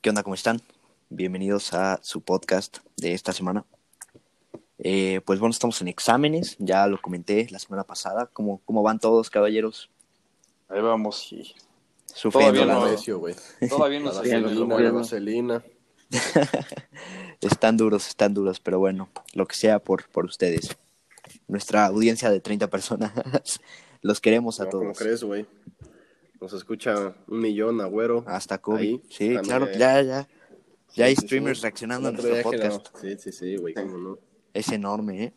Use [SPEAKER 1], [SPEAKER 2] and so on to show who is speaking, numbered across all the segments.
[SPEAKER 1] ¿Qué onda? ¿Cómo están? Bienvenidos a su podcast de esta semana. Eh, pues bueno, estamos en exámenes, ya lo comenté la semana pasada. ¿Cómo, cómo van todos, caballeros?
[SPEAKER 2] Ahí vamos, y
[SPEAKER 1] Sufriendo
[SPEAKER 2] Todavía
[SPEAKER 1] la-
[SPEAKER 2] no.
[SPEAKER 3] Precio, güey.
[SPEAKER 2] todavía
[SPEAKER 3] La
[SPEAKER 2] nos
[SPEAKER 3] vaselina,
[SPEAKER 2] hacemos
[SPEAKER 3] la
[SPEAKER 1] bueno.
[SPEAKER 3] vaselina.
[SPEAKER 1] Están duros, están duros, pero bueno, lo que sea por, por ustedes. Nuestra audiencia de 30 personas, los queremos a
[SPEAKER 3] No, ¿Cómo
[SPEAKER 1] todos.
[SPEAKER 3] crees, güey? Nos escucha un millón, agüero.
[SPEAKER 1] Hasta Kobe.
[SPEAKER 3] Ahí,
[SPEAKER 1] sí,
[SPEAKER 3] también.
[SPEAKER 1] claro, ya, ya. Ya hay
[SPEAKER 3] Ah, Sí, sí,
[SPEAKER 1] streamers
[SPEAKER 3] sí.
[SPEAKER 1] reaccionando a
[SPEAKER 3] El otro
[SPEAKER 1] nuestro
[SPEAKER 3] día que
[SPEAKER 1] podcast.
[SPEAKER 3] la- Sí, sí, sí, güey, cómo no.
[SPEAKER 1] Es enorme, ¿eh?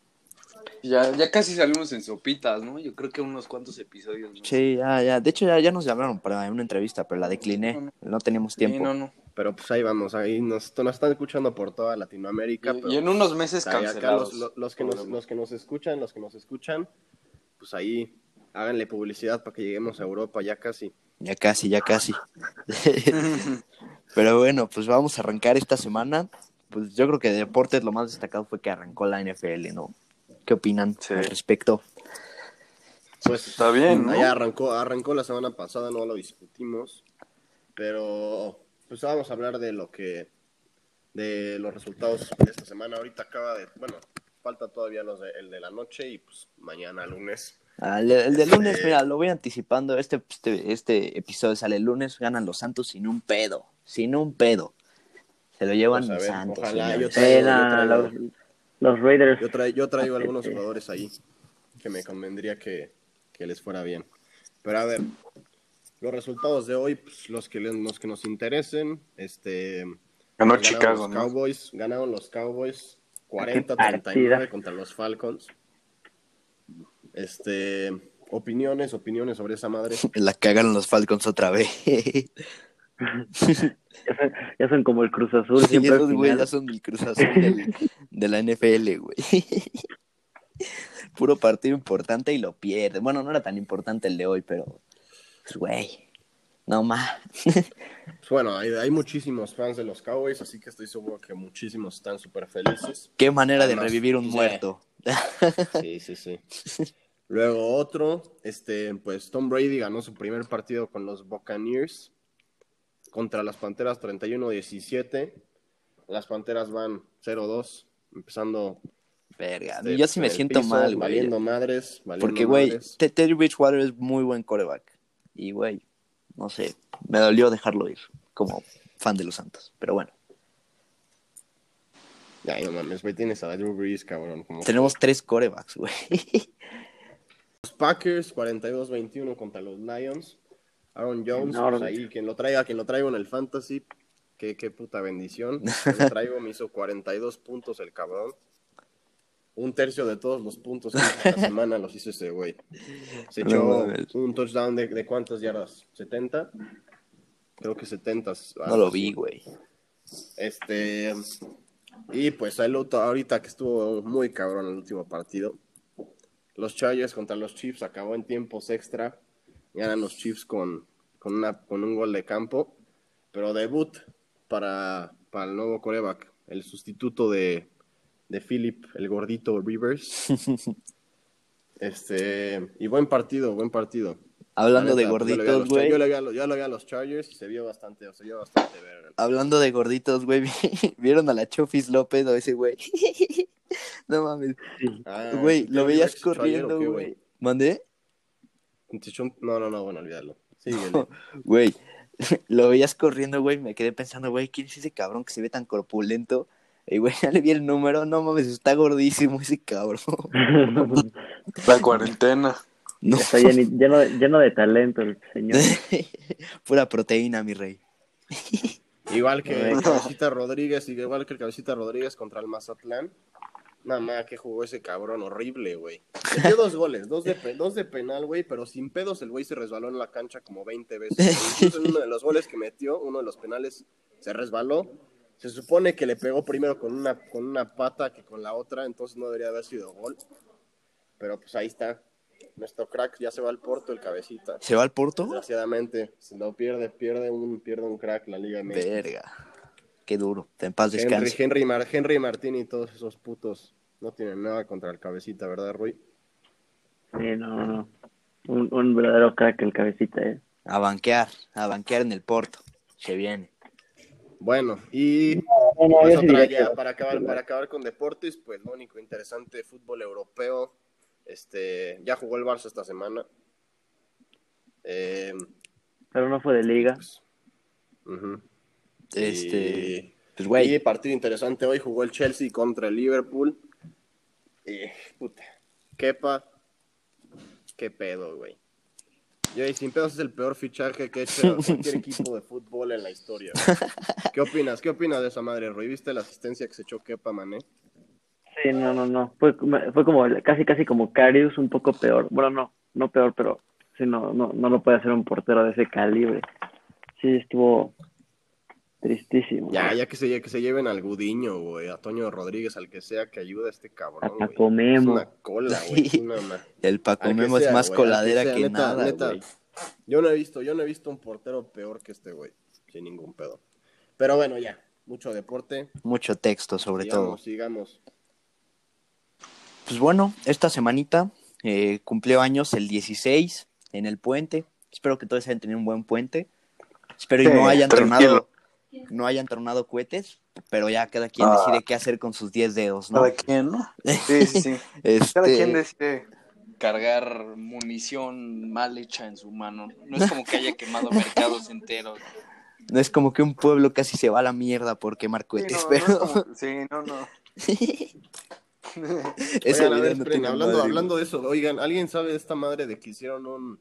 [SPEAKER 2] Ya, ya casi salimos en sopitas, ¿no? Yo creo que unos cuantos episodios. ¿no?
[SPEAKER 1] Sí, ya, ya. De hecho, ya, ya nos llamaron para una entrevista, pero la decliné. No tenemos
[SPEAKER 2] Sí,
[SPEAKER 1] tiempo.
[SPEAKER 2] no, no.
[SPEAKER 3] Pero pues ahí vamos, ahí nos, nos están escuchando por toda Latinoamérica. pero
[SPEAKER 2] Y, y en unos meses
[SPEAKER 3] pues, ahí acá
[SPEAKER 2] cancelados.
[SPEAKER 3] los, lo- los que nos,
[SPEAKER 2] Problema.
[SPEAKER 3] los que nos escuchan, los que nos escuchan, pues ahí háganle publicidad para que lleguemos a Europa ya casi.
[SPEAKER 1] Ya casi, ya casi. Pero bueno, pues vamos a arrancar esta semana. Pues yo creo que de deportes lo más destacado fue que arrancó la NFL, ¿no? ¿Qué opinan
[SPEAKER 2] Sí.
[SPEAKER 1] al respecto?
[SPEAKER 3] Pues
[SPEAKER 2] Está bien, ¿no?
[SPEAKER 3] Allá arrancó, arrancó la semana pasada, no lo discutimos. Pero pues vamos a hablar de lo que de los resultados de esta semana. Ahorita acaba de, bueno, falta todavía los de- el de la noche y pues mañana lunes.
[SPEAKER 1] Ah, El, el de lunes,
[SPEAKER 3] Sí.
[SPEAKER 1] mira, lo voy anticipando. Este, este, este episodio sale el lunes, ganan los Santos sin un pedo, sin un pedo. Se lo llevan
[SPEAKER 3] Pues, a
[SPEAKER 1] los
[SPEAKER 3] ver,
[SPEAKER 1] Santos.
[SPEAKER 3] ojalá
[SPEAKER 1] señores.
[SPEAKER 3] yo
[SPEAKER 4] Sí,
[SPEAKER 3] traigo,
[SPEAKER 4] no,
[SPEAKER 3] yo traigo.
[SPEAKER 4] los, los Raiders.
[SPEAKER 3] Yo, tra- yo traigo algunos jugadores ahí que me convendría que, que les fuera bien. Pero a ver, los resultados de hoy, pues, los que le- los que nos interesen, este
[SPEAKER 2] Ganó
[SPEAKER 3] Ganaron
[SPEAKER 2] Chicago,
[SPEAKER 3] los
[SPEAKER 2] ¿no?
[SPEAKER 3] Cowboys, ganaron los Cowboys
[SPEAKER 4] Qué
[SPEAKER 3] 40-39
[SPEAKER 4] partida.
[SPEAKER 3] contra los Falcons. Este, opiniones, opiniones sobre esa madre.
[SPEAKER 1] La cagaron los Falcons otra vez.
[SPEAKER 4] Ya son, ya son como el Cruz Azul.
[SPEAKER 1] Sí,
[SPEAKER 4] siempre al
[SPEAKER 1] esos güey ya
[SPEAKER 4] final.
[SPEAKER 1] son del Cruz Azul del- de la NFL, güey. Puro partido importante y lo pierde. Bueno, no era tan importante el de hoy, pero. pues, güey. No más.
[SPEAKER 3] Pues, bueno, hay, hay muchísimos fans de los Cowboys, así que estoy seguro que muchísimos están súper felices.
[SPEAKER 1] Qué manera de
[SPEAKER 3] Además,
[SPEAKER 1] revivir un
[SPEAKER 3] sí.
[SPEAKER 1] muerto.
[SPEAKER 3] Sí, sí, sí. Luego otro, este, pues Tom Brady ganó su primer partido con los Buccaneers contra las Panteras 31-17. Las Panteras van 0-2, empezando
[SPEAKER 1] Verga.
[SPEAKER 3] Este,
[SPEAKER 1] yo sí me
[SPEAKER 3] en el
[SPEAKER 1] siento
[SPEAKER 3] piso,
[SPEAKER 1] mal, güey.
[SPEAKER 3] Valiendo madres, valiendo
[SPEAKER 1] Porque, güey,
[SPEAKER 3] madres.
[SPEAKER 1] Te- Teddy Bridgewater es muy buen coreback. Y, güey, no sé. Me dolió dejarlo ir como fan de los Santos. Pero bueno.
[SPEAKER 3] Ay, no mames, güey, tienes a Drew Brees, cabrón. Como...
[SPEAKER 1] Tenemos tres corebacks, güey.
[SPEAKER 3] Los Packers, 42-21 contra los Lions. Aaron Jones,
[SPEAKER 4] Enorme.
[SPEAKER 3] pues ahí, quien lo traiga, quien lo traigo en el fantasy. Qué, qué puta bendición. Quien lo traigo, me hizo 42 puntos el cabrón. Un tercio de todos los puntos que hizo esta semana los hizo ese güey. Se
[SPEAKER 1] No
[SPEAKER 3] echó
[SPEAKER 1] mames.
[SPEAKER 3] un touchdown de, de cuántas yardas? ¿70? Creo que 70.
[SPEAKER 1] No lo vi, güey.
[SPEAKER 3] Este. Y pues el otro, ahorita que estuvo muy cabrón el último partido. Los Chargers contra los Chiefs acabó en tiempos extra. Ganan los Chiefs con, con, una, con un gol de campo. Pero debut para, para el nuevo coreback. El sustituto de, de Philip, el gordito Rivers. Este, y buen partido, buen partido.
[SPEAKER 1] Hablando
[SPEAKER 3] La
[SPEAKER 1] de
[SPEAKER 3] neta, pues, yo le vi a
[SPEAKER 1] gorditos,
[SPEAKER 3] los Char-
[SPEAKER 1] güey.
[SPEAKER 3] Yo, le vi a los- yo le vi a los Chargers y se vio bastante, se vio bastante verga.
[SPEAKER 1] Hablando de gorditos, güey, ¿vieron a la Chofis López o ese güey? No mames.
[SPEAKER 3] Ah,
[SPEAKER 1] Güey,
[SPEAKER 3] ¿te
[SPEAKER 1] lo veías
[SPEAKER 3] chichón ayer o
[SPEAKER 1] corriendo,
[SPEAKER 3] qué,
[SPEAKER 1] güey. ¿Mandé?
[SPEAKER 3] Chichón- No, no, no, bueno, olvídalo. Sí,
[SPEAKER 1] Güey, lo veías corriendo, güey. Me quedé pensando, güey, ¿quién es ese cabrón que se ve tan corpulento? Y güey, ya le vi el número. No mames, está gordísimo ese cabrón.
[SPEAKER 2] La cuarentena.
[SPEAKER 1] No.
[SPEAKER 4] Está lleno, lleno- lleno de talento el señor.
[SPEAKER 1] Pura proteína, mi rey.
[SPEAKER 3] igual que
[SPEAKER 4] Ay,
[SPEAKER 3] el Cabecita Rodríguez, y igual que el Cabecita Rodríguez contra el Mazatlán. Mamá, que jugó ese cabrón horrible, güey. Le dio dos goles, dos de, pe- dos de penal, güey, pero sin pedos el güey se resbaló en la cancha como 20 veces. Incluso en uno de los goles que metió, uno de los penales, se resbaló. Se supone que le pegó primero con una, con una pata que con la otra, entonces no debería haber sido gol. Pero pues ahí está. Nuestro crack ya se va al porto, el cabecita.
[SPEAKER 1] ¿Se va al Porto?
[SPEAKER 3] Desgraciadamente, si no pierde, pierde un, pierde un crack la Liga MX.
[SPEAKER 1] Verga. Qué duro. En paz
[SPEAKER 3] Henry,
[SPEAKER 1] descanse.
[SPEAKER 3] Henry, Mar- Henry Martín y todos esos putos no tienen nada contra el cabecita, ¿verdad, Rui?
[SPEAKER 4] Sí, no, no. Un, un verdadero crack el cabecita. eh.
[SPEAKER 1] A banquear. A banquear en el Porto. Se viene.
[SPEAKER 3] Bueno, y
[SPEAKER 4] No, no, yo
[SPEAKER 3] pues
[SPEAKER 4] sí
[SPEAKER 3] otra
[SPEAKER 4] diría
[SPEAKER 3] ya,
[SPEAKER 4] que-
[SPEAKER 3] para acabar, para acabar con deportes, pues lo único interesante, fútbol europeo. Este, ya jugó el Barça esta semana. Eh, pues,
[SPEAKER 4] Pero no fue de liga.
[SPEAKER 3] ujú.
[SPEAKER 1] Este,
[SPEAKER 3] Y-
[SPEAKER 1] pues, güey,
[SPEAKER 3] Y partido interesante hoy jugó el Chelsea contra el Liverpool. Y, puta, quepa. Qué pedo, güey. Yo, y sin pedos es el peor fichaje que ha hecho cualquier equipo de fútbol en la historia. güey. ¿Qué opinas? ¿Qué opinas de esa madre, Roy? ¿Viste la asistencia que se echó Kepa, mané?
[SPEAKER 4] Sí, no, no, no. Fue, fue como casi, casi como Carius, un poco peor. Bueno, no, no peor, pero sí, no, no, no lo puede hacer un portero de ese calibre. Sí, estuvo tristísimo.
[SPEAKER 3] Ya, ya que se, que se lleven al Gudiño, güey, a Toño Rodríguez, al que sea que ayude a este cabrón,
[SPEAKER 4] A
[SPEAKER 3] güey.
[SPEAKER 4] Paco
[SPEAKER 3] Es
[SPEAKER 4] Memo.
[SPEAKER 3] una cola, güey. es una ma-
[SPEAKER 1] el Paco
[SPEAKER 3] al que
[SPEAKER 1] Memo es
[SPEAKER 3] sea,
[SPEAKER 1] más
[SPEAKER 3] güey, al que
[SPEAKER 1] coladera
[SPEAKER 3] sea,
[SPEAKER 1] que
[SPEAKER 3] neta,
[SPEAKER 1] nada,
[SPEAKER 3] neta.
[SPEAKER 1] güey.
[SPEAKER 3] Yo no he visto, yo no he visto un portero peor que este güey, sin ningún pedo. Pero bueno, ya, mucho deporte,
[SPEAKER 1] Mucho texto, sobre
[SPEAKER 3] sigamos,
[SPEAKER 1] todo.
[SPEAKER 3] sigamos.
[SPEAKER 1] Pues bueno, esta semanita eh, cumplió años el 16 en el puente. Espero que todos hayan tenido un buen puente. Espero y
[SPEAKER 5] Sí,
[SPEAKER 1] no hayan
[SPEAKER 5] tranquilo.
[SPEAKER 1] tronado, no hayan tronado cohetes, pero ya cada quien
[SPEAKER 5] Ah.
[SPEAKER 1] decide qué hacer con sus 10 dedos, ¿no?
[SPEAKER 5] Cada quien, ¿no? Sí, sí, sí.
[SPEAKER 1] Este,
[SPEAKER 5] Cada quien decide cargar munición mal hecha en su mano. No es como que haya quemado mercados enteros.
[SPEAKER 1] No es como que un pueblo casi se va a la mierda por quemar
[SPEAKER 5] Sí,
[SPEAKER 1] cohetes,
[SPEAKER 5] no,
[SPEAKER 1] pero
[SPEAKER 5] no es como- sí, no, no.
[SPEAKER 1] ese
[SPEAKER 3] Oigan, a
[SPEAKER 1] video
[SPEAKER 3] ver,
[SPEAKER 1] no
[SPEAKER 3] esperen,
[SPEAKER 1] tiene
[SPEAKER 3] hablando,
[SPEAKER 1] madre,
[SPEAKER 3] hablando de eso, oigan, ¿alguien sabe de esta madre de que hicieron un,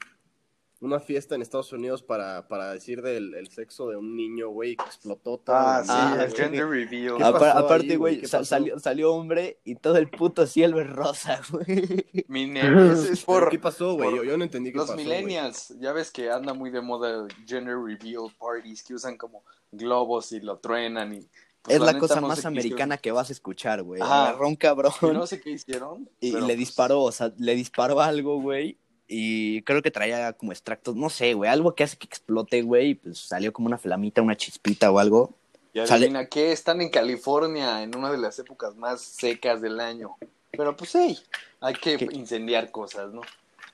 [SPEAKER 3] una fiesta en Estados Unidos para, para decir del el sexo de un niño, güey, que explotó toda
[SPEAKER 5] Ah,
[SPEAKER 3] la
[SPEAKER 5] sí,
[SPEAKER 1] Ah,
[SPEAKER 3] madre,
[SPEAKER 5] el
[SPEAKER 1] sí.
[SPEAKER 3] güey?
[SPEAKER 5] gender reveal.
[SPEAKER 1] güey.
[SPEAKER 3] ¿Qué pasó
[SPEAKER 1] Apar-
[SPEAKER 3] ahí,
[SPEAKER 1] aparte,
[SPEAKER 3] güey?
[SPEAKER 1] güey,
[SPEAKER 3] ¿Qué
[SPEAKER 1] sa-
[SPEAKER 3] pasó?
[SPEAKER 1] salió, salió hombre y todo el puto cielo es rosa, güey.
[SPEAKER 5] Mi ne- ese
[SPEAKER 3] Pero,
[SPEAKER 5] es por
[SPEAKER 3] ¿Qué pasó, güey?
[SPEAKER 5] por
[SPEAKER 3] Yo, yo no entendí qué
[SPEAKER 5] los
[SPEAKER 3] pasó, güey.
[SPEAKER 5] millennials. Ya ves que anda muy de moda el gender reveal parties que usan como globos y lo truenan y... pues,
[SPEAKER 1] es la,
[SPEAKER 5] neta,
[SPEAKER 1] cosa
[SPEAKER 5] no sé
[SPEAKER 1] más
[SPEAKER 5] qué
[SPEAKER 1] americana que vas a escuchar, güey.
[SPEAKER 5] Ajá.
[SPEAKER 1] Agarró un cabrón
[SPEAKER 5] hicieron. Y no sé qué hicieron.
[SPEAKER 1] y le
[SPEAKER 5] pero, pues,
[SPEAKER 1] disparó, o sea, le disparó algo, güey. Y creo que traía como extractos, no sé, güey, algo que hace que explote, güey. y Pues salió como una flamita, una chispita o algo.
[SPEAKER 5] Y
[SPEAKER 1] Sale-
[SPEAKER 5] adivina qué, están en California en una de las épocas más secas del año. Pero pues hey, hay que
[SPEAKER 1] ¿Qué?
[SPEAKER 5] incendiar cosas, ¿no?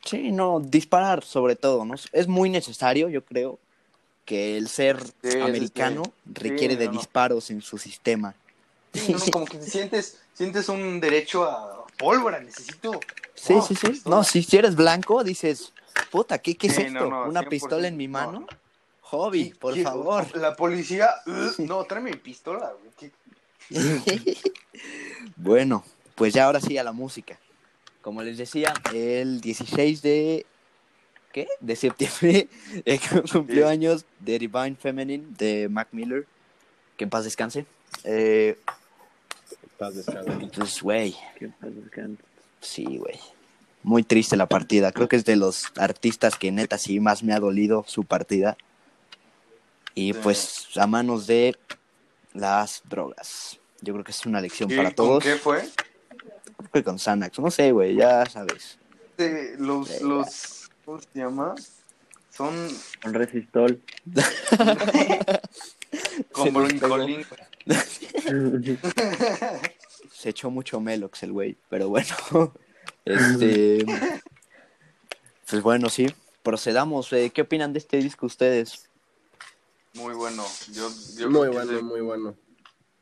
[SPEAKER 1] Sí, no, disparar sobre todo, ¿no? Es muy necesario, yo creo, que el ser
[SPEAKER 5] sí, sí.
[SPEAKER 1] americano requiere
[SPEAKER 5] Sí,
[SPEAKER 1] de
[SPEAKER 5] no, no.
[SPEAKER 1] disparos en su sistema.
[SPEAKER 5] Sí, no, como que sientes, sientes un derecho a pólvora, necesito.
[SPEAKER 1] Sí,
[SPEAKER 5] Oh,
[SPEAKER 1] sí, sí.
[SPEAKER 5] pistola.
[SPEAKER 1] No, si, si eres blanco, dices, puta, ¿qué, qué es
[SPEAKER 5] Sí, no,
[SPEAKER 1] esto?
[SPEAKER 5] no,
[SPEAKER 1] ¿Una
[SPEAKER 5] 100%,
[SPEAKER 1] pistola en mi
[SPEAKER 5] no,
[SPEAKER 1] mano?
[SPEAKER 5] no.
[SPEAKER 1] Hobby, por
[SPEAKER 5] Quiero-
[SPEAKER 1] favor.
[SPEAKER 5] La policía, uh, no, tráeme mi pistola, güey. ¿qué?
[SPEAKER 1] Bueno, pues ya ahora sí a la música. Como les decía, el 16 de... ¿Qué? De septiembre eh, cumplió
[SPEAKER 5] Sí.
[SPEAKER 1] años de Divine Feminine de Mac Miller. Que en paz descanse. Eh,
[SPEAKER 3] Estás descansando.
[SPEAKER 1] pues, güey,
[SPEAKER 4] Qué paz descanse.
[SPEAKER 1] sí, güey. Muy triste la partida. Creo que es de los artistas que neta sí más me ha dolido su partida. Y
[SPEAKER 5] Sí.
[SPEAKER 1] pues a manos de las drogas. Yo creo que es una lección
[SPEAKER 5] ¿Qué-
[SPEAKER 1] para
[SPEAKER 5] con
[SPEAKER 1] todos.
[SPEAKER 5] ¿Qué fue?
[SPEAKER 1] Creo que con Xanax, no sé, güey, ya sabes.
[SPEAKER 5] Eh, los,
[SPEAKER 1] Sí,
[SPEAKER 5] los, ¿cómo se llama? Son
[SPEAKER 4] Con resistol.
[SPEAKER 5] como
[SPEAKER 1] les pegó.
[SPEAKER 5] brincolín.
[SPEAKER 1] Se echó mucho Melox el güey, pero bueno. este. Pues bueno, sí. Procedamos. eh, ¿Qué opinan de este disco ustedes?
[SPEAKER 5] Muy bueno. Yo, yo
[SPEAKER 3] Muy
[SPEAKER 5] creo que es de-
[SPEAKER 3] bueno, muy bueno.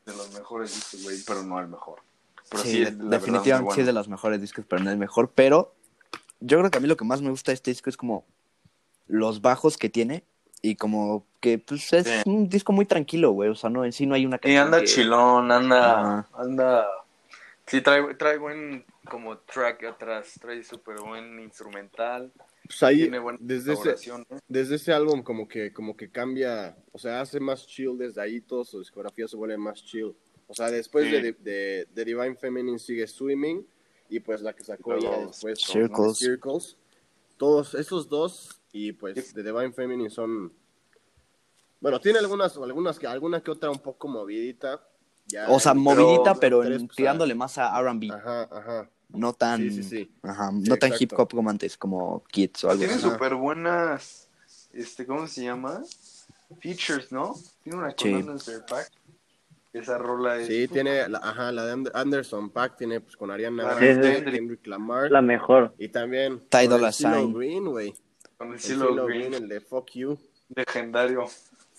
[SPEAKER 5] de los mejores discos, güey, pero no el mejor. Pero sí,
[SPEAKER 1] Sí,
[SPEAKER 5] es,
[SPEAKER 1] de-
[SPEAKER 5] la
[SPEAKER 1] definitivamente
[SPEAKER 5] verdad, muy
[SPEAKER 1] sí es de
[SPEAKER 5] bueno.
[SPEAKER 1] los mejores discos, pero no es mejor. Pero yo creo que a mí lo que más me gusta de este disco es como los bajos que tiene y como que pues es
[SPEAKER 5] Sí.
[SPEAKER 1] un disco muy tranquilo, güey. O sea, no, en sí no hay una
[SPEAKER 5] Sí, anda
[SPEAKER 1] que-
[SPEAKER 5] chilón, anda,
[SPEAKER 1] Ajá.
[SPEAKER 5] anda. Sí, trae, trae buen como track atrás, trae súper buen instrumental,
[SPEAKER 3] Pues ahí,
[SPEAKER 5] tiene buena
[SPEAKER 3] desde ese,
[SPEAKER 5] colaboración.
[SPEAKER 3] desde ese álbum como que, como que cambia, o sea, hace más chill desde ahí, todo su discografía se vuelve más chill. O sea, después
[SPEAKER 5] Sí.
[SPEAKER 3] de, de, de Divine Feminine sigue Swimming y pues la que sacó ya
[SPEAKER 5] Luego,
[SPEAKER 3] después ¿no?
[SPEAKER 1] Circles.
[SPEAKER 3] Circles. Todos esos dos y pues de Divine Feminine son... Bueno, tiene algunas, algunas que, alguna que otra un poco movidita. ya-
[SPEAKER 1] O sea,
[SPEAKER 3] pero-
[SPEAKER 1] movidita, pero, en-
[SPEAKER 3] tres, pues,
[SPEAKER 1] tirándole más a RB.
[SPEAKER 3] Ajá, ajá.
[SPEAKER 1] No tan.
[SPEAKER 3] Sí, sí, sí.
[SPEAKER 1] Ajá,
[SPEAKER 3] Sí,
[SPEAKER 1] no tan
[SPEAKER 3] exacto.
[SPEAKER 1] hip hop como antes, como Kids o algo
[SPEAKER 5] Tiene
[SPEAKER 1] así.
[SPEAKER 3] Ajá.
[SPEAKER 5] súper buenas, este, ¿cómo se llama? Features, ¿no? Tiene una
[SPEAKER 1] Sí.
[SPEAKER 5] con Anderson Paak. Esa rola es.
[SPEAKER 3] Sí, tiene, la, ajá, la de And- Anderson Pack tiene pues con Ariana
[SPEAKER 5] Claro.
[SPEAKER 3] Grande,
[SPEAKER 5] Sí, sí.
[SPEAKER 3] Kendrick Lamar.
[SPEAKER 4] La mejor.
[SPEAKER 3] Y también
[SPEAKER 1] Ty
[SPEAKER 3] con
[SPEAKER 1] Dolla
[SPEAKER 3] el CeeLo
[SPEAKER 1] Sign.
[SPEAKER 3] Green, güey.
[SPEAKER 5] Con el
[SPEAKER 3] El CeeLo
[SPEAKER 5] Silo
[SPEAKER 3] Green,
[SPEAKER 5] Green,
[SPEAKER 3] el de Fuck You.
[SPEAKER 5] legendario.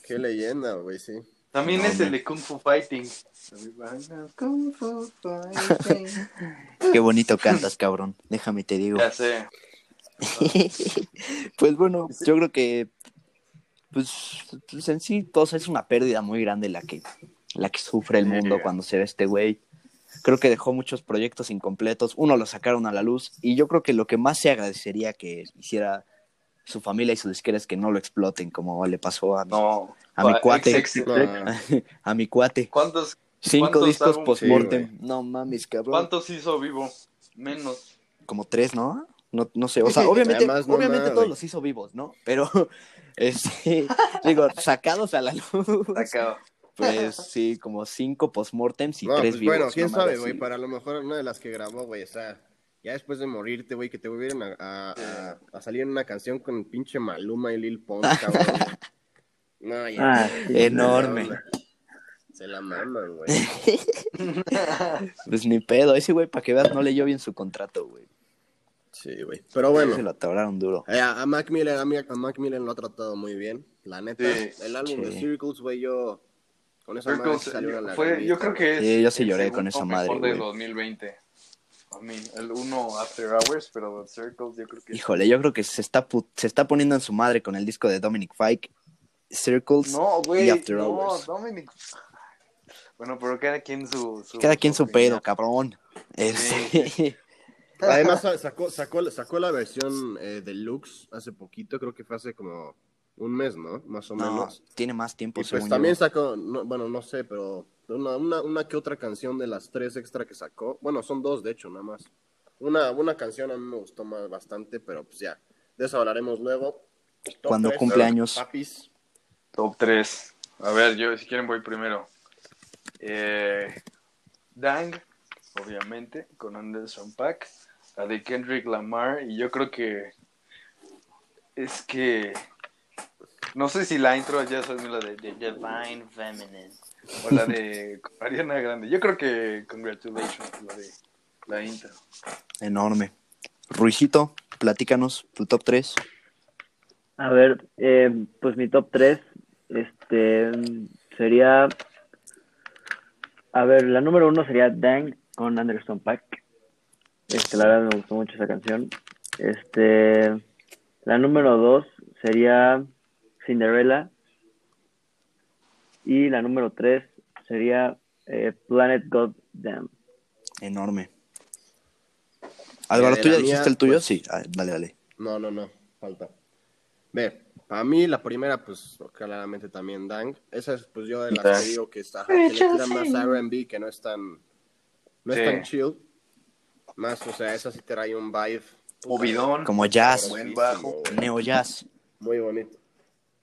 [SPEAKER 3] Qué leyenda, güey, sí.
[SPEAKER 5] También
[SPEAKER 1] No,
[SPEAKER 5] es el
[SPEAKER 1] no.
[SPEAKER 5] de Kung Fu Fighting. Everybody knows Kung Fu Fighting.
[SPEAKER 1] Qué bonito cantas, cabrón. Déjame te digo.
[SPEAKER 5] ya sé.
[SPEAKER 1] pues bueno, yo creo que pues, pues en sí todo es una pérdida muy grande la que la que sufre el
[SPEAKER 5] Sí.
[SPEAKER 1] mundo cuando se ve este güey. Creo que dejó muchos proyectos incompletos, uno lo sacaron a la luz y yo creo que lo que más se agradecería que hiciera su familia y su disquera es que no lo exploten como le pasó a mi,
[SPEAKER 5] No.
[SPEAKER 1] A mi
[SPEAKER 5] Pa-
[SPEAKER 1] cuate.
[SPEAKER 5] ex- ex-
[SPEAKER 1] Ah,
[SPEAKER 3] No,
[SPEAKER 1] a mi cuate.
[SPEAKER 5] ¿Cuántos,
[SPEAKER 1] Cinco
[SPEAKER 5] ¿cuántos
[SPEAKER 1] discos
[SPEAKER 5] álbum-
[SPEAKER 1] post-mortem.
[SPEAKER 3] Sí,
[SPEAKER 1] no mames, cabrón.
[SPEAKER 5] ¿Cuántos hizo vivo? Menos.
[SPEAKER 1] como tres, ¿no? No, no sé, o sea, obviamente,
[SPEAKER 3] Además, no
[SPEAKER 1] obviamente
[SPEAKER 3] mames.
[SPEAKER 1] todos los hizo vivos, ¿no? Pero, este, digo, sacados a la luz,
[SPEAKER 5] Sacado.
[SPEAKER 1] pues sí, como cinco postmortems y
[SPEAKER 3] No,
[SPEAKER 1] tres
[SPEAKER 3] pues
[SPEAKER 1] vivos.
[SPEAKER 3] bueno, quién
[SPEAKER 1] una madre
[SPEAKER 3] sabe, güey,
[SPEAKER 1] así.
[SPEAKER 3] para lo mejor una de las que grabó, güey, o sea, ya después de morirte, güey, que te volvieran a, a- a- a salir en una canción con pinche Maluma y Lil Pump, cabrón. No, ya.
[SPEAKER 4] Ah, sí.
[SPEAKER 3] Eh,
[SPEAKER 1] Enorme.
[SPEAKER 3] Se la maman, güey.
[SPEAKER 1] Pues ni pedo, ese güey, para que veas, no leyó bien su contrato, güey.
[SPEAKER 3] Sí, güey.
[SPEAKER 1] Se
[SPEAKER 3] Pero Ah, bueno,
[SPEAKER 1] lo atoraron duro.
[SPEAKER 3] eh, a, a Mac Miller, a, mí- a Mac Miller lo ha tratado muy bien, la neta.
[SPEAKER 5] Sí.
[SPEAKER 3] el álbum de
[SPEAKER 1] Sí.
[SPEAKER 3] Circles, güey, yo con esa
[SPEAKER 5] Fue
[SPEAKER 3] madre
[SPEAKER 5] como-
[SPEAKER 3] sí salió a la
[SPEAKER 5] fue- yo
[SPEAKER 3] revista,
[SPEAKER 5] creo que es.
[SPEAKER 1] Sí, yo sí
[SPEAKER 5] el
[SPEAKER 1] lloré
[SPEAKER 5] segundo
[SPEAKER 1] con esa
[SPEAKER 5] mejor
[SPEAKER 1] madre,
[SPEAKER 5] del
[SPEAKER 1] güey.
[SPEAKER 5] 2020. A mí, el uno After Hours, pero The Circles, yo creo que.
[SPEAKER 1] Híjole, yo creo que se está, pu- se está poniendo en su madre con el disco de Dominic Fike, Circles.
[SPEAKER 5] No, güey.
[SPEAKER 1] y After
[SPEAKER 5] no,
[SPEAKER 1] Hours.
[SPEAKER 5] Dominic. Bueno, pero cada quien su. su-
[SPEAKER 1] Cada quien su pedo,
[SPEAKER 5] opinión.
[SPEAKER 1] cabrón. Este,
[SPEAKER 3] Además sa- sacó, sacó, sacó la versión eh, deluxe hace poquito, creo que fue hace como un mes, ¿no? Más o
[SPEAKER 1] no,
[SPEAKER 3] menos.
[SPEAKER 1] tiene más tiempo,
[SPEAKER 3] Y pues
[SPEAKER 1] según
[SPEAKER 3] también
[SPEAKER 1] yo.
[SPEAKER 3] sacó, no- bueno, no sé, pero una, una, una que otra canción de las tres extra que sacó. Bueno, son dos, de hecho, nada más. Una, una canción a mí me gustó más bastante, pero pues ya, de eso hablaremos luego. Top
[SPEAKER 1] Cuando
[SPEAKER 3] tres,
[SPEAKER 1] cumple años.
[SPEAKER 3] Papis.
[SPEAKER 5] Top 3. A ver, yo si quieren voy primero. Eh, Dang, obviamente, con Anderson Pack. La de Kendrick Lamar. Y yo creo que. Es que. No sé si la intro ya sabes la de, de Divine Feminine. O la de con Ariana Grande. Yo creo que Congratulations, la de la intro.
[SPEAKER 1] Enorme. Ruijito, platícanos tu top 3.
[SPEAKER 4] A ver, eh, pues mi top 3 este, sería. A ver, la número uno sería Dang con Anderson Pack. Este, la verdad me gustó mucho esa canción. Este, la número dos sería Cinderella. Y la número tres sería eh, Planet Goddamn.
[SPEAKER 1] Enorme. Álvaro,
[SPEAKER 3] Eh,
[SPEAKER 1] ¿tú ya
[SPEAKER 3] la mía,
[SPEAKER 1] dijiste el tuyo?
[SPEAKER 3] pues-
[SPEAKER 1] Sí. Ah, dale, dale.
[SPEAKER 3] No, no, no, falta. Ve, para mí la primera, pues claramente también Dang. Esa es, pues yo de las
[SPEAKER 5] Dang.
[SPEAKER 3] que digo que está, que le tira más RB, que no es tan, no es
[SPEAKER 5] Sí.
[SPEAKER 3] tan chill. Más, o sea, esa sí trae un vibe. puta,
[SPEAKER 5] Movidón.
[SPEAKER 1] Como jazz,
[SPEAKER 3] buenísimo,
[SPEAKER 5] Buen bajo.
[SPEAKER 3] güey.
[SPEAKER 1] neo jazz.
[SPEAKER 3] Muy bonito.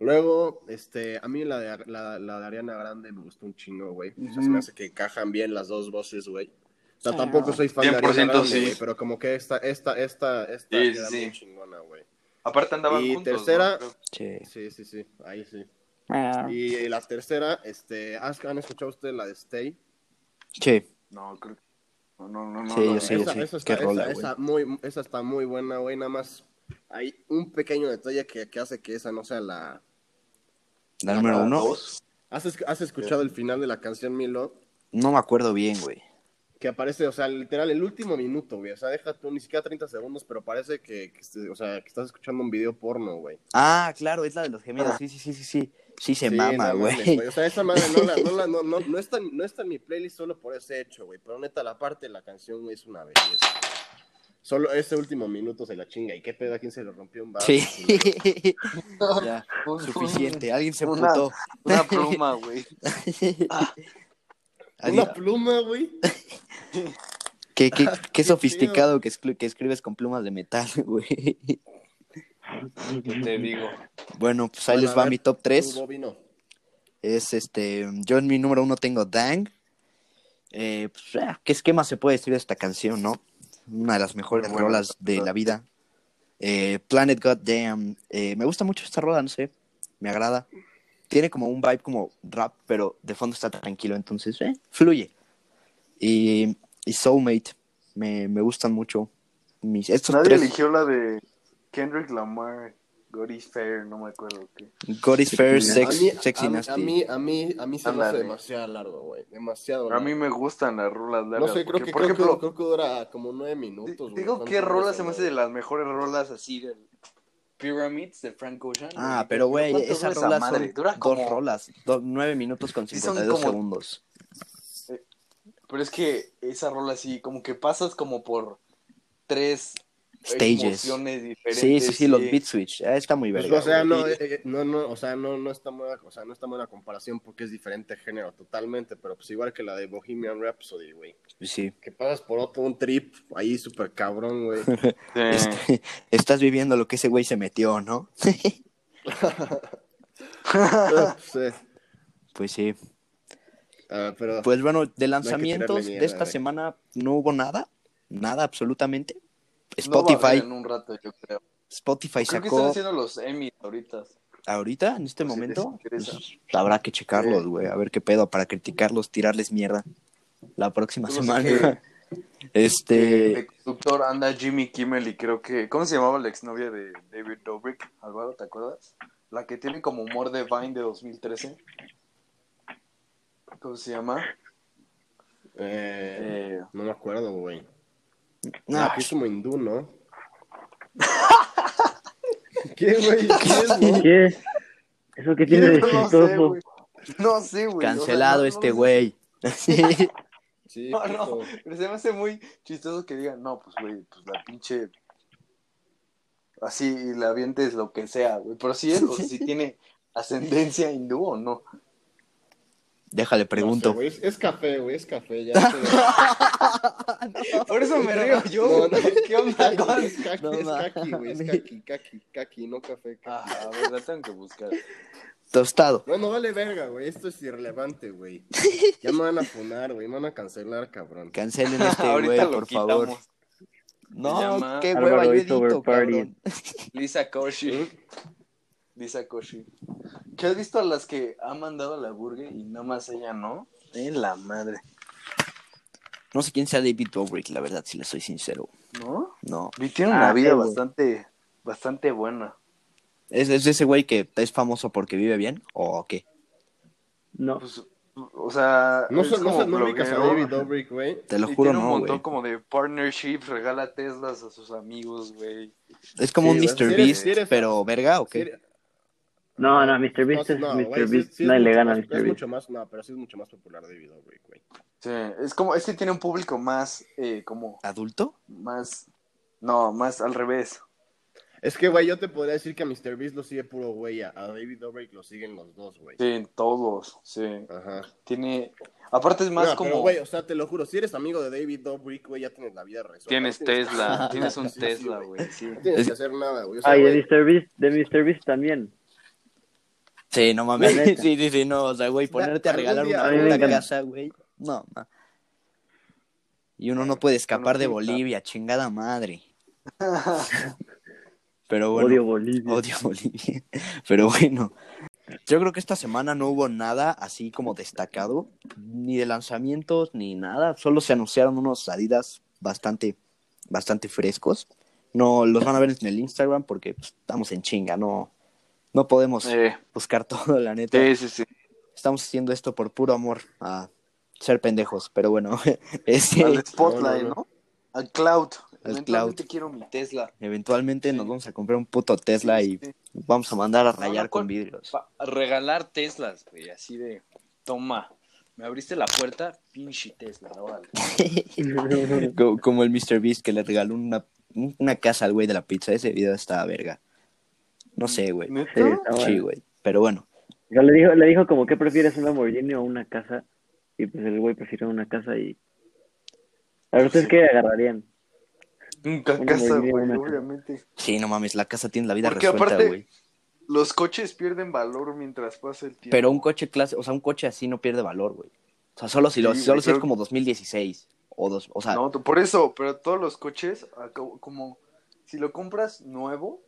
[SPEAKER 3] Luego, este, a mí la de, la, la de Ariana Grande me gustó un chingo, güey. O sea, se me hace que encajan bien las dos voces, güey. O sea, tampoco soy fan de Ariana
[SPEAKER 5] 100%
[SPEAKER 3] Grande,
[SPEAKER 5] sí.
[SPEAKER 3] güey, pero como que esta, esta, esta, esta
[SPEAKER 5] Sí,
[SPEAKER 3] queda
[SPEAKER 5] sí.
[SPEAKER 3] muy chingona, güey.
[SPEAKER 5] Aparte andaban
[SPEAKER 3] Y
[SPEAKER 5] juntos. ¿no?
[SPEAKER 3] tercera-
[SPEAKER 5] Creo-
[SPEAKER 1] Che.
[SPEAKER 3] Sí, sí, sí, ahí sí. Y la tercera, este, ¿has- ¿han escuchado ustedes la de Stay?
[SPEAKER 1] Che.
[SPEAKER 5] No, creo que. No, no, no. no,
[SPEAKER 1] Sí,
[SPEAKER 5] no,
[SPEAKER 1] yo sí, yo
[SPEAKER 3] esa,
[SPEAKER 1] sí.
[SPEAKER 3] esa,
[SPEAKER 1] Qué
[SPEAKER 3] está,
[SPEAKER 1] rola,
[SPEAKER 3] esa,
[SPEAKER 1] güey.
[SPEAKER 3] esa muy, esa está muy buena, güey. Nada más hay un pequeño detalle que, que hace que esa no sea la... Ah,
[SPEAKER 1] La número
[SPEAKER 5] la
[SPEAKER 1] uno.
[SPEAKER 5] dos.
[SPEAKER 3] ¿Has, es- has escuchado el final de la canción Milo?
[SPEAKER 1] No me acuerdo bien, güey.
[SPEAKER 3] Que aparece, o sea, literal, el último minuto, güey. O sea, deja tú ni siquiera 30 segundos, pero parece que, que este- o sea, que estás escuchando un video porno, güey.
[SPEAKER 1] Ah, claro, es la de los gemidos. Sí, sí, sí, sí, sí. Sí se
[SPEAKER 3] Sí,
[SPEAKER 1] mama,
[SPEAKER 3] no mames,
[SPEAKER 1] güey.
[SPEAKER 3] O sea, esa madre no, la, no, la- no, no, no está, no está en mi playlist solo por ese hecho, güey. Pero neta, la parte de la canción, güey, es una belleza. Solo ese último minuto se la chinga. ¿Y qué pedo? ¿A quién se le rompió un vaso?
[SPEAKER 1] Sí. ya, suficiente. Alguien se
[SPEAKER 5] Una-
[SPEAKER 1] putó.
[SPEAKER 5] Una pluma, güey.
[SPEAKER 1] Alguien-
[SPEAKER 3] Una pluma, güey.
[SPEAKER 1] Qué, qué- qué sofisticado que, escri- que escribes con plumas de metal, güey.
[SPEAKER 5] ¿Qué te digo?
[SPEAKER 1] Bueno, pues ahí
[SPEAKER 3] Bueno,
[SPEAKER 1] les
[SPEAKER 3] a
[SPEAKER 1] va
[SPEAKER 3] ver,
[SPEAKER 1] mi top 3.
[SPEAKER 3] Tú, Bobby, no.
[SPEAKER 1] Es este. Yo en mi número uno tengo Dang. Eh, pues, ah, ¿Qué esquema se puede decir de esta canción, no? Una de las mejores
[SPEAKER 5] Muy buena.
[SPEAKER 1] rolas de la vida. Eh, Planet Goddamn. eh, me gusta mucho esta rola, no sé. Me agrada. Tiene como un vibe como rap, pero de fondo está tranquilo, entonces eh, fluye. Y, y Soulmate. Me, me gustan mucho. Mis, estos
[SPEAKER 5] Nadie
[SPEAKER 1] tres.
[SPEAKER 5] eligió la de Kendrick Lamar. God is fair, no me acuerdo qué.
[SPEAKER 1] God is fair, sex,
[SPEAKER 3] a mí,
[SPEAKER 1] sexy
[SPEAKER 3] a, mí-
[SPEAKER 1] nasty.
[SPEAKER 3] a mí, a mí, a mí se me hace
[SPEAKER 5] Ándale.
[SPEAKER 3] demasiado largo, güey. Demasiado
[SPEAKER 5] A
[SPEAKER 3] largo.
[SPEAKER 5] mí me gustan las rolas largas.
[SPEAKER 3] no sé, creo
[SPEAKER 5] porque,
[SPEAKER 3] que,
[SPEAKER 5] por
[SPEAKER 3] creo,
[SPEAKER 5] ejemplo,
[SPEAKER 3] que, creo que dura como nueve minutos,
[SPEAKER 5] di-
[SPEAKER 3] güey.
[SPEAKER 5] digo
[SPEAKER 3] ¿Cuánto
[SPEAKER 5] qué
[SPEAKER 3] dura
[SPEAKER 5] rola
[SPEAKER 3] esa
[SPEAKER 5] se me hace de
[SPEAKER 3] madre?
[SPEAKER 5] las mejores rolas así del Pyramids de Frank Ocean.
[SPEAKER 1] Ah,
[SPEAKER 5] güey.
[SPEAKER 1] pero güey,
[SPEAKER 5] Eh, ¿Cuánto
[SPEAKER 1] esas
[SPEAKER 5] dura
[SPEAKER 1] rolas
[SPEAKER 5] madre?
[SPEAKER 1] son
[SPEAKER 5] dura como
[SPEAKER 1] dos rolas, do- nueve minutos con
[SPEAKER 5] Sí, son
[SPEAKER 1] 52
[SPEAKER 5] como-
[SPEAKER 1] segundos.
[SPEAKER 5] Pero es que esa rola sí, como que pasas como por tres
[SPEAKER 1] Stages.
[SPEAKER 5] emociones diferentes.
[SPEAKER 1] Sí, sí, sí, los beat switch. Ah, está muy
[SPEAKER 3] Pues,
[SPEAKER 1] verga.
[SPEAKER 3] o sea,
[SPEAKER 1] güey.
[SPEAKER 3] no, eh, eh, no, no, o sea, no, no está buena, o sea, no está buena comparación porque es diferente género totalmente, pero pues igual que la de Bohemian Rhapsody, güey.
[SPEAKER 1] Sí.
[SPEAKER 3] Que pasas por otro un trip ahí súper cabrón, güey.
[SPEAKER 5] Sí.
[SPEAKER 1] Este, estás viviendo lo que ese güey se metió, ¿no?
[SPEAKER 3] Ah, pues, eh,
[SPEAKER 1] pues sí.
[SPEAKER 3] ah, pero
[SPEAKER 1] Pues bueno, de
[SPEAKER 3] que
[SPEAKER 1] lanzamientos
[SPEAKER 3] tirarle mierda,
[SPEAKER 1] de esta
[SPEAKER 3] güey.
[SPEAKER 1] semana no hubo nada, nada absolutamente.
[SPEAKER 5] No va a haber
[SPEAKER 1] Spotify,
[SPEAKER 5] en un rato, yo creo.
[SPEAKER 1] Spotify
[SPEAKER 5] Creo que están
[SPEAKER 1] sacó
[SPEAKER 5] haciendo los Emmy ahorita.
[SPEAKER 1] ahorita, en este
[SPEAKER 5] Pues, si les
[SPEAKER 1] momento,
[SPEAKER 5] interesa.
[SPEAKER 1] pues, habrá que checarlos,
[SPEAKER 5] Sí.
[SPEAKER 1] güey, a ver qué pedo, para criticarlos, tirarles mierda la próxima
[SPEAKER 5] Yo Pues no sé
[SPEAKER 1] semana. Este,
[SPEAKER 5] De conductor anda Jimmy Kimmel y creo que. ¿Cómo se llamaba la exnovia de David Dobrik? Álvaro, ¿te acuerdas? La que tiene como humor de Vine de 2013. ¿Cómo se llama?
[SPEAKER 3] eh,
[SPEAKER 5] Eh,
[SPEAKER 3] no me acuerdo, güey.
[SPEAKER 1] ah,
[SPEAKER 3] Ah, que es como hindú, ¿no? ¿Qué, güey? ¿Qué es, güey?
[SPEAKER 4] ¿Qué? ¿Eso qué tiene de
[SPEAKER 5] no sé,
[SPEAKER 4] chistoso?
[SPEAKER 5] güey. No sé, güey.
[SPEAKER 1] cancelado
[SPEAKER 5] Pues, O
[SPEAKER 1] este
[SPEAKER 5] sea, no- no sé.
[SPEAKER 1] güey. Sí.
[SPEAKER 3] Sí,
[SPEAKER 5] No, no,
[SPEAKER 3] justo.
[SPEAKER 5] pero se me hace muy chistoso que digan, no, pues, güey, pues la pinche. Así y la avientes lo que sea, güey. Pero si es, o si tiene ascendencia hindú o no.
[SPEAKER 1] Déjale,
[SPEAKER 3] No
[SPEAKER 1] pregunto.
[SPEAKER 3] sé, güey, es, es café, güey, es café. Ya se-
[SPEAKER 5] Por eso me río yo.
[SPEAKER 3] No, no.
[SPEAKER 5] güey. ¿Qué onda con-
[SPEAKER 3] es kaki,
[SPEAKER 1] No
[SPEAKER 3] es
[SPEAKER 1] mames.
[SPEAKER 3] kaki, güey, es kaki, kaki, kaki, no café. kaki.
[SPEAKER 5] Ah, a ver, la tengo que buscar.
[SPEAKER 1] Tostado.
[SPEAKER 3] Bueno, vale verga, güey, esto es irrelevante, güey. Ya me van a funar, güey, me van a cancelar, cabrón.
[SPEAKER 1] Cancelen este
[SPEAKER 5] Ahorita
[SPEAKER 1] güey,
[SPEAKER 5] lo
[SPEAKER 1] por
[SPEAKER 5] quitamos.
[SPEAKER 1] favor.
[SPEAKER 5] Se
[SPEAKER 1] No,
[SPEAKER 5] llama
[SPEAKER 1] qué
[SPEAKER 4] Álvaro
[SPEAKER 1] hueva, yo
[SPEAKER 4] It's Over
[SPEAKER 1] edito,
[SPEAKER 4] Party.
[SPEAKER 1] cabrón.
[SPEAKER 5] Lisa Koshy.
[SPEAKER 3] ¿Mm?
[SPEAKER 5] Lisa Koshy. ¿Qué has visto a las que ha mandado a la burger y nada más ella no? Eh, la madre.
[SPEAKER 1] No sé quién sea David Dobrik, la verdad, si le soy sincero.
[SPEAKER 5] ¿No?
[SPEAKER 1] No.
[SPEAKER 5] Y tiene
[SPEAKER 4] Ah,
[SPEAKER 5] una vida
[SPEAKER 4] sí, güey.
[SPEAKER 5] bastante, bastante buena.
[SPEAKER 1] ¿Es, es ese güey que es famoso porque vive bien o qué?
[SPEAKER 4] No.
[SPEAKER 5] Pues, o sea,
[SPEAKER 3] No,
[SPEAKER 5] es
[SPEAKER 3] sé, no,
[SPEAKER 5] como
[SPEAKER 3] sé, no ubicas a
[SPEAKER 5] bloguero.
[SPEAKER 3] David Dobrik, güey.
[SPEAKER 1] Te lo
[SPEAKER 5] Y
[SPEAKER 1] juro,
[SPEAKER 5] tiene un
[SPEAKER 1] no,
[SPEAKER 5] montón
[SPEAKER 1] güey.
[SPEAKER 5] como de partnerships, regala Teslas a sus amigos, güey.
[SPEAKER 1] Es como
[SPEAKER 3] Sí,
[SPEAKER 1] un
[SPEAKER 3] güey,
[SPEAKER 1] Mr.
[SPEAKER 3] si eres-
[SPEAKER 1] Beast,
[SPEAKER 3] si eres-
[SPEAKER 1] pero verga o qué?
[SPEAKER 4] No, no, Mr.
[SPEAKER 3] No,
[SPEAKER 4] Beast es
[SPEAKER 3] no,
[SPEAKER 4] Mr.
[SPEAKER 3] güey, sí es-
[SPEAKER 4] Beast.
[SPEAKER 3] sí es
[SPEAKER 4] Nadie le
[SPEAKER 3] mucho
[SPEAKER 4] gana a
[SPEAKER 3] más-
[SPEAKER 4] Mr.
[SPEAKER 3] Es
[SPEAKER 4] Beast.
[SPEAKER 3] mucho más, no, pero sí es mucho más popular David Dobrik, güey.
[SPEAKER 5] Sí, es como, es que tiene un público más, eh, como,
[SPEAKER 1] ¿Adulto?
[SPEAKER 5] más, no, más al revés.
[SPEAKER 3] Es que, güey, yo te podría decir que a Mr. Beast lo sigue puro güey, a a David Dobrik lo siguen los dos, güey.
[SPEAKER 5] Sí, todos, sí.
[SPEAKER 3] Ajá.
[SPEAKER 5] Tiene. Aparte es más
[SPEAKER 3] No,
[SPEAKER 5] como.
[SPEAKER 3] Pero, güey, o sea, te lo juro, si eres amigo de David Dobrik, güey, ya tienes la vida resuelta.
[SPEAKER 5] tienes
[SPEAKER 3] No tienes-
[SPEAKER 5] Tesla, tienes un
[SPEAKER 3] Sí, sí,
[SPEAKER 5] Tesla,
[SPEAKER 3] güey.
[SPEAKER 5] güey. Sí.
[SPEAKER 3] No tienes
[SPEAKER 1] Es-
[SPEAKER 3] que hacer nada, güey. O sea,
[SPEAKER 4] Ay,
[SPEAKER 3] güey,
[SPEAKER 4] de Mr. Beast, de Mr. Beast también.
[SPEAKER 1] Sí, no mames.
[SPEAKER 4] La neta.
[SPEAKER 1] Sí, sí, sí, no. O sea, güey, ponerte a
[SPEAKER 3] algún
[SPEAKER 1] regalar
[SPEAKER 3] día-
[SPEAKER 1] una
[SPEAKER 4] a mí me
[SPEAKER 1] puta
[SPEAKER 4] encanta.
[SPEAKER 1] casa, güey. No, no. Y uno no puede escapar de
[SPEAKER 5] Bueno, sí,
[SPEAKER 1] Bolivia, chingada madre. Pero bueno.
[SPEAKER 4] Odio Bolivia.
[SPEAKER 1] Odio Bolivia. Pero bueno, yo creo que esta semana no hubo nada así como destacado, ni de lanzamientos, ni nada. Solo se anunciaron unos Adidas bastante, bastante frescos. No, los van a ver en el Instagram porque pues, estamos en chinga, no, no podemos
[SPEAKER 5] Eh,
[SPEAKER 1] buscar todo, la neta.
[SPEAKER 5] sí, sí, sí.
[SPEAKER 1] Estamos haciendo esto por puro amor a ser pendejos, pero bueno, este,
[SPEAKER 5] Al Spotlight,
[SPEAKER 3] No,
[SPEAKER 5] ¿no?
[SPEAKER 3] no,
[SPEAKER 5] Al Cloud.
[SPEAKER 1] Al
[SPEAKER 5] Eventualmente quiero mi Tesla.
[SPEAKER 1] eventualmente nos vamos a comprar un puto Tesla y
[SPEAKER 5] Sí, sí.
[SPEAKER 1] vamos a mandar a
[SPEAKER 5] no,
[SPEAKER 1] rayar con
[SPEAKER 5] ¿cuál?
[SPEAKER 1] vidrios.
[SPEAKER 5] Pa- regalar Teslas, güey. Así de. Toma. Me abriste la puerta, pinche Tesla, órale.
[SPEAKER 1] Co- Como el Mr. Beast que le regaló una, una casa al güey de la pizza. Ese video estaba verga. No sé, güey.
[SPEAKER 4] Sí,
[SPEAKER 5] ¿Neta?
[SPEAKER 4] está bueno.
[SPEAKER 1] Sí, güey. Pero bueno,
[SPEAKER 4] Yo le dijo, le dijo como que prefieres un Lamborghini o una casa. Y pues el güey prefirió una casa y. La verdad es que agarrarían.
[SPEAKER 5] Nunca
[SPEAKER 4] Una
[SPEAKER 5] casa,
[SPEAKER 4] Bolivia,
[SPEAKER 5] güey,
[SPEAKER 4] una-
[SPEAKER 5] obviamente.
[SPEAKER 1] sí, no mames, la casa tiene la vida
[SPEAKER 5] Porque
[SPEAKER 1] resuelta,
[SPEAKER 5] aparte-
[SPEAKER 1] güey.
[SPEAKER 5] Los coches pierden valor mientras pasa el tiempo.
[SPEAKER 1] Pero un coche clase, o sea, un coche así no pierde valor, güey. O sea, solo si, lo,
[SPEAKER 5] Sí, güey,
[SPEAKER 1] solo si
[SPEAKER 5] creo-
[SPEAKER 1] es como 2016 o dos, o sea,
[SPEAKER 5] No, t- por eso, pero todos los coches, a co- como si lo compras nuevo,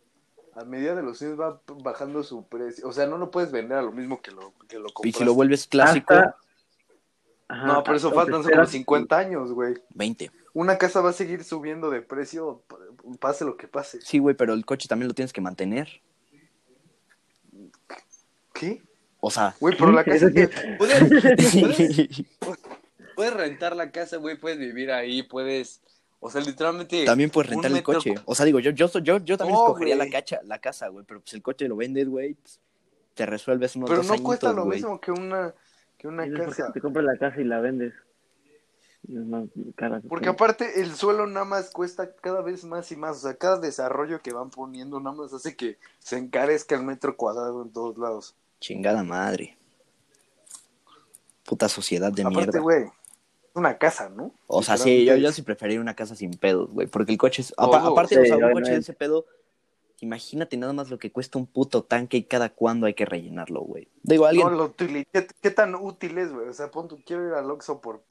[SPEAKER 5] a medida de los años va p- bajando su precio. O sea, no lo puedes vender a lo mismo que lo, que lo
[SPEAKER 1] y
[SPEAKER 5] compras.
[SPEAKER 1] si lo vuelves clásico,
[SPEAKER 4] Hasta- Ajá,
[SPEAKER 5] No, pero eso
[SPEAKER 4] hasta
[SPEAKER 5] faltan
[SPEAKER 4] te
[SPEAKER 5] solo
[SPEAKER 4] esperas-
[SPEAKER 5] 50 años, güey.
[SPEAKER 1] 20.
[SPEAKER 5] Una casa va a seguir subiendo de precio, p- pase lo que pase.
[SPEAKER 1] Sí, güey, pero el coche también lo tienes que mantener.
[SPEAKER 5] ¿Qué?
[SPEAKER 1] O sea,
[SPEAKER 5] Güey, pero la
[SPEAKER 4] Sí,
[SPEAKER 5] casa.
[SPEAKER 4] eso sí.
[SPEAKER 5] ¿Puedes, puedes, puedes rentar la casa, güey. Puedes vivir ahí. Puedes. O sea, literalmente.
[SPEAKER 1] también puedes
[SPEAKER 5] un
[SPEAKER 1] rentar el
[SPEAKER 5] metro
[SPEAKER 1] coche. O sea, digo, yo, yo, so- yo, yo también
[SPEAKER 5] No,
[SPEAKER 1] escogería
[SPEAKER 5] güey.
[SPEAKER 1] la, cacha, la casa, güey, pero pues el coche lo vendes, güey, pues, te resuelves unos
[SPEAKER 5] Pero
[SPEAKER 1] dos
[SPEAKER 5] no cuesta
[SPEAKER 1] añitos,
[SPEAKER 5] lo
[SPEAKER 1] güey.
[SPEAKER 5] mismo que una, que una
[SPEAKER 4] Eso es porque
[SPEAKER 5] casa.
[SPEAKER 4] Te compras la casa y la vendes. Y es más cara. que
[SPEAKER 5] Porque
[SPEAKER 4] todo.
[SPEAKER 5] aparte el suelo nada más cuesta cada vez más y más. O sea, cada desarrollo que van poniendo nada más hace que se encarezca el metro cuadrado en todos lados.
[SPEAKER 1] Chingada madre. Puta sociedad de
[SPEAKER 5] aparte,
[SPEAKER 1] mierda.
[SPEAKER 5] güey, una casa, ¿no?
[SPEAKER 1] O sea, sí, yo,
[SPEAKER 5] Literalmente.
[SPEAKER 1] yo sí preferiría una casa sin pedos, güey. Porque el coche es.
[SPEAKER 5] Todo.
[SPEAKER 1] apa- aparte,
[SPEAKER 4] Sí,
[SPEAKER 1] o sea, un coche de
[SPEAKER 4] obviamente.
[SPEAKER 1] ese pedo. Imagínate nada más lo que cuesta un puto tanque y cada cuándo hay que rellenarlo, güey. Digo, alguien.
[SPEAKER 5] No, lo utili- ¿Qué, qué tan útil es, güey? O sea, pon tu quiero ir al Oxxo por...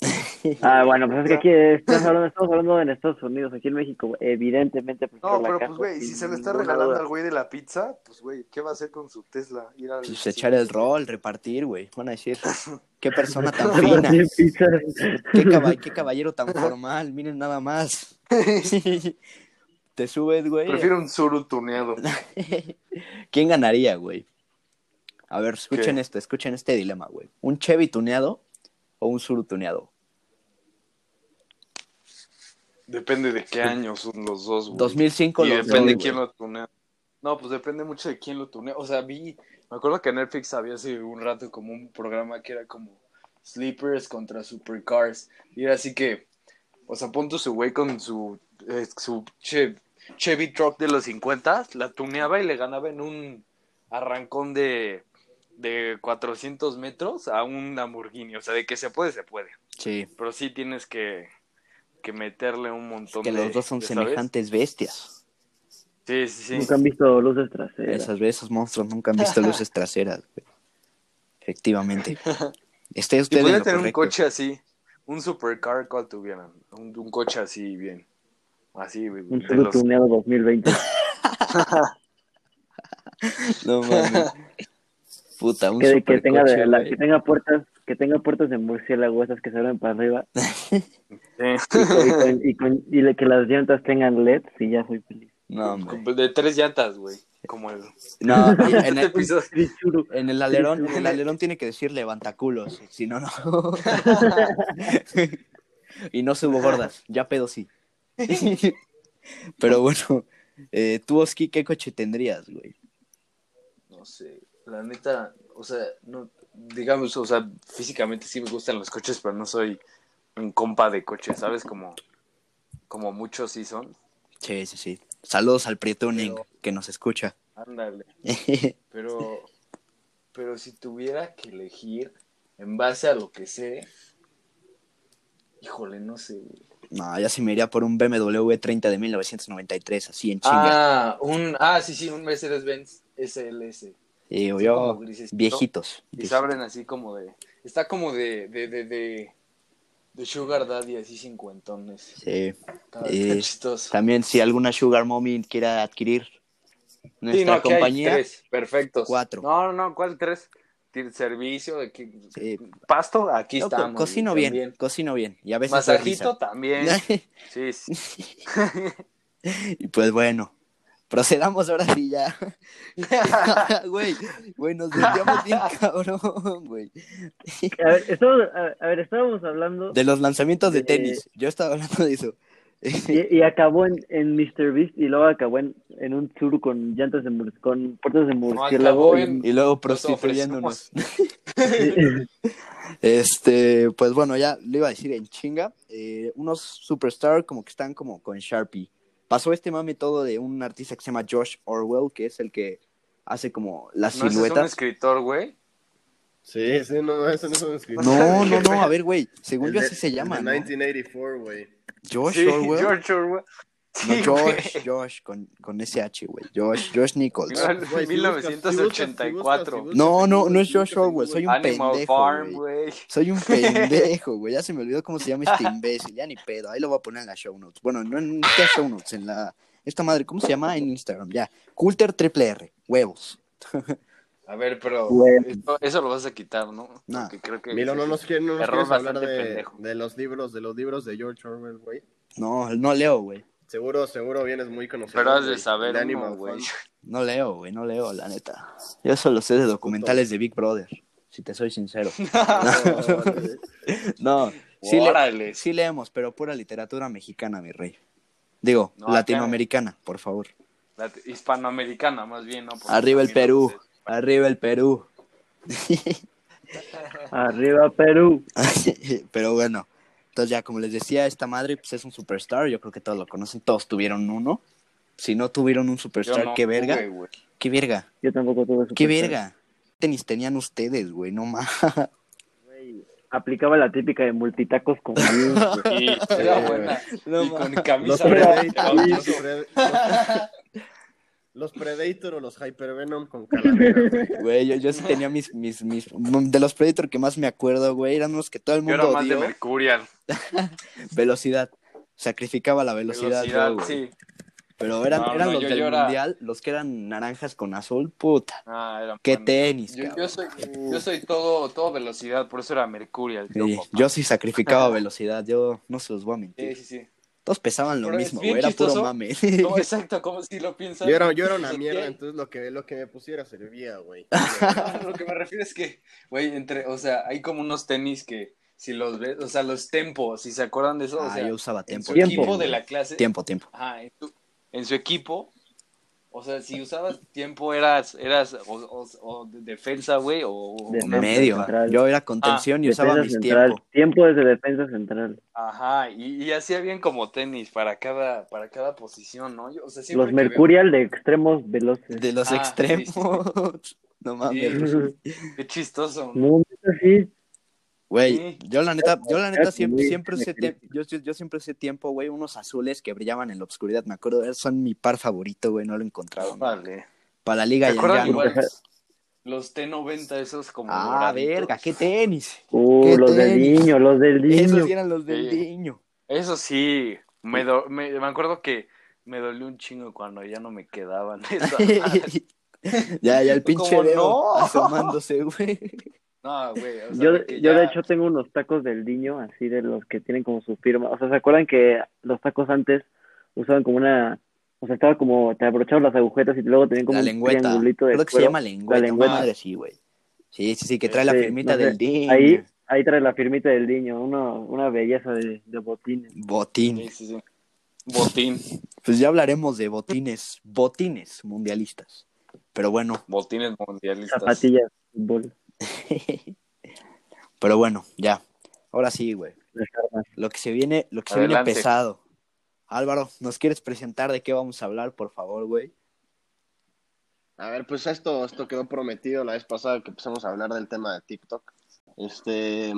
[SPEAKER 4] Ah, bueno, pues es que aquí estás hablando, estamos hablando en Estados Unidos, aquí en México, güey, evidentemente. prefiero
[SPEAKER 5] No,
[SPEAKER 4] la
[SPEAKER 5] pero
[SPEAKER 4] casa
[SPEAKER 5] pues, güey, si
[SPEAKER 4] sin
[SPEAKER 5] se le está
[SPEAKER 4] ninguna
[SPEAKER 5] regalando
[SPEAKER 4] duda.
[SPEAKER 5] al güey de la pizza, pues, güey, ¿qué va a hacer con su Tesla? Ir al...
[SPEAKER 1] Pues echar el rol, repartir, güey. Van a decir, qué persona tan
[SPEAKER 4] Para
[SPEAKER 1] fina.
[SPEAKER 4] hacer pizzas.
[SPEAKER 1] Qué, caba- qué caballero tan formal. Miren nada más. Te subes, güey.
[SPEAKER 5] Prefiero un suru tuneado.
[SPEAKER 1] ¿Quién ganaría, güey? A ver, escuchen
[SPEAKER 5] ¿Qué?
[SPEAKER 1] este, escuchen este dilema, güey. ¿Un Chevy tuneado o un Suru tuneado?
[SPEAKER 5] Depende de qué año son los dos, güey.
[SPEAKER 1] 2005
[SPEAKER 5] Y
[SPEAKER 1] los
[SPEAKER 5] depende
[SPEAKER 1] dos,
[SPEAKER 5] quién
[SPEAKER 1] güey.
[SPEAKER 5] lo tunea. No, pues depende mucho de quién lo tunea. O sea, vi, me acuerdo que Netflix había hace un rato como un programa que era como Sleepers contra Supercars. Y era así que, o sea, pon tu su güey con su, eh, su che- Chevy Truck de los 50, la tuneaba y le ganaba en un arrancón de, de 400 metros a un Lamborghini. O sea, de que se puede, se puede.
[SPEAKER 1] Sí.
[SPEAKER 5] Pero sí tienes que, que meterle un montón
[SPEAKER 1] Que
[SPEAKER 5] de...
[SPEAKER 1] los dos son
[SPEAKER 5] de, ¿sabes?
[SPEAKER 1] semejantes bestias.
[SPEAKER 5] Sí, sí, sí.
[SPEAKER 4] Nunca han visto luces traseras.
[SPEAKER 1] Esas, esos monstruos nunca han visto luces traseras, güey. Efectivamente. Esté
[SPEAKER 5] Si
[SPEAKER 1] usted en
[SPEAKER 5] pudieran
[SPEAKER 1] lo
[SPEAKER 5] tener un
[SPEAKER 1] correcto.
[SPEAKER 5] coche así, un supercar, ¿cuál tuvieran? Un, un coche así, bien. Así, güey,
[SPEAKER 4] Un
[SPEAKER 5] de
[SPEAKER 4] solo
[SPEAKER 5] los...
[SPEAKER 4] tuneado 2020.
[SPEAKER 1] No mames. Puta, un
[SPEAKER 4] que, de- que tenga de-
[SPEAKER 1] supercoche,
[SPEAKER 4] la-
[SPEAKER 1] güey.
[SPEAKER 4] que tenga puertas que tenga puertas de murciélago esas que se abren para arriba
[SPEAKER 5] Sí.
[SPEAKER 4] y, con- y con- y con- y le- que las llantas tengan leds y ya soy feliz
[SPEAKER 1] No, hombre.
[SPEAKER 5] De tres llantas, güey. Como el...
[SPEAKER 1] No, en
[SPEAKER 5] Este
[SPEAKER 1] el,
[SPEAKER 5] episodio.
[SPEAKER 4] Trichuru.
[SPEAKER 1] en el alerón, en el alerón tiene que decir levantaculos, si no, no. y no subo gordas, ya pedo sí. Pero bueno, eh, tú, Oski, ¿qué coche tendrías, güey?
[SPEAKER 5] No sé, la neta, o sea, no, digamos, o sea, físicamente sí me gustan los coches, pero no soy un compa de coches, ¿sabes? Como, como muchos sí son.
[SPEAKER 1] Sí, sí, sí. Saludos al Prietuning,
[SPEAKER 5] Pero-
[SPEAKER 1] que nos escucha.
[SPEAKER 5] Ándale. Pero, pero si tuviera que elegir en base a lo que sé, híjole, no sé. güey.
[SPEAKER 1] no, ya se me iría por un BMW 30 de 1993, así en chinga.
[SPEAKER 5] Ah, un, ah, sí, sí, un Mercedes-Benz SLS.
[SPEAKER 1] Y
[SPEAKER 5] Son como
[SPEAKER 1] Eh, yo,
[SPEAKER 5] grisecito,
[SPEAKER 1] viejitos.
[SPEAKER 5] Y se abren así como de, está como de, de, de, de, de Sugar Daddy, así cincuentones.
[SPEAKER 1] Sí.
[SPEAKER 5] Está,
[SPEAKER 1] Eh,
[SPEAKER 5] está chistoso.
[SPEAKER 1] También, si alguna Sugar Mommy quiera adquirir nuestra
[SPEAKER 5] Sí, no, aquí hay
[SPEAKER 1] compañía.
[SPEAKER 5] tres, perfectos.
[SPEAKER 1] Cuatro.
[SPEAKER 5] No, no, ¿cuál tres? Tiene Servicio, aquí,
[SPEAKER 1] Sí.
[SPEAKER 5] pasto, aquí
[SPEAKER 1] Yo eh, co-
[SPEAKER 5] estamos.
[SPEAKER 1] cocino
[SPEAKER 5] güey,
[SPEAKER 1] bien,
[SPEAKER 5] también.
[SPEAKER 1] cocino bien. Y a veces. doy
[SPEAKER 5] Masajito también.
[SPEAKER 1] risa.
[SPEAKER 5] Sí, sí.
[SPEAKER 1] y pues bueno, procedamos ahora sí ya. Güey, güey, nos desviamos bien, cabrón, güey.
[SPEAKER 4] a ver estamos- a- a ver, estábamos hablando
[SPEAKER 1] De los lanzamientos de
[SPEAKER 4] Eh.
[SPEAKER 1] tenis. Yo estaba hablando de eso.
[SPEAKER 4] y, y acabó en, en Mr. Beast y luego acabó en, en un sur con llantas de mur- con puertas de murciélago
[SPEAKER 5] acabó
[SPEAKER 4] y-
[SPEAKER 5] en-
[SPEAKER 1] Y luego
[SPEAKER 5] Nos
[SPEAKER 1] prostituyéndonos.
[SPEAKER 5] ofrecemos.
[SPEAKER 1] Este, pues bueno, ya lo iba a decir en chinga. eh, unos superstar como que están como con Sharpie. Pasó este mame todo de un artista que se llama Josh Orwell, que es el que hace como las
[SPEAKER 5] No, ese es un
[SPEAKER 1] siluetas.
[SPEAKER 5] escritor, güey.
[SPEAKER 6] Sí, sí, no, eso no es un escritor.
[SPEAKER 1] No, no, no, a ver, güey. Según
[SPEAKER 6] El
[SPEAKER 1] yo
[SPEAKER 6] de-
[SPEAKER 1] así se
[SPEAKER 6] el
[SPEAKER 1] llama.
[SPEAKER 6] de
[SPEAKER 1] ¿no?
[SPEAKER 6] 1984, güey.
[SPEAKER 1] Josh
[SPEAKER 5] Sí,
[SPEAKER 1] Orwell.
[SPEAKER 5] George Orwell.
[SPEAKER 1] No,
[SPEAKER 5] Sí, güey.
[SPEAKER 1] Josh, Josh, con, con SH, güey. Josh, Josh Nichols.
[SPEAKER 5] No,
[SPEAKER 6] Güey, si buscas- si buscas- si buscas- si
[SPEAKER 5] 1984.
[SPEAKER 6] buscas
[SPEAKER 1] No,
[SPEAKER 6] en
[SPEAKER 1] no,
[SPEAKER 6] Google,
[SPEAKER 1] no es
[SPEAKER 6] si buscas
[SPEAKER 1] Josh
[SPEAKER 6] en
[SPEAKER 1] Orwell,
[SPEAKER 6] Google,
[SPEAKER 1] soy un
[SPEAKER 3] Ah,
[SPEAKER 5] Animal
[SPEAKER 1] pendejo,
[SPEAKER 5] Farm,
[SPEAKER 1] güey.
[SPEAKER 5] güey.
[SPEAKER 1] Soy un pendejo, güey. Ya se me olvidó cómo se llama este imbécil. Ya ni pedo. Ahí lo voy a poner en la show notes. Bueno, no en las show notes, en la. Esta madre, ¿cómo se llama? En Instagram, ya. Coulter triple R. Huevos.
[SPEAKER 5] A ver, pero
[SPEAKER 4] Güey.
[SPEAKER 5] esto- eso lo vas a quitar, ¿no?
[SPEAKER 1] No.
[SPEAKER 5] Porque creo que
[SPEAKER 6] Milo, no nos, quiere- no nos
[SPEAKER 5] Error
[SPEAKER 6] quieres hablar
[SPEAKER 5] bastante
[SPEAKER 6] de,
[SPEAKER 5] pendejo.
[SPEAKER 6] de los libros, de los libros de George Orwell, güey.
[SPEAKER 1] No, no leo, güey.
[SPEAKER 3] Seguro, seguro vienes muy conocido.
[SPEAKER 5] Pero has
[SPEAKER 3] güey,
[SPEAKER 5] de saber,
[SPEAKER 3] Animal
[SPEAKER 5] uno, güey.
[SPEAKER 3] Farm.
[SPEAKER 1] No leo, güey, no leo, la neta. Yo solo sé de documentales de Big Brother, si te soy sincero.
[SPEAKER 3] No, vale.
[SPEAKER 1] No, sí, le-
[SPEAKER 5] Órale.
[SPEAKER 1] sí leemos, pero pura literatura mexicana, mi rey. Digo,
[SPEAKER 5] No, acá-
[SPEAKER 1] latinoamericana, por favor.
[SPEAKER 5] La te- hispanoamericana, más bien, ¿no? Porque
[SPEAKER 1] Arriba el
[SPEAKER 5] también
[SPEAKER 1] Perú,
[SPEAKER 5] no sé.
[SPEAKER 1] arriba el Perú.
[SPEAKER 4] Arriba Perú.
[SPEAKER 1] Pero bueno, entonces ya como les decía, esta madre pues, es un superstar, yo creo que todos lo conocen, todos tuvieron uno. Si no tuvieron un
[SPEAKER 5] Yo
[SPEAKER 1] superstar,
[SPEAKER 5] no
[SPEAKER 1] qué
[SPEAKER 5] tuve,
[SPEAKER 1] pues, verga,
[SPEAKER 5] güey.
[SPEAKER 1] qué verga,
[SPEAKER 4] Yo tampoco tuve su
[SPEAKER 1] qué verga. Tenis tenían ustedes, güey, no más.
[SPEAKER 4] Aplicaba la típica de multitacos con jeans, güey.
[SPEAKER 5] Y era buena. y con
[SPEAKER 3] Los
[SPEAKER 5] camisa verde,
[SPEAKER 3] Predator,
[SPEAKER 5] cabrón.
[SPEAKER 3] los, pre- los Predator o los Hypervenom con calavera. güey.
[SPEAKER 1] Güey, yo, yo sí tenía mis, mis, mis, mm, de los Predator que más me acuerdo, güey, eran los que todo el
[SPEAKER 5] Yo era
[SPEAKER 1] mundo
[SPEAKER 5] más de
[SPEAKER 1] odió.
[SPEAKER 5] Mercurial.
[SPEAKER 1] Velocidad, sacrificaba la velocidad,
[SPEAKER 5] Velocidad,
[SPEAKER 1] yo, güey.
[SPEAKER 5] sí.
[SPEAKER 1] Pero eran,
[SPEAKER 5] No,
[SPEAKER 1] eran
[SPEAKER 5] no,
[SPEAKER 1] los
[SPEAKER 5] yo-
[SPEAKER 1] del
[SPEAKER 5] yo era-
[SPEAKER 1] mundial, los que eran naranjas con azul, puta.
[SPEAKER 5] Ah, era
[SPEAKER 1] Qué
[SPEAKER 5] buena.
[SPEAKER 1] tenis,
[SPEAKER 5] Yo,
[SPEAKER 1] cabrón.
[SPEAKER 5] yo soy, yo soy todo, todo velocidad, por eso era Mercurial.
[SPEAKER 1] Sí,
[SPEAKER 5] tío, papá.
[SPEAKER 1] yo sí sacrificaba velocidad, yo no se los voy a mentir.
[SPEAKER 5] Sí, sí, sí.
[SPEAKER 1] Todos pesaban lo
[SPEAKER 5] Pero es
[SPEAKER 1] mismo,
[SPEAKER 5] bien
[SPEAKER 1] güey, era puro
[SPEAKER 5] chistoso.
[SPEAKER 1] mame.
[SPEAKER 5] No, exacto, como si lo piensas.
[SPEAKER 3] Yo era, yo era una
[SPEAKER 5] Ok.
[SPEAKER 3] mierda, entonces lo que, lo que me pusiera servía, güey.
[SPEAKER 5] Ah, lo que me refiero es que, güey, entre, o sea, hay como unos tenis que si los ves, o sea, los tempos, si se acuerdan de eso, o
[SPEAKER 1] Ah,
[SPEAKER 5] sea,
[SPEAKER 1] yo usaba
[SPEAKER 5] en
[SPEAKER 1] tiempo.
[SPEAKER 5] su
[SPEAKER 4] Tiempo.
[SPEAKER 5] equipo de la clase,
[SPEAKER 1] Tiempo, tiempo.
[SPEAKER 5] ajá, en, su, en su equipo, o sea, si usabas tiempo eras, eras o, o- o de defensa, güey, o, o-
[SPEAKER 4] De-
[SPEAKER 5] una-
[SPEAKER 1] Medio.
[SPEAKER 4] central.
[SPEAKER 1] Yo era contención y usaba
[SPEAKER 4] Defensa
[SPEAKER 1] mis
[SPEAKER 4] central.
[SPEAKER 1] tiempos.
[SPEAKER 4] desde defensa central.
[SPEAKER 5] ajá, y, y así habían como tenis para cada, para cada posición, ¿no? Yo, o sea, siempre
[SPEAKER 4] Los
[SPEAKER 5] que veo-
[SPEAKER 4] Mercurial de extremos veloces.
[SPEAKER 1] De los
[SPEAKER 5] Ah,
[SPEAKER 1] extremos. No mames.
[SPEAKER 5] Qué chistoso. ¿no?
[SPEAKER 4] No, neta, sí.
[SPEAKER 1] Güey, yo la neta, yo la neta
[SPEAKER 4] Sí,
[SPEAKER 1] siempre,
[SPEAKER 4] güey.
[SPEAKER 1] siempre usé tie- yo, yo- yo siempre usé tiempo, güey, unos azules que brillaban en la oscuridad, me acuerdo, esos son mi par favorito, güey, no lo he encontrado.
[SPEAKER 5] Vale.
[SPEAKER 1] Para la liga
[SPEAKER 5] ¿Te acuerdas
[SPEAKER 1] ya,
[SPEAKER 5] igual los T90 esos como
[SPEAKER 1] Ah,
[SPEAKER 5] doraditos?
[SPEAKER 1] verga, qué tenis.
[SPEAKER 4] Uh,
[SPEAKER 1] ¿Qué
[SPEAKER 4] los del
[SPEAKER 1] tenis?
[SPEAKER 4] niño, los del niño.
[SPEAKER 1] Esos sí eran los del
[SPEAKER 5] Sí.
[SPEAKER 1] niño.
[SPEAKER 5] Eso sí, me, do- me, me acuerdo que me dolió un chingo cuando ya no me quedaban. esas madres.
[SPEAKER 1] ya, ya el pinche
[SPEAKER 5] ¿Cómo
[SPEAKER 1] dedo
[SPEAKER 5] no?
[SPEAKER 1] asomándose, güey.
[SPEAKER 5] no, güey. o sea,
[SPEAKER 4] Yo,
[SPEAKER 5] que
[SPEAKER 4] yo
[SPEAKER 5] ya-
[SPEAKER 4] de hecho tengo unos tacos del niño, así de los que tienen como su firma. O sea, ¿se acuerdan que los tacos antes usaban como una... O sea, estaba como, te abrochaban las agujetas y luego tenían como
[SPEAKER 1] La
[SPEAKER 4] un
[SPEAKER 1] lengüeta.
[SPEAKER 4] triangulito de
[SPEAKER 1] Creo que se
[SPEAKER 4] cuero.
[SPEAKER 1] llama lengüeta.
[SPEAKER 4] La lengüeta.
[SPEAKER 1] Madre, sí, güey. Sí, sí, sí, que trae la
[SPEAKER 4] Sí,
[SPEAKER 1] firmita
[SPEAKER 4] no sé.
[SPEAKER 1] del niño.
[SPEAKER 4] Ahí, ahí trae la firmita del niño, una, una belleza de, de botines.
[SPEAKER 5] Sí,
[SPEAKER 1] Botín.
[SPEAKER 5] sí, sí. Botín.
[SPEAKER 1] Pues ya hablaremos de botines, botines mundialistas. Pero bueno,
[SPEAKER 5] Botines mundialistas.
[SPEAKER 4] Zapatillas, de fútbol,
[SPEAKER 1] pero bueno, ya. Ahora sí, güey.
[SPEAKER 4] las armas.
[SPEAKER 1] Lo que se viene, lo que se
[SPEAKER 5] Adelante.
[SPEAKER 1] viene pesado. Álvaro, ¿nos quieres presentar de qué vamos a hablar, por favor, güey?
[SPEAKER 3] A ver, pues esto, esto quedó prometido la vez pasada que empezamos a hablar del tema de TikTok. Este,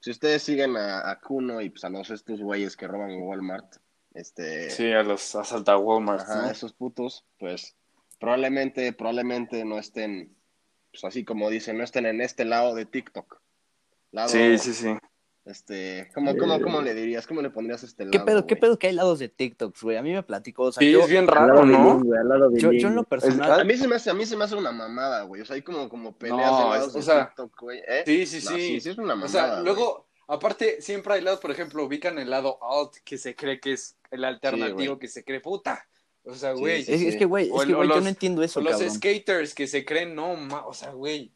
[SPEAKER 3] si ustedes siguen a, a Kuno y pues a los estos güeyes que roban en Walmart, este,
[SPEAKER 5] Sí, a los asalta Walmart.
[SPEAKER 3] ajá,
[SPEAKER 5] ¿no?
[SPEAKER 3] esos putos, pues probablemente, probablemente no estén, pues así como dicen, no estén en este lado de TikTok. Lado,
[SPEAKER 5] Sí, sí, sí.
[SPEAKER 3] Este, ¿cómo, cómo, cómo le dirías? ¿Cómo le pondrías este
[SPEAKER 1] ¿Qué
[SPEAKER 3] lado?
[SPEAKER 1] pedo, qué
[SPEAKER 3] güey?
[SPEAKER 1] pedo que hay lados de TikToks, güey? A mí me platicó, o sea,
[SPEAKER 5] Sí,
[SPEAKER 1] yo,
[SPEAKER 5] es bien
[SPEAKER 4] Al lado
[SPEAKER 5] raro,
[SPEAKER 4] del
[SPEAKER 5] ¿no?
[SPEAKER 4] niño, al lado del
[SPEAKER 1] yo, yo en
[SPEAKER 4] niño.
[SPEAKER 1] lo personal,
[SPEAKER 3] A mí se me hace, a mí se me hace una mamada, güey. O sea, hay como, como peleas
[SPEAKER 5] No,
[SPEAKER 3] de lados
[SPEAKER 5] es-
[SPEAKER 3] de
[SPEAKER 5] o sea,
[SPEAKER 3] TikTok, güey. ¿eh?
[SPEAKER 5] Sí, sí,
[SPEAKER 3] No,
[SPEAKER 5] sí.
[SPEAKER 3] sí, sí es una mamada.
[SPEAKER 5] O sea,
[SPEAKER 3] güey.
[SPEAKER 5] luego, aparte, siempre hay lados, por ejemplo, ubican el lado alt, que se cree que es el alternativo,
[SPEAKER 3] güey.
[SPEAKER 5] que se cree puta. O sea, güey.
[SPEAKER 3] sí,
[SPEAKER 1] es, es que, güey,
[SPEAKER 5] O
[SPEAKER 1] es que,
[SPEAKER 5] el- o
[SPEAKER 1] güey, yo
[SPEAKER 5] los-
[SPEAKER 1] no entiendo
[SPEAKER 5] O
[SPEAKER 1] eso,
[SPEAKER 5] los
[SPEAKER 1] cabrón.
[SPEAKER 5] skaters que se creen, no, ma- o sea, güey,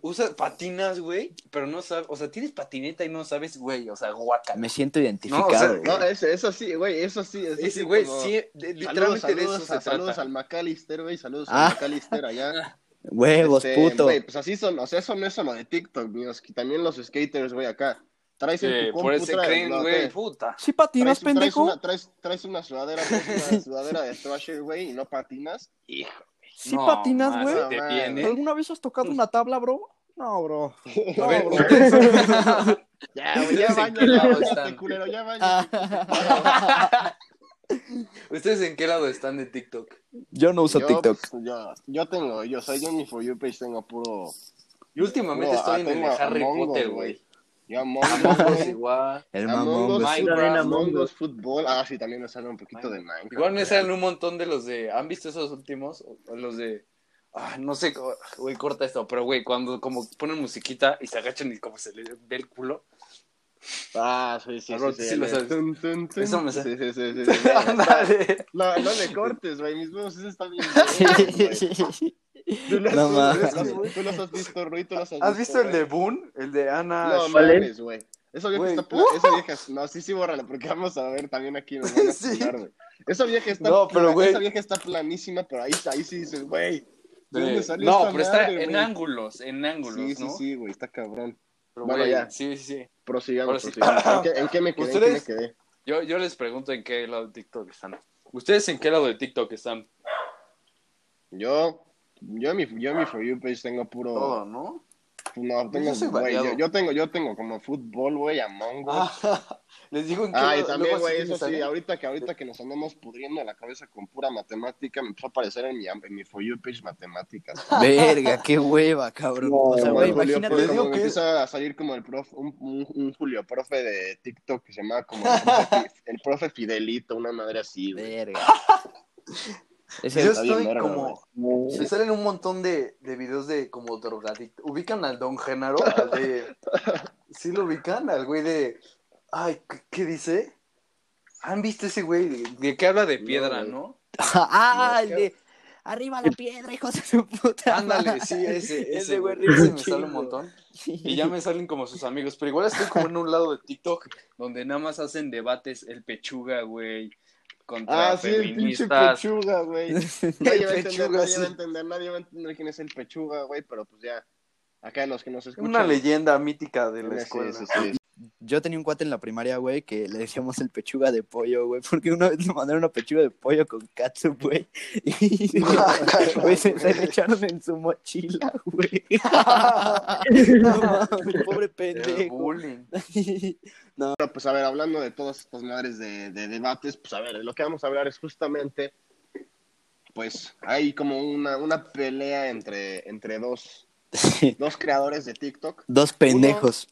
[SPEAKER 5] usas patinas, güey, pero no sabes, o sea, tienes patineta y no sabes, güey, o sea, guaca.
[SPEAKER 1] Me siento identificado, güey.
[SPEAKER 3] No, es- eso sí, güey, eso sí. Eso
[SPEAKER 5] Ese
[SPEAKER 3] sí,
[SPEAKER 5] güey,
[SPEAKER 3] como-
[SPEAKER 5] sí, de-
[SPEAKER 3] Saludos,
[SPEAKER 5] literalmente de
[SPEAKER 3] saludos,
[SPEAKER 5] eso se
[SPEAKER 3] a- saludos
[SPEAKER 5] trata.
[SPEAKER 3] al McAllister, güey. Saludos
[SPEAKER 1] Ah.
[SPEAKER 3] al McAllister allá.
[SPEAKER 1] Huevos,
[SPEAKER 3] Este,
[SPEAKER 1] puto.
[SPEAKER 3] Güey, pues así son, o sea, eso no es solo de TikTok, míos. que También los skaters, güey, acá. Traes
[SPEAKER 5] Sí,
[SPEAKER 3] en tu
[SPEAKER 5] Eh, por eso se
[SPEAKER 3] compu, traes-
[SPEAKER 5] creen,
[SPEAKER 3] no,
[SPEAKER 5] güey,
[SPEAKER 3] traes-
[SPEAKER 5] puta.
[SPEAKER 1] ¿Sí patinas,
[SPEAKER 3] traes- traes
[SPEAKER 1] pendejo?
[SPEAKER 3] una- Traes traes una sudadera, traes una sudadera de Thrasher, güey, y no patinas. Hijo.
[SPEAKER 1] ¿Sí
[SPEAKER 5] No,
[SPEAKER 1] patinas,
[SPEAKER 5] ma,
[SPEAKER 1] güey?
[SPEAKER 5] se te viene.
[SPEAKER 1] ¿Alguna vez has tocado una tabla, bro? No, bro. No,
[SPEAKER 5] A ver,
[SPEAKER 1] bro.
[SPEAKER 3] Ya, güey, ya
[SPEAKER 5] Ustedes en qué
[SPEAKER 3] bañate,
[SPEAKER 5] lado
[SPEAKER 3] ya,
[SPEAKER 5] están.
[SPEAKER 3] este culero, ya bañate.
[SPEAKER 1] Ah.
[SPEAKER 5] ¿Ustedes en qué lado están de TikTok?
[SPEAKER 1] Yo no uso
[SPEAKER 3] Yo,
[SPEAKER 1] TikTok.
[SPEAKER 3] pues, yo, yo tengo, yo soy yo en mi For You page, tengo puro.
[SPEAKER 5] Yo ah, últimamente
[SPEAKER 3] No,
[SPEAKER 5] estoy en el
[SPEAKER 3] tengo a
[SPEAKER 5] Harry
[SPEAKER 3] Among Us,
[SPEAKER 5] Potter,
[SPEAKER 3] güey.
[SPEAKER 5] güey.
[SPEAKER 3] Yo amo.
[SPEAKER 5] Among Us igual.
[SPEAKER 1] El
[SPEAKER 3] Among
[SPEAKER 1] mamón,
[SPEAKER 3] Us,
[SPEAKER 1] güey.
[SPEAKER 5] Minecraft.
[SPEAKER 3] Minecraft,
[SPEAKER 4] Among
[SPEAKER 3] Among
[SPEAKER 4] Us.
[SPEAKER 3] Us, fútbol. Ah, sí, también me sale un poquito de Minecraft.
[SPEAKER 5] Igual me
[SPEAKER 3] güey.
[SPEAKER 5] salen un montón de los de. ¿Han visto esos últimos? O- o los de. ah, no sé, co- güey, corta esto, pero güey, cuando como ponen musiquita y se agachan y como se le ve el culo.
[SPEAKER 3] Ah, sí, sí,
[SPEAKER 5] Ah,
[SPEAKER 3] sí.
[SPEAKER 5] no,
[SPEAKER 3] sí,
[SPEAKER 5] sí lo
[SPEAKER 3] el-
[SPEAKER 5] sabes.
[SPEAKER 3] tun, tun, tun.
[SPEAKER 2] Eso me sé.
[SPEAKER 3] Sí, sí, sí, sí, sí, sí.
[SPEAKER 2] Ándale.
[SPEAKER 3] No, no le cortes, güey. Mis huevos están bien. Tú los-
[SPEAKER 1] No
[SPEAKER 3] tú los-
[SPEAKER 1] mames.
[SPEAKER 3] Tú los has visto, Rui, tú los has visto.
[SPEAKER 5] ¿Has visto el
[SPEAKER 3] güey.
[SPEAKER 5] de Boone? El de Ana.
[SPEAKER 3] No
[SPEAKER 5] Sh-
[SPEAKER 4] ¿Cuál es?
[SPEAKER 3] mames, güey. Esa vieja
[SPEAKER 5] Güey.
[SPEAKER 3] está. pla- Esa vieja. No, sí, sí, bórrala, porque vamos a ver también aquí. Nos van a
[SPEAKER 5] Sí.
[SPEAKER 3] funar, güey. Esa vieja está.
[SPEAKER 5] No, pero,
[SPEAKER 3] pla-
[SPEAKER 5] güey.
[SPEAKER 3] Esa vieja está planísima, pero ahí, ahí sí dices, güey. ¿De
[SPEAKER 5] de-
[SPEAKER 3] dónde salió
[SPEAKER 2] No,
[SPEAKER 3] esta
[SPEAKER 2] pero está
[SPEAKER 3] madre,
[SPEAKER 2] en
[SPEAKER 3] güey?
[SPEAKER 2] ángulos, en ángulos,
[SPEAKER 3] Sí, sí,
[SPEAKER 2] ¿no?
[SPEAKER 3] sí, güey, está cabrón.
[SPEAKER 2] Pero,
[SPEAKER 3] Bueno,
[SPEAKER 2] güey,
[SPEAKER 3] ya.
[SPEAKER 2] Sí, sí, sí. Ahora
[SPEAKER 3] Prosigamos,
[SPEAKER 2] sí.
[SPEAKER 3] prosigamos. ¿En qué, en qué me quedé? ¿En qué me
[SPEAKER 2] ¿Ustedes?
[SPEAKER 3] quedé?
[SPEAKER 2] Yo, yo les pregunto en qué lado de TikTok están. ¿Ustedes en qué lado de TikTok están?
[SPEAKER 3] Yo, yo en mi, yo en mi For You page tengo puro.
[SPEAKER 5] Todo, ¿no?
[SPEAKER 3] No, tengo,
[SPEAKER 5] soy
[SPEAKER 3] güey,
[SPEAKER 5] variado.
[SPEAKER 3] yo, yo tengo, yo tengo como fútbol, güey, Among Us.
[SPEAKER 5] les digo en qué
[SPEAKER 3] Ah, y
[SPEAKER 5] lado-
[SPEAKER 3] también,
[SPEAKER 5] luego
[SPEAKER 3] güey,
[SPEAKER 5] sí
[SPEAKER 3] eso sí,
[SPEAKER 5] salen.
[SPEAKER 3] ahorita que ahorita que nos andamos pudriendo la cabeza con pura matemática, me empezó a aparecer en mi, en mi For You page matemáticas.
[SPEAKER 1] Verga, qué hueva, cabrón.
[SPEAKER 4] No,
[SPEAKER 1] o sea,
[SPEAKER 3] Como
[SPEAKER 1] güey,
[SPEAKER 3] el Julio
[SPEAKER 1] imagínate.
[SPEAKER 3] Profe,
[SPEAKER 5] Les digo
[SPEAKER 3] como me
[SPEAKER 5] que-
[SPEAKER 3] empieza a salir como el prof, un, un, un Julio profe de TikTok que se llamaba como el profe, Fi- el profe Fidelito, una madre así, güey.
[SPEAKER 1] Verga. Es
[SPEAKER 5] Yo
[SPEAKER 1] el-
[SPEAKER 3] está bien
[SPEAKER 5] estoy
[SPEAKER 3] verga,
[SPEAKER 5] como.
[SPEAKER 3] güey.
[SPEAKER 5] Se salen un montón de, de videos de como drogadicto. ¿Ubican al Don Genaro? Al de- sí lo ubican, al güey de... Ay, ¿qué, qué dice? ¿Han visto ese güey de,
[SPEAKER 2] ¿De qué habla de piedra,
[SPEAKER 3] güey.
[SPEAKER 2] no?
[SPEAKER 1] ah, el de. Arriba la piedra, hijos de su puta.
[SPEAKER 2] Ándale,
[SPEAKER 1] madre.
[SPEAKER 2] sí, ese, ese
[SPEAKER 1] Ese
[SPEAKER 2] güey.
[SPEAKER 1] güey
[SPEAKER 2] Ese
[SPEAKER 1] ríe
[SPEAKER 2] me
[SPEAKER 1] un
[SPEAKER 2] sale un
[SPEAKER 1] chingo.
[SPEAKER 2] montón. Y ya me salen como sus amigos. Pero igual estoy como en un lado de TikTok donde nada más hacen debates el pechuga, güey. Contra
[SPEAKER 3] Ah, sí, el pinche
[SPEAKER 2] feministas.
[SPEAKER 3] pechuga, güey. Nadie va a entender,
[SPEAKER 5] Pechuga,
[SPEAKER 3] nadie va a
[SPEAKER 5] sí.
[SPEAKER 3] entender, nadie va a entender quién es el pechuga, güey, pero pues ya, acá los que nos escuchan.
[SPEAKER 5] Una leyenda mítica de la
[SPEAKER 3] Sí,
[SPEAKER 5] escuela.
[SPEAKER 3] sí, sí, sí.
[SPEAKER 1] Yo tenía un cuate en la primaria, güey, que le decíamos el pechuga de pollo, güey, porque una vez le mandaron una pechuga de pollo con katsu, güey. Y güey, se, se la echaron en su mochila, güey. no mames, pobre
[SPEAKER 5] El
[SPEAKER 1] pendejo.
[SPEAKER 5] bullying.
[SPEAKER 3] Pero pues a ver, hablando de todas estas madres de, de debates, pues a ver, lo que vamos a hablar es justamente, pues hay como una, una pelea entre, entre dos, dos creadores de TikTok.
[SPEAKER 1] Dos pendejos.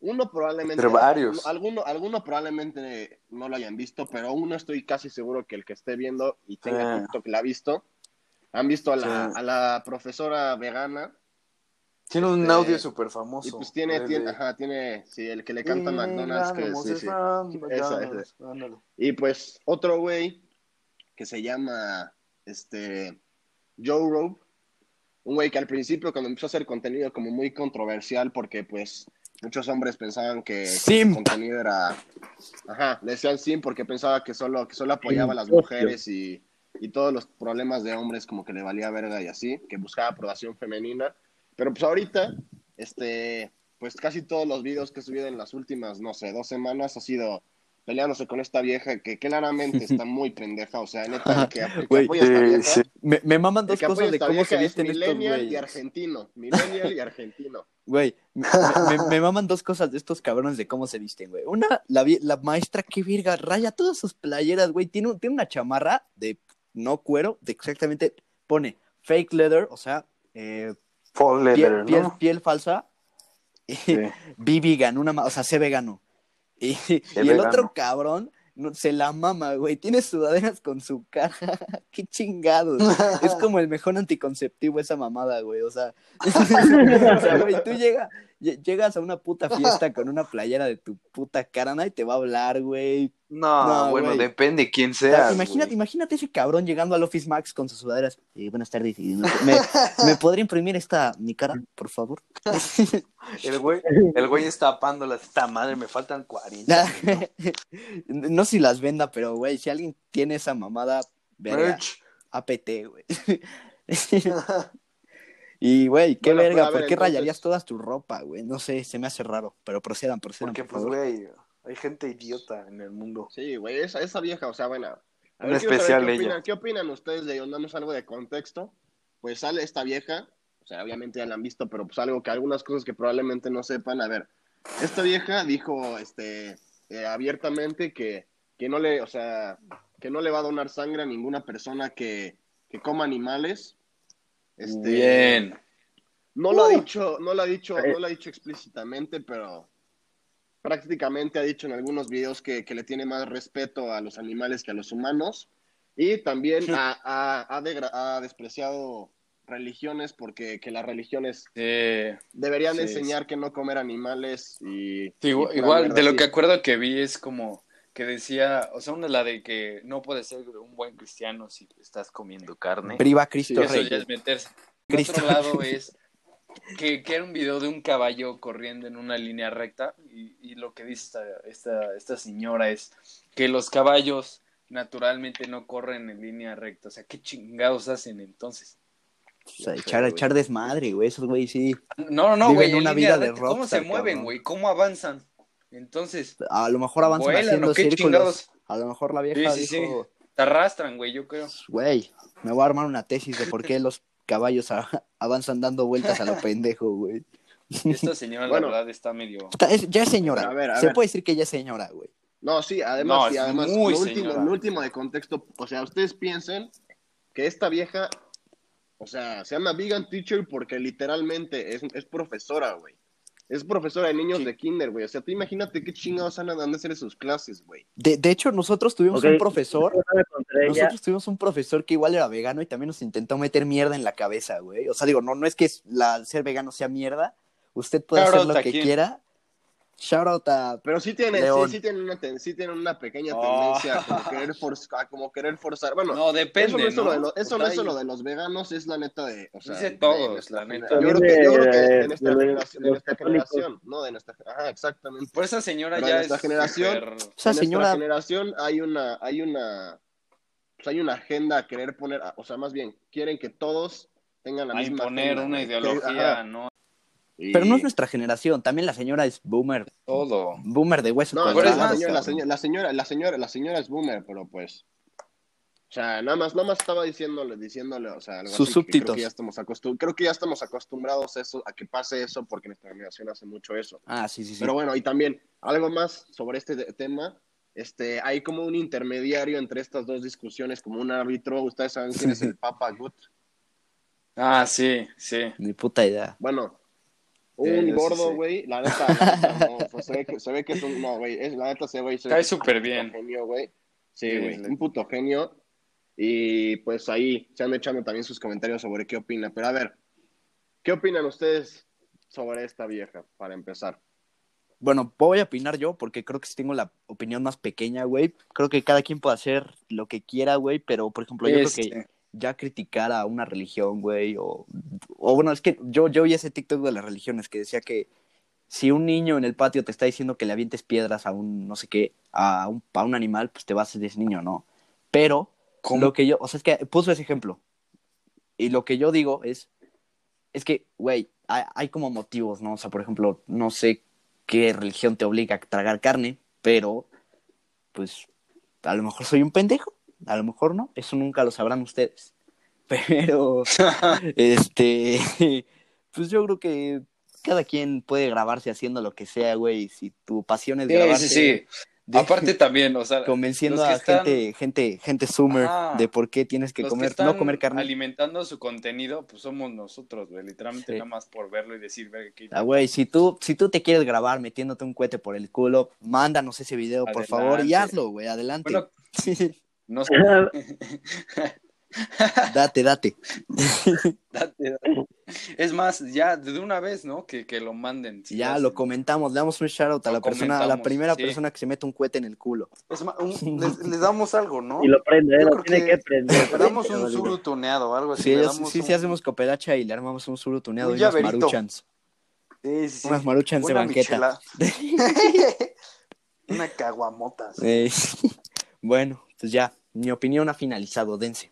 [SPEAKER 3] Uno probablemente...
[SPEAKER 5] Pero varios.
[SPEAKER 3] Alguno, alguno probablemente no lo hayan visto, pero uno estoy casi seguro que el que esté viendo y tenga
[SPEAKER 5] Ah.
[SPEAKER 3] TikTok la ha visto. Han visto a la,
[SPEAKER 5] Sí.
[SPEAKER 3] a la profesora vegana.
[SPEAKER 5] Tiene un
[SPEAKER 3] Este,
[SPEAKER 5] audio súper
[SPEAKER 3] Y
[SPEAKER 5] famoso.
[SPEAKER 3] pues tiene,
[SPEAKER 5] El
[SPEAKER 3] tiene,
[SPEAKER 5] de-
[SPEAKER 3] ajá, tiene, sí, el que le canta a McDonald's, que sí, sí. Esa, esa.
[SPEAKER 5] Ándale.
[SPEAKER 3] Y pues otro güey que se llama este Joe Rope, un güey que al principio cuando empezó a hacer contenido como muy controversial porque pues muchos hombres pensaban que
[SPEAKER 1] Simp.
[SPEAKER 3] el contenido era ajá, le decían sim porque pensaba que solo que solo apoyaba a las mujeres y y todos los problemas de hombres como que le valía verga y así, que buscaba aprobación femenina, pero pues ahorita este pues casi todos los videos que he subido en las últimas, no sé, dos semanas ha sido peleándose con esta vieja que claramente está muy pendeja. O sea, neta, el que, el que
[SPEAKER 1] Güey,
[SPEAKER 3] apoya a esta
[SPEAKER 5] eh,
[SPEAKER 3] vieja,
[SPEAKER 5] sí.
[SPEAKER 1] Me, me maman
[SPEAKER 3] el
[SPEAKER 1] dos
[SPEAKER 3] que apoya a
[SPEAKER 1] cosas de
[SPEAKER 3] esta
[SPEAKER 1] cómo se
[SPEAKER 3] vieja es
[SPEAKER 1] visten estos
[SPEAKER 3] millennial y
[SPEAKER 1] güeyes.
[SPEAKER 3] argentino. Millennial y argentino.
[SPEAKER 1] Güey, me, me- me maman dos cosas de estos cabrones de cómo se visten, güey. Una, la, vie- la maestra, qué virga, raya todas sus playeras, güey. Tiene, un- tiene una chamarra de no cuero, de exactamente, pone fake leather, o sea, eh,
[SPEAKER 5] Paul
[SPEAKER 1] piel,
[SPEAKER 5] Leather,
[SPEAKER 1] piel,
[SPEAKER 5] ¿no?
[SPEAKER 1] piel falsa. Y vi vegan, una, ma- o sea, sé vegano. Y, y el
[SPEAKER 5] vegano.
[SPEAKER 1] otro cabrón no- se la mama, güey. Tiene sudaderas con su cara. qué chingados. es como el mejor anticonceptivo esa mamada, güey. O sea, o sea, güey, tú llega- lle- llegas a una puta fiesta con una playera de tu puta cara, nadie te va a hablar, güey.
[SPEAKER 5] No,
[SPEAKER 1] No,
[SPEAKER 5] bueno,
[SPEAKER 1] güey.
[SPEAKER 5] depende quién
[SPEAKER 1] O sea,
[SPEAKER 5] sea.
[SPEAKER 1] imagínate, imagínate ese cabrón llegando al Office Max con sus sudaderas. Eh, buenas tardes. eh, ¿Me, me- me podría imprimir esta, mi cara, por favor?
[SPEAKER 5] El güey, el güey está tapándola. Esta madre, me faltan 40.
[SPEAKER 1] La- no sé si las venda, pero, güey, si alguien tiene esa mamada, verga,
[SPEAKER 5] Merch.
[SPEAKER 1] APT, güey. y, güey, qué
[SPEAKER 3] Bueno, pero
[SPEAKER 1] verga,
[SPEAKER 3] a
[SPEAKER 1] ¿por
[SPEAKER 3] ver,
[SPEAKER 1] qué
[SPEAKER 3] entonces-
[SPEAKER 1] rayarías todas tu ropa, güey? No sé, se me hace raro, pero procedan, procedan,
[SPEAKER 5] Porque,
[SPEAKER 1] por
[SPEAKER 5] pues,
[SPEAKER 1] favor.
[SPEAKER 5] güey, hay gente idiota en el mundo.
[SPEAKER 3] Sí, güey, esa, esa vieja, o sea, bueno. A
[SPEAKER 5] En
[SPEAKER 3] ver, quiero
[SPEAKER 5] especial
[SPEAKER 3] saber qué
[SPEAKER 5] ella.
[SPEAKER 3] opinan, ¿Qué opinan ustedes de ello? Damos algo de contexto. Pues sale esta vieja, o sea, obviamente ya la han visto, pero pues algo que algunas cosas que probablemente no sepan. A ver, esta vieja dijo este, eh, abiertamente que, que no le, o sea, que no le va a donar sangre a ninguna persona que, que coma animales. Este,
[SPEAKER 2] Bien.
[SPEAKER 3] No lo ha dicho, no lo ha dicho, no lo ha dicho explícitamente, pero prácticamente ha dicho en algunos videos que, que le tiene más respeto a los animales que a los humanos. Y también ha, ha- ha degra- ha despreciado religiones porque que las religiones
[SPEAKER 5] Eh,
[SPEAKER 3] deberían
[SPEAKER 5] Sí,
[SPEAKER 3] enseñar que no comer animales y... y
[SPEAKER 5] sí, igual,
[SPEAKER 3] pura
[SPEAKER 5] igual,
[SPEAKER 3] mierda
[SPEAKER 5] de lo
[SPEAKER 3] así.
[SPEAKER 5] que acuerdo que vi es como que decía, o sea, una la de que no puedes ser un buen cristiano si estás comiendo carne.
[SPEAKER 1] Priva a Cristo
[SPEAKER 5] eso
[SPEAKER 1] Rey.
[SPEAKER 5] ya es meterse. El
[SPEAKER 1] Cristo.
[SPEAKER 5] otro lado es que, que era un video de un caballo corriendo en una línea recta y, y lo que dice esta, esta, esta señora es que los caballos naturalmente no corren en línea recta. O sea, ¿qué chingados hacen entonces?
[SPEAKER 1] O sea, echar, echar desmadre, güey. Esos güey sí.
[SPEAKER 5] No, no, no,
[SPEAKER 1] Viven
[SPEAKER 5] güey. en
[SPEAKER 1] una
[SPEAKER 5] línea
[SPEAKER 1] vida de
[SPEAKER 5] recta, ¿Cómo se
[SPEAKER 1] rockstar,
[SPEAKER 5] mueven,
[SPEAKER 1] cabrón.
[SPEAKER 5] güey? ¿Cómo avanzan? Entonces,
[SPEAKER 1] A lo mejor avanzan
[SPEAKER 5] Vuelan, ¿o
[SPEAKER 1] haciendo
[SPEAKER 5] qué
[SPEAKER 1] círculos.
[SPEAKER 5] chingados?
[SPEAKER 1] A lo mejor la vieja
[SPEAKER 5] Sí, sí,
[SPEAKER 1] dijo, "Pues,
[SPEAKER 5] te arrastran, güey, yo creo.
[SPEAKER 1] güey, me voy a armar una tesis de por qué los caballos a- avanzan dando vueltas a lo pendejo, güey.
[SPEAKER 5] Esta señora,
[SPEAKER 3] Bueno.
[SPEAKER 5] la verdad, está medio...
[SPEAKER 1] Está- es- Ya es señora.
[SPEAKER 3] A ver, a
[SPEAKER 1] Se
[SPEAKER 3] ver.
[SPEAKER 1] puede decir que ya es señora, güey.
[SPEAKER 3] No, sí, además,
[SPEAKER 5] No,
[SPEAKER 3] sí,
[SPEAKER 5] es
[SPEAKER 3] además,
[SPEAKER 5] muy
[SPEAKER 3] lo último,
[SPEAKER 5] señora.
[SPEAKER 3] lo último de contexto, o sea, ustedes piensen que esta vieja, o sea, se llama vegan teacher porque literalmente es, es profesora, güey. Es profesora de niños de kinder, güey. O sea, tú imagínate qué chingados han andado a hacer en sus clases, güey.
[SPEAKER 1] De, de hecho, nosotros tuvimos
[SPEAKER 4] Ok.
[SPEAKER 1] un profesor
[SPEAKER 4] Nada contra ella.
[SPEAKER 1] Nosotros tuvimos un profesor que igual era vegano y también nos intentó meter mierda en la cabeza, güey. O sea, digo, no, no es que la, ser vegano sea mierda. Usted puede
[SPEAKER 5] Shout
[SPEAKER 1] hacer
[SPEAKER 5] out
[SPEAKER 1] lo
[SPEAKER 5] a
[SPEAKER 1] que
[SPEAKER 5] quién.
[SPEAKER 1] quiera. Shout out a...
[SPEAKER 3] Pero sí tienen,
[SPEAKER 1] León.
[SPEAKER 3] sí, sí tienen una, ten- sí tienen una pequeña
[SPEAKER 5] Oh.
[SPEAKER 3] tendencia a como querer, forz- a como querer forzar. Bueno,
[SPEAKER 5] No, depende,
[SPEAKER 3] eso no es
[SPEAKER 5] ¿no?
[SPEAKER 3] solo de, lo- eso
[SPEAKER 5] O
[SPEAKER 3] no
[SPEAKER 5] sea,
[SPEAKER 3] es solo de los veganos, es la neta de. O sea,
[SPEAKER 5] Dice
[SPEAKER 3] de
[SPEAKER 5] todos,
[SPEAKER 3] nuestra
[SPEAKER 5] la
[SPEAKER 3] genera-
[SPEAKER 5] neta.
[SPEAKER 3] Yo creo que, yo creo que
[SPEAKER 4] También
[SPEAKER 3] en
[SPEAKER 4] de-
[SPEAKER 3] esta,
[SPEAKER 4] de-
[SPEAKER 3] generación, de
[SPEAKER 4] los
[SPEAKER 3] nuestra
[SPEAKER 4] católicos.
[SPEAKER 3] generación, no de nuestra. Ajá, exactamente.
[SPEAKER 5] Por esa señora
[SPEAKER 3] Pero
[SPEAKER 5] ya
[SPEAKER 3] en esta
[SPEAKER 5] es
[SPEAKER 3] generación,
[SPEAKER 5] súper-
[SPEAKER 1] Esa
[SPEAKER 3] en nuestra
[SPEAKER 1] señora...
[SPEAKER 3] generación hay una, hay una, pues hay una agenda a querer poner, o sea, más bien quieren que todos tengan la
[SPEAKER 5] a
[SPEAKER 3] misma
[SPEAKER 5] imponer
[SPEAKER 3] agenda,
[SPEAKER 5] una
[SPEAKER 3] güey. Que-
[SPEAKER 5] ideología,
[SPEAKER 3] ajá.
[SPEAKER 5] ¿no?
[SPEAKER 3] Y-
[SPEAKER 1] Pero no es nuestra generación. También la señora es boomer.
[SPEAKER 5] Todo.
[SPEAKER 1] Boomer de hueso.
[SPEAKER 3] No,
[SPEAKER 1] colorado,
[SPEAKER 5] pero es
[SPEAKER 3] la,
[SPEAKER 5] más,
[SPEAKER 3] señora, la,
[SPEAKER 1] cabrón.
[SPEAKER 3] señora, la señora, la señora, la señora es boomer, pero pues, o sea, nada más, nada más estaba diciéndole, diciéndole, o sea, algo
[SPEAKER 1] Sus
[SPEAKER 3] así que
[SPEAKER 1] súbditos.
[SPEAKER 3] Creo que ya estamos acostum- creo que ya estamos acostumbrados a eso, a que pase eso, porque nuestra generación hace mucho eso.
[SPEAKER 1] Ah, sí, sí, sí.
[SPEAKER 3] Pero bueno, y también algo más sobre este de- tema. Este, hay como un intermediario entre estas dos discusiones, como un árbitro. Ustedes saben quién es el Papa Gut.
[SPEAKER 5] Ah, sí, sí.
[SPEAKER 1] Ni puta idea.
[SPEAKER 3] Bueno,
[SPEAKER 5] Sí,
[SPEAKER 3] un
[SPEAKER 5] sí,
[SPEAKER 3] gordo,
[SPEAKER 5] sí.
[SPEAKER 3] güey. La neta, la neta, no, pues, se, ve que, se ve que es un. No, güey. es- La neta, se ve. y se ve
[SPEAKER 5] Cae
[SPEAKER 3] que es un
[SPEAKER 5] súper
[SPEAKER 3] puto
[SPEAKER 5] bien.
[SPEAKER 3] Genio, güey. Sí,
[SPEAKER 5] Sí,
[SPEAKER 3] güey.
[SPEAKER 5] le-
[SPEAKER 3] Un puto genio. Y pues ahí se han echando también sus comentarios sobre qué opina. Pero a ver, ¿qué opinan ustedes sobre esta vieja, para empezar?
[SPEAKER 1] Bueno, voy a opinar yo porque creo que sí tengo la opinión más pequeña, güey. Creo que cada quien puede hacer lo que quiera, güey. Pero, por ejemplo, yo creo que...
[SPEAKER 5] Este,
[SPEAKER 1] ya criticar a una religión, güey, o, o bueno, es que yo, yo vi ese TikTok de las religiones que decía que si un niño en el patio te está diciendo que le avientes piedras a un, no sé qué, a un, a un animal, pues te vas a ese niño, ¿no? Pero lo que yo, o sea, es que puso ese ejemplo. Y lo que yo digo es, es que, güey, hay, hay como motivos, ¿no? O sea, por ejemplo, no sé qué religión te obliga a tragar carne, pero, pues, a lo mejor soy un pendejo, a lo mejor no, eso nunca lo sabrán ustedes. Pero, este, pues yo creo que cada quien puede grabarse haciendo lo que sea, güey, si tu pasión es
[SPEAKER 5] Sí,
[SPEAKER 1] grabarse
[SPEAKER 5] sí, sí.
[SPEAKER 1] de-
[SPEAKER 5] Aparte también, o sea,
[SPEAKER 1] convenciendo
[SPEAKER 5] los que
[SPEAKER 1] a
[SPEAKER 5] están-
[SPEAKER 1] gente, gente, gente summer
[SPEAKER 5] Ajá.
[SPEAKER 1] de por qué tienes que
[SPEAKER 5] los
[SPEAKER 1] comer,
[SPEAKER 5] que están
[SPEAKER 1] no comer carne.
[SPEAKER 5] alimentando su contenido, pues somos nosotros, güey. Literalmente
[SPEAKER 1] Sí.
[SPEAKER 5] nada más por verlo y decir, verga, qué...
[SPEAKER 1] Ah, güey, si tú, si tú te quieres grabar metiéndote un cohete por el culo, mándanos ese video, por
[SPEAKER 5] Adelante.
[SPEAKER 1] favor, y hazlo, güey, adelante.
[SPEAKER 5] Bueno,
[SPEAKER 1] Sí,
[SPEAKER 5] no sé.
[SPEAKER 1] date, date.
[SPEAKER 5] date, date. Es más, ya de una vez, ¿no? Que, que lo manden. si
[SPEAKER 1] Ya
[SPEAKER 5] hacen.
[SPEAKER 1] lo comentamos, le damos un shout out a
[SPEAKER 5] Lo
[SPEAKER 1] la persona, a la
[SPEAKER 5] comentamos,
[SPEAKER 1] primera
[SPEAKER 5] sí.
[SPEAKER 1] persona que se mete un cohete en el culo.
[SPEAKER 5] Es más, un- les, les damos algo, ¿no?
[SPEAKER 4] Y lo prende,
[SPEAKER 5] Yo
[SPEAKER 4] ¿eh? lo
[SPEAKER 5] creo
[SPEAKER 4] tiene
[SPEAKER 5] que-
[SPEAKER 4] que prender.
[SPEAKER 5] Le damos un suru tuneado, algo así.
[SPEAKER 1] Sí,
[SPEAKER 5] Pues le
[SPEAKER 1] ya-
[SPEAKER 5] damos
[SPEAKER 1] sí,
[SPEAKER 5] un-
[SPEAKER 1] sí hacemos cooperacha y le armamos un suru tuneado
[SPEAKER 5] Un
[SPEAKER 1] y unas
[SPEAKER 5] llaverito.
[SPEAKER 1] maruchans.
[SPEAKER 5] Sí, sí, sí.
[SPEAKER 1] Unas maruchans de
[SPEAKER 5] Una
[SPEAKER 1] banqueta.
[SPEAKER 5] michela- Una caguamota. sí.
[SPEAKER 1] Eh, bueno, pues ya, mi opinión ha finalizado, dense.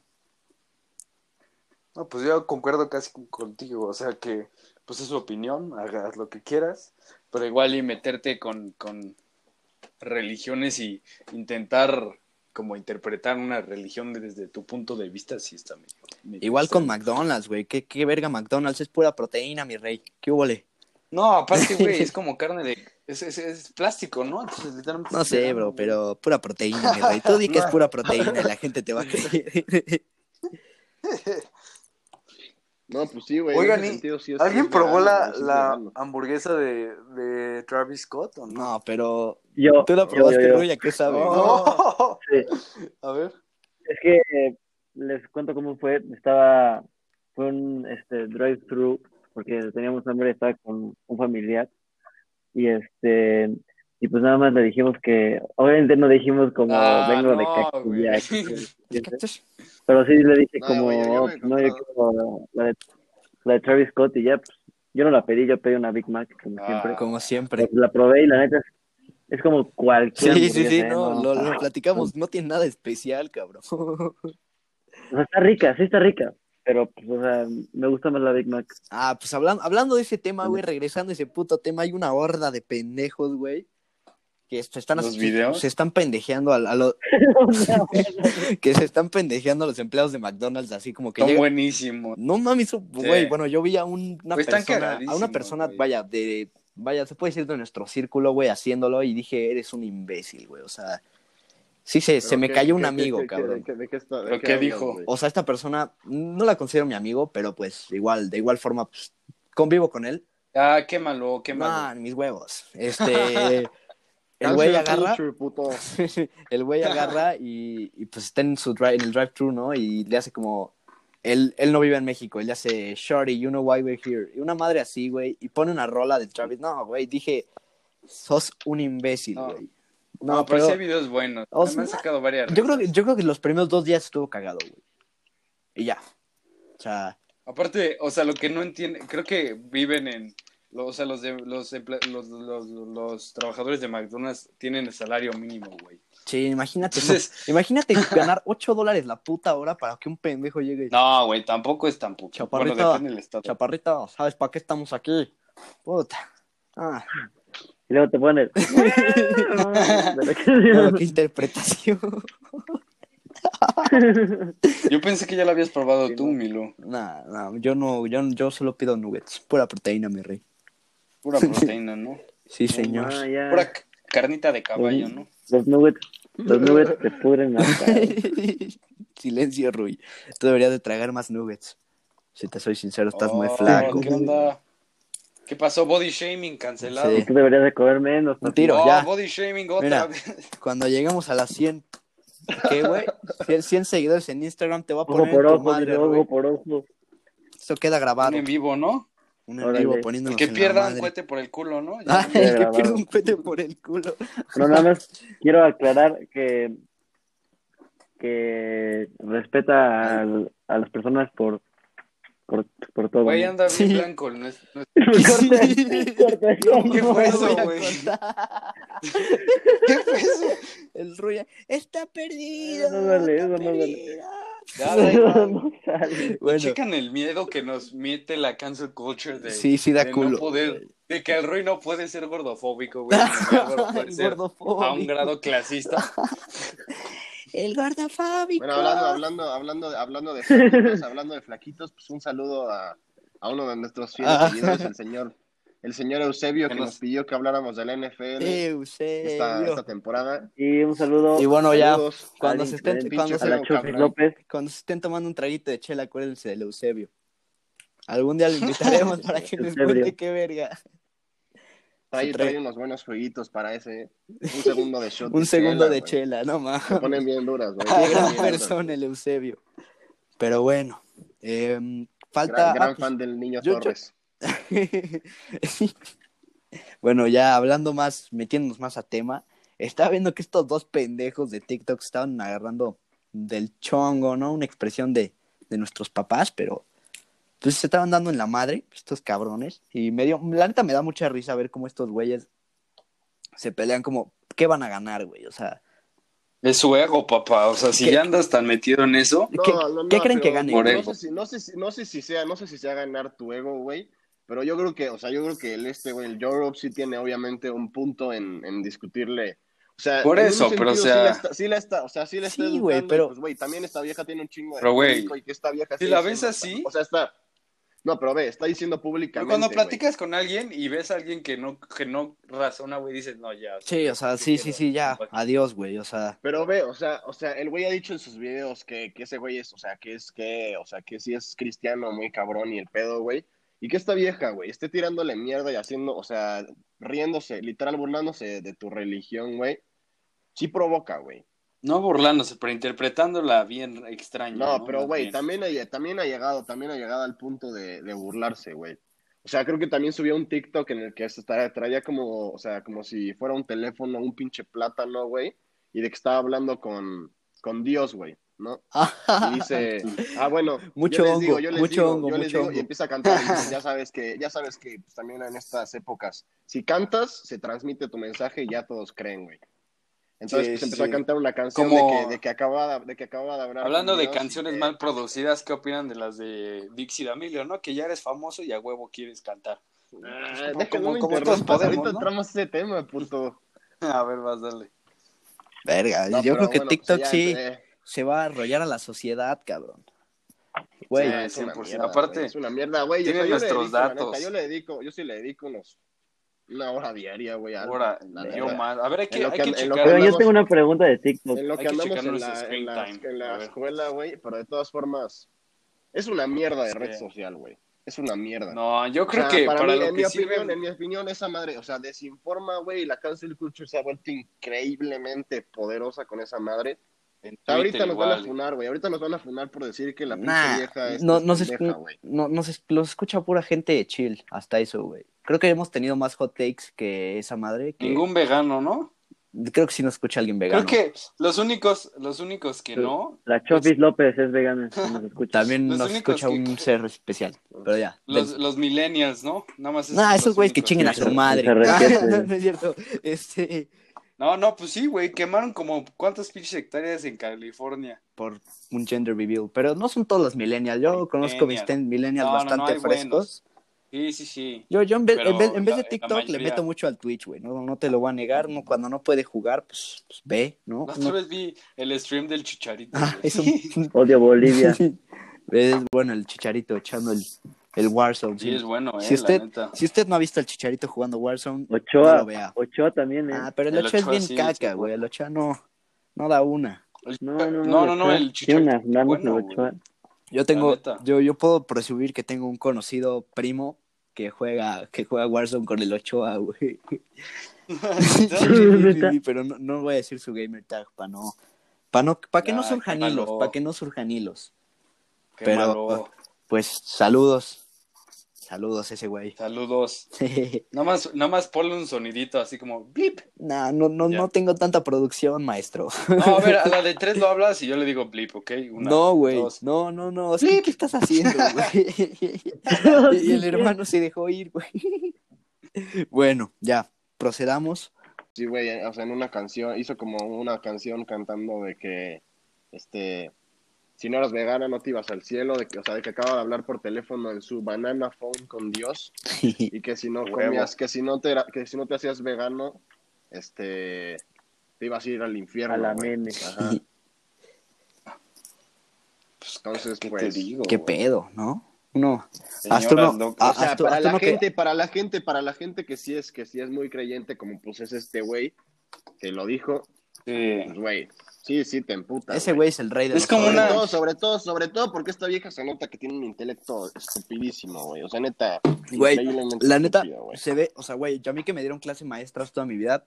[SPEAKER 5] No, pues yo concuerdo casi con- contigo, o sea que, pues es su opinión, hagas lo que quieras, pero igual y meterte con, con religiones y intentar como interpretar una religión desde tu punto de vista, sí está medio. medio
[SPEAKER 1] Igual con
[SPEAKER 5] extraño.
[SPEAKER 1] McDonald's, güey, ¿Qué, qué verga McDonald's, es pura proteína, mi rey. ¿Qué huele?
[SPEAKER 5] No, aparte, güey, es como carne de. Es, es, es plástico, ¿no? Entonces, literalmente
[SPEAKER 1] No
[SPEAKER 5] se
[SPEAKER 1] sé,
[SPEAKER 5] dan,
[SPEAKER 1] bro,
[SPEAKER 5] güey.
[SPEAKER 1] pero pura proteína, mi rey. Tú di que es pura proteína y la gente te va a creer.
[SPEAKER 3] No, pues sí, güey. en
[SPEAKER 5] Oigan,
[SPEAKER 3] ese
[SPEAKER 5] ¿y
[SPEAKER 3] sentido sí es-
[SPEAKER 5] ¿Alguien
[SPEAKER 3] es
[SPEAKER 5] probó
[SPEAKER 3] vegano,
[SPEAKER 5] la,
[SPEAKER 3] güey, sí es
[SPEAKER 5] la
[SPEAKER 3] vegano.
[SPEAKER 5] hamburguesa de, de Travis Scott o no?
[SPEAKER 1] No, pero
[SPEAKER 4] Yo,
[SPEAKER 1] tú la
[SPEAKER 4] yo,
[SPEAKER 1] probaste,
[SPEAKER 4] yo, yo.
[SPEAKER 1] Ruya, ¿qué sabes?
[SPEAKER 5] No.
[SPEAKER 4] Sí.
[SPEAKER 5] A ver.
[SPEAKER 4] Es que eh, les cuento cómo fue. Estaba fue un este, drive-thru porque teníamos hambre, estaba con un familiar y este y pues nada más le dijimos que obviamente no dijimos como
[SPEAKER 2] Ah,
[SPEAKER 4] vengo de
[SPEAKER 2] no,
[SPEAKER 4] Castilla,
[SPEAKER 2] güey.
[SPEAKER 1] ¿El cactus?
[SPEAKER 4] pero sí le dije
[SPEAKER 3] No,
[SPEAKER 4] como
[SPEAKER 3] güey, yo me he
[SPEAKER 4] no yo quiero la de, la de Travis Scott y ya pues yo no la pedí, yo pedí una Big Mac como
[SPEAKER 2] Ah,
[SPEAKER 4] siempre.
[SPEAKER 1] Como siempre.
[SPEAKER 4] Pues, la probé y la neta es, es como cualquier
[SPEAKER 1] Sí, sí, sí,
[SPEAKER 4] hamburguesa, ¿eh?
[SPEAKER 1] no, lo, lo
[SPEAKER 4] Ah,
[SPEAKER 1] platicamos. No tiene nada especial, cabrón.
[SPEAKER 4] o sea, está rica, sí está rica, pero pues o sea, me gusta más la Big Mac.
[SPEAKER 1] Ah, pues hablando, hablando de ese tema, güey, regresando a ese puto tema, hay una horda de pendejos, güey, que se están,
[SPEAKER 5] ¿Los videos?
[SPEAKER 1] se están pendejeando a, a los que se están pendejeando a los empleados de McDonald's, así como que
[SPEAKER 5] Son
[SPEAKER 1] llegan-
[SPEAKER 5] buenísimos.
[SPEAKER 1] No mames, su- güey, bueno, yo vi a un- una
[SPEAKER 5] Güey, están
[SPEAKER 1] persona, a una
[SPEAKER 5] cagadísimos,
[SPEAKER 1] persona,
[SPEAKER 5] güey.
[SPEAKER 1] vaya, de vaya, se puede decir de nuestro círculo, güey, haciéndolo y dije, eres un imbécil, güey, o sea, sí se, se me cayó un amigo, cabrón.
[SPEAKER 5] ¿Pero qué dijo?
[SPEAKER 1] O sea, esta persona no la considero mi amigo, pero pues igual, de igual forma, pues, convivo con él.
[SPEAKER 2] Ah, qué malo, qué malo.
[SPEAKER 1] Man, mis huevos. Este. El güey agarra, el güey agarra y, y, pues está en, su drive, en el drive-thru, ¿no? Y le hace como, él, él no vive en México, él le hace, shorty, you know why we're here. Y una madre así, güey, y pone una rola de Travis. No, güey, dije, sos un imbécil,
[SPEAKER 2] No.
[SPEAKER 1] güey.
[SPEAKER 2] No,
[SPEAKER 1] No,
[SPEAKER 2] pero,
[SPEAKER 1] pero
[SPEAKER 2] sí hay videos buenos.
[SPEAKER 1] O
[SPEAKER 2] Me han
[SPEAKER 1] sea,
[SPEAKER 2] sacado varias.
[SPEAKER 1] yo creo, que, yo creo que los primeros dos días estuvo cagado, güey. Y ya. O sea,
[SPEAKER 2] Aparte, o sea, lo que no entiende, creo que viven en, lo- o sea, los, de, los, emple- los, los, los trabajadores de McDonald's tienen el salario mínimo, güey.
[SPEAKER 1] sí, imagínate.
[SPEAKER 2] Entonces-
[SPEAKER 1] ¿no? imagínate ganar 8 dólares la puta hora para que un pendejo llegue. y-
[SPEAKER 2] No, güey, tampoco es tan poco.
[SPEAKER 1] Chaparrita.
[SPEAKER 2] Bueno, depende del estado.
[SPEAKER 1] Chaparrita, ¿sabes para qué estamos aquí? Puta. Ah,
[SPEAKER 4] Y luego te ponen.
[SPEAKER 1] bueno, qué interpretación.
[SPEAKER 2] Yo pensé que ya lo habías probado
[SPEAKER 1] Sí,
[SPEAKER 2] tú,
[SPEAKER 1] no.
[SPEAKER 2] Milo.
[SPEAKER 1] Nah, nah, yo no, yo, yo solo pido nuggets. Pura proteína, mi rey.
[SPEAKER 2] Pura proteína, ¿no?
[SPEAKER 1] Sí, señor.
[SPEAKER 4] Ah, ya.
[SPEAKER 2] Pura c- carnita de caballo, ¿no?
[SPEAKER 4] Los nuggets, los nuggets te pudren hasta.
[SPEAKER 1] Silencio, Rui. Tú deberías de tragar más nuggets. Si te soy sincero, estás muy
[SPEAKER 2] Oh,
[SPEAKER 1] flaco.
[SPEAKER 2] ¿Qué onda? ¿Qué pasó? Body shaming cancelado.
[SPEAKER 1] Sí.
[SPEAKER 4] Tú deberías de comer menos.
[SPEAKER 1] Un
[SPEAKER 4] papi.
[SPEAKER 1] tiro,
[SPEAKER 2] Oh,
[SPEAKER 1] ya.
[SPEAKER 2] body shaming otra
[SPEAKER 1] Mira.
[SPEAKER 2] vez.
[SPEAKER 1] Cuando lleguemos a las 100, ¿qué, güey? 100, 100 seguidores en Instagram te va a
[SPEAKER 4] Ojo
[SPEAKER 1] poner en
[SPEAKER 4] por
[SPEAKER 1] tu
[SPEAKER 4] ojo,
[SPEAKER 1] madre,
[SPEAKER 4] mira, ojo
[SPEAKER 1] Rui.
[SPEAKER 4] por ojo.
[SPEAKER 1] Esto queda grabado.
[SPEAKER 2] Un en vivo, ¿no?
[SPEAKER 1] Un en vivo
[SPEAKER 4] Órale.
[SPEAKER 1] poniéndonos
[SPEAKER 2] Que
[SPEAKER 1] en la
[SPEAKER 2] pierdan
[SPEAKER 1] madre. Ah,
[SPEAKER 2] cohete por el culo, ¿no? Ya.
[SPEAKER 1] Ay, que
[SPEAKER 4] grabado.
[SPEAKER 1] pierda un pete por el culo.
[SPEAKER 4] No, nada más quiero aclarar que que respeta al- a, las personas por por, por todo.
[SPEAKER 2] Güey,
[SPEAKER 4] ¿no?
[SPEAKER 2] anda bien
[SPEAKER 1] Sí.
[SPEAKER 2] blanco. No es- no es-
[SPEAKER 1] Sí.
[SPEAKER 4] Corta eso,
[SPEAKER 2] ¿Qué
[SPEAKER 4] no.
[SPEAKER 2] fue eso,
[SPEAKER 1] voy a
[SPEAKER 2] güey?
[SPEAKER 1] contar.
[SPEAKER 2] ¿Qué fue eso?
[SPEAKER 1] El ruido está perdido.
[SPEAKER 4] No vale,
[SPEAKER 1] está
[SPEAKER 4] eso no vale.
[SPEAKER 1] perdido.
[SPEAKER 2] Ya, da igual.
[SPEAKER 4] No sale.
[SPEAKER 1] Bueno,
[SPEAKER 2] Checan el miedo que nos mete la cancel culture de,
[SPEAKER 1] sí, sí da
[SPEAKER 2] de
[SPEAKER 1] culo.
[SPEAKER 2] no poder, de que el Rui no puede ser gordofóbico, güey. ni el gordo puede
[SPEAKER 1] El
[SPEAKER 2] ser a un
[SPEAKER 1] gordofóbico.
[SPEAKER 2] grado clasista.
[SPEAKER 1] El gordofóbico.
[SPEAKER 3] Bueno, hablando, hablando, hablando, de- hablando de flaquitos, hablando de flaquitos, pues un saludo a, a uno de nuestros fieles
[SPEAKER 1] Ah.
[SPEAKER 3] seguidores, el señor, el señor Eusebio, que
[SPEAKER 2] Que nos-
[SPEAKER 3] nos pidió que habláramos de la NFL
[SPEAKER 1] Eh, Eusebio.
[SPEAKER 3] esta, esta temporada.
[SPEAKER 4] Y un saludo
[SPEAKER 1] Y bueno, ya,
[SPEAKER 3] Saludos.
[SPEAKER 1] cuando
[SPEAKER 4] al
[SPEAKER 1] se, estén,
[SPEAKER 4] increíble
[SPEAKER 1] cuando,
[SPEAKER 3] pinche
[SPEAKER 4] a
[SPEAKER 1] se-
[SPEAKER 4] la
[SPEAKER 3] Saludos,
[SPEAKER 4] Chofis
[SPEAKER 3] cabrón.
[SPEAKER 4] López.
[SPEAKER 1] cuando se estén tomando un traguito de chela, acuérdense del Eusebio. Algún día lo invitaremos para que nos
[SPEAKER 4] Eusebio.
[SPEAKER 1] cuente qué verga.
[SPEAKER 3] Trae,
[SPEAKER 1] Se trae-
[SPEAKER 3] trae unos buenos jueguitos para ese. Un segundo de shot.
[SPEAKER 1] Un segundo de
[SPEAKER 3] güey.
[SPEAKER 1] chela, no más.
[SPEAKER 3] Se ponen bien duras, güey.
[SPEAKER 1] Qué
[SPEAKER 3] Bien
[SPEAKER 1] gran
[SPEAKER 3] duras.
[SPEAKER 1] persona el Eusebio. Pero bueno, eh, falta.
[SPEAKER 3] Gran, gran
[SPEAKER 1] ah,
[SPEAKER 3] fan del niño
[SPEAKER 1] yo- yo-
[SPEAKER 3] Torres.
[SPEAKER 1] pues- bueno, ya hablando más, metiéndonos más a tema, estaba viendo que estos dos pendejos de TikTok estaban agarrando del chongo, ¿no? Una expresión de, de nuestros papás, pero pues se estaban dando en la madre, estos cabrones. Y me dio, la neta me da mucha risa ver cómo estos güeyes se pelean como, ¿qué van a ganar, güey? O sea,
[SPEAKER 2] Es su ego, papá. O sea, si
[SPEAKER 1] ¿Qué?
[SPEAKER 2] ya andas tan metido en eso,
[SPEAKER 1] ¿Qué-
[SPEAKER 3] no,
[SPEAKER 1] qué creen
[SPEAKER 3] pero
[SPEAKER 1] que gane?
[SPEAKER 2] Por
[SPEAKER 3] No
[SPEAKER 2] ego.
[SPEAKER 3] sé, si, no, sé si, no sé si sea, no sé si sea ganar tu ego, güey. Pero yo creo que, o sea, yo creo que el este, güey, el Europe sí tiene obviamente un punto en, en discutirle. O sea,
[SPEAKER 2] Por
[SPEAKER 3] en un
[SPEAKER 2] eso, pero, o
[SPEAKER 3] sentido Sí
[SPEAKER 2] sea-
[SPEAKER 3] la está, sí la está, o sea, sí la está.
[SPEAKER 1] Sí, güey,
[SPEAKER 3] educando,
[SPEAKER 1] pero-
[SPEAKER 3] Pues, güey, también esta vieja tiene un chingo de.
[SPEAKER 2] Pero, güey,
[SPEAKER 3] público y que esta vieja
[SPEAKER 2] si
[SPEAKER 3] sí
[SPEAKER 2] la
[SPEAKER 3] es-
[SPEAKER 2] ves así-
[SPEAKER 3] O sea, está. No, pero ve, está diciendo públicamente.
[SPEAKER 2] cuando
[SPEAKER 3] güey.
[SPEAKER 2] platicas con alguien y ves a alguien que no, que no razona, güey, dices, no, ya.
[SPEAKER 1] sí, o sea, sí, sí, sí, ya,
[SPEAKER 2] Papá.
[SPEAKER 1] adiós, güey, o sea.
[SPEAKER 3] Pero ve, o sea, o sea, el güey ha dicho en sus videos que, que ese güey es, o sea, que es que, o sea, que sí es cristiano muy cabrón y el pedo, güey. Y que esta vieja, güey, esté tirándole mierda y haciendo, o sea, riéndose, literal burlándose de tu religión, güey. Sí provoca, güey.
[SPEAKER 2] No burlándose, pero interpretándola bien extraño.
[SPEAKER 3] No, pero güey,
[SPEAKER 2] Bien.
[SPEAKER 3] también ha, también ha llegado, también ha llegado al punto de, de burlarse, güey. O sea, creo que también subió un TikTok en el que se tra- traía como, o sea, como si fuera un teléfono, un pinche plátano, güey, y de que estaba hablando con, con Dios, güey, ¿no? Y dice, ah, bueno,
[SPEAKER 1] Mucho
[SPEAKER 3] yo les digo,
[SPEAKER 1] hongo,
[SPEAKER 3] yo les
[SPEAKER 1] mucho
[SPEAKER 3] digo,
[SPEAKER 1] hongo,
[SPEAKER 3] yo les
[SPEAKER 1] mucho
[SPEAKER 3] digo,
[SPEAKER 1] hongo.
[SPEAKER 3] y empieza a cantar, y dice, ya sabes que, ya sabes que pues, también en estas épocas, si cantas, se transmite tu mensaje y ya todos creen, güey. Entonces
[SPEAKER 1] Sí,
[SPEAKER 3] pues, empezó
[SPEAKER 1] sí.
[SPEAKER 3] a cantar una canción
[SPEAKER 2] Como-
[SPEAKER 3] de, que, de que acababa de, de que acababa de hablar.
[SPEAKER 2] Hablando
[SPEAKER 3] con
[SPEAKER 2] de
[SPEAKER 3] Dios y
[SPEAKER 2] canciones
[SPEAKER 3] que- "Ah,
[SPEAKER 2] mal producidas, ¿qué opinan de las de Dixie D'Amelio, no? Que ya eres famoso y a huevo quieres cantar.
[SPEAKER 3] Ah,
[SPEAKER 2] Pues, Como-
[SPEAKER 3] déjame,
[SPEAKER 2] como-
[SPEAKER 3] no me
[SPEAKER 2] como
[SPEAKER 3] interrumpas,
[SPEAKER 2] todos podemos,
[SPEAKER 3] ahorita
[SPEAKER 2] ¿no?
[SPEAKER 3] entramos a ese tema, puto.
[SPEAKER 2] A ver, vas, dale.
[SPEAKER 1] Verga,
[SPEAKER 3] No,
[SPEAKER 1] yo
[SPEAKER 3] pero
[SPEAKER 1] creo que
[SPEAKER 3] bueno, pues
[SPEAKER 1] TikTok
[SPEAKER 3] ya
[SPEAKER 1] sí
[SPEAKER 3] entré.
[SPEAKER 1] se va a arrollar a la sociedad, cabrón.
[SPEAKER 3] Sí,
[SPEAKER 1] Güey,
[SPEAKER 3] es una
[SPEAKER 2] 100%.
[SPEAKER 3] mierda,
[SPEAKER 2] Aparte,
[SPEAKER 3] güey, es una mierda, güey. O
[SPEAKER 2] tiene
[SPEAKER 3] sea, yo le
[SPEAKER 2] nuestros
[SPEAKER 3] dedico, la
[SPEAKER 2] datos.
[SPEAKER 3] neta, yo le dedico, yo sí le dedico unos una hora diaria, güey. al-
[SPEAKER 2] Ahora,
[SPEAKER 3] la
[SPEAKER 2] yo
[SPEAKER 3] neta.
[SPEAKER 2] más. A ver, hay que,
[SPEAKER 3] En lo
[SPEAKER 2] hay
[SPEAKER 3] que-
[SPEAKER 2] que
[SPEAKER 3] en lo que
[SPEAKER 2] checar.
[SPEAKER 4] Oigan, yo
[SPEAKER 3] hablamos-
[SPEAKER 4] tengo una pregunta de TikTok.
[SPEAKER 3] En lo que
[SPEAKER 2] Hay que
[SPEAKER 3] andamos
[SPEAKER 2] checar
[SPEAKER 3] en
[SPEAKER 2] nuestro
[SPEAKER 3] la, en
[SPEAKER 2] screen
[SPEAKER 3] la,
[SPEAKER 2] time,
[SPEAKER 3] en la
[SPEAKER 2] a ver.
[SPEAKER 3] escuela, güey, pero de todas formas, es una mierda de red
[SPEAKER 2] Sí.
[SPEAKER 3] social, güey. Es una mierda.
[SPEAKER 2] No, yo
[SPEAKER 3] O
[SPEAKER 2] creo
[SPEAKER 3] sea,
[SPEAKER 2] que
[SPEAKER 3] Ah, para,
[SPEAKER 2] para,
[SPEAKER 3] mí,
[SPEAKER 2] lo
[SPEAKER 3] en
[SPEAKER 2] que
[SPEAKER 3] mi
[SPEAKER 2] sirve.
[SPEAKER 3] opinión, en mi opinión, esa madre, o sea, desinforma, güey, y la cancel culture se ha vuelto increíblemente poderosa con esa madre.
[SPEAKER 2] en
[SPEAKER 3] O sea, ahorita
[SPEAKER 2] Twitter
[SPEAKER 3] nos van a
[SPEAKER 2] igual.
[SPEAKER 3] funar, güey. Ahorita nos van a funar por decir que la pinche
[SPEAKER 1] nah,
[SPEAKER 3] vieja es
[SPEAKER 1] no, no, se
[SPEAKER 3] pendeja,
[SPEAKER 1] escu-
[SPEAKER 3] güey.
[SPEAKER 1] no, no se es- los escucha pura gente chill, hasta eso, güey. Creo que hemos tenido más hot takes que esa madre. Que...
[SPEAKER 2] Ningún vegano, ¿no?
[SPEAKER 1] Creo que sí nos escucha alguien vegano.
[SPEAKER 2] Creo que los únicos, los únicos que
[SPEAKER 4] Sí.
[SPEAKER 2] no,
[SPEAKER 4] La Chofis López es vegana. si nos escucha.
[SPEAKER 1] También
[SPEAKER 2] Los
[SPEAKER 1] nos
[SPEAKER 2] únicos
[SPEAKER 1] escucha
[SPEAKER 2] que-
[SPEAKER 1] un ser especial, pero ya.
[SPEAKER 2] los,
[SPEAKER 1] ven.
[SPEAKER 2] los millennials, ¿no? Nada más.
[SPEAKER 1] Nah, esos
[SPEAKER 2] los
[SPEAKER 1] güeyes que
[SPEAKER 2] únicos
[SPEAKER 1] chinguen a
[SPEAKER 4] que
[SPEAKER 1] su
[SPEAKER 4] se-
[SPEAKER 1] madre.
[SPEAKER 4] se resquecen.
[SPEAKER 1] no es cierto. Este,
[SPEAKER 2] No, no, pues sí, güey, quemaron como cuántas pinches hectáreas en California.
[SPEAKER 1] por un gender reveal. Pero no son todos los millennials. Yo conozco mis
[SPEAKER 2] Millennials.
[SPEAKER 1] ten- millennials
[SPEAKER 2] No, no, no,
[SPEAKER 1] bastante
[SPEAKER 2] hay
[SPEAKER 1] frescos.
[SPEAKER 2] Sí, sí, sí.
[SPEAKER 1] Yo, yo en vez,
[SPEAKER 2] Pero
[SPEAKER 1] en vez- en vez
[SPEAKER 2] la-
[SPEAKER 1] de
[SPEAKER 2] la
[SPEAKER 1] TikTok le
[SPEAKER 2] mayoría.
[SPEAKER 1] meto mucho al Twitch, güey. No, no te lo voy a negar. No, cuando no puede jugar, pues, pues, ve, ¿no?
[SPEAKER 2] La otra
[SPEAKER 1] No-
[SPEAKER 2] vez vi el stream del Chicharito.
[SPEAKER 1] Ah,
[SPEAKER 2] güey.
[SPEAKER 1] es un-
[SPEAKER 4] Odio Bolivia.
[SPEAKER 1] es bueno el chicharito echando el, el Warzone.
[SPEAKER 2] Sí, es bueno, eh,
[SPEAKER 1] si, usted,
[SPEAKER 2] la neta.
[SPEAKER 1] si usted no ha visto al chicharito jugando Warzone, no
[SPEAKER 4] Ochoa.
[SPEAKER 1] lo vea.
[SPEAKER 4] Ochoa también, ¿eh?
[SPEAKER 1] Ah, pero el
[SPEAKER 2] El
[SPEAKER 1] 8 es
[SPEAKER 2] Ochoa
[SPEAKER 1] bien
[SPEAKER 2] sí, sí,
[SPEAKER 1] caca, güey. El 8 no, no da una.
[SPEAKER 4] No, no, no.
[SPEAKER 2] No, no, no,
[SPEAKER 4] Ochoa
[SPEAKER 2] el
[SPEAKER 4] Tiene
[SPEAKER 2] Chicharito
[SPEAKER 4] unas manos
[SPEAKER 2] bueno,
[SPEAKER 4] el Ochoa.
[SPEAKER 2] güey.
[SPEAKER 1] Yo tengo,
[SPEAKER 2] neta.
[SPEAKER 1] yo, yo puedo presumir que tengo un conocido primo que juega, que juega Warzone con el Ochoa, güey. Sí, sí, sí, sí, pero no, no voy a decir su gamer tag para no, para no, para que no
[SPEAKER 2] Ya,
[SPEAKER 1] surjan
[SPEAKER 2] qué malo.
[SPEAKER 1] hilos, para que no surjan hilos.
[SPEAKER 2] Qué
[SPEAKER 1] Pero-
[SPEAKER 2] malo.
[SPEAKER 1] Pues saludos, saludos ese güey.
[SPEAKER 2] Saludos. Nada más, nada más ponle un sonidito así como blip.
[SPEAKER 1] Nah, no, no,
[SPEAKER 2] Ya.
[SPEAKER 1] no tengo tanta producción, maestro.
[SPEAKER 2] No, a ver, a la de tres lo hablas y yo le digo blip, ¿ok? Una,
[SPEAKER 1] no, güey.
[SPEAKER 2] dos.
[SPEAKER 1] No, no, no. o sea, ¿Qué estás haciendo, güey? y el hermano se dejó ir, güey. Bueno, ya, procedamos.
[SPEAKER 3] Sí, güey, eh, o sea, en una canción, hizo como una canción cantando de que, este, si no eras vegana no te ibas al cielo, de que, o sea, de que acaba de hablar por teléfono en su banana phone con Dios y que si no
[SPEAKER 2] Huevo.
[SPEAKER 3] comías, que si no te, era- que si no te hacías vegano, este, te ibas a ir al infierno,
[SPEAKER 4] A la
[SPEAKER 3] güey.
[SPEAKER 4] meme.
[SPEAKER 3] Ajá. Entonces,
[SPEAKER 2] ¿Qué te
[SPEAKER 3] pues,
[SPEAKER 2] digo?
[SPEAKER 1] Qué
[SPEAKER 2] güey?
[SPEAKER 1] pedo, ¿no? Uno.
[SPEAKER 2] Señoras
[SPEAKER 1] Hasta uno.
[SPEAKER 2] locas.
[SPEAKER 1] a-
[SPEAKER 3] O sea,
[SPEAKER 1] Ah, hasta-
[SPEAKER 3] para
[SPEAKER 1] hasta
[SPEAKER 3] la
[SPEAKER 1] uno que-
[SPEAKER 3] gente, para la gente, para la gente que sí es, que sí es muy creyente, como pues es este güey, que lo dijo,
[SPEAKER 2] Sí.
[SPEAKER 3] pues güey, sí, sí te emputa.
[SPEAKER 1] Ese güey es el rey de
[SPEAKER 2] Es
[SPEAKER 1] los
[SPEAKER 2] como
[SPEAKER 3] Sobre
[SPEAKER 2] una-
[SPEAKER 3] todo, sobre todo, sobre todo porque esta vieja se nota que tiene un intelecto estupidísimo, güey. O sea, neta,
[SPEAKER 1] Güey,
[SPEAKER 3] increíblemente
[SPEAKER 1] La neta,
[SPEAKER 3] estúpida, güey.
[SPEAKER 1] se ve, o sea, güey, yo a mí que me dieron clase maestras toda mi vida,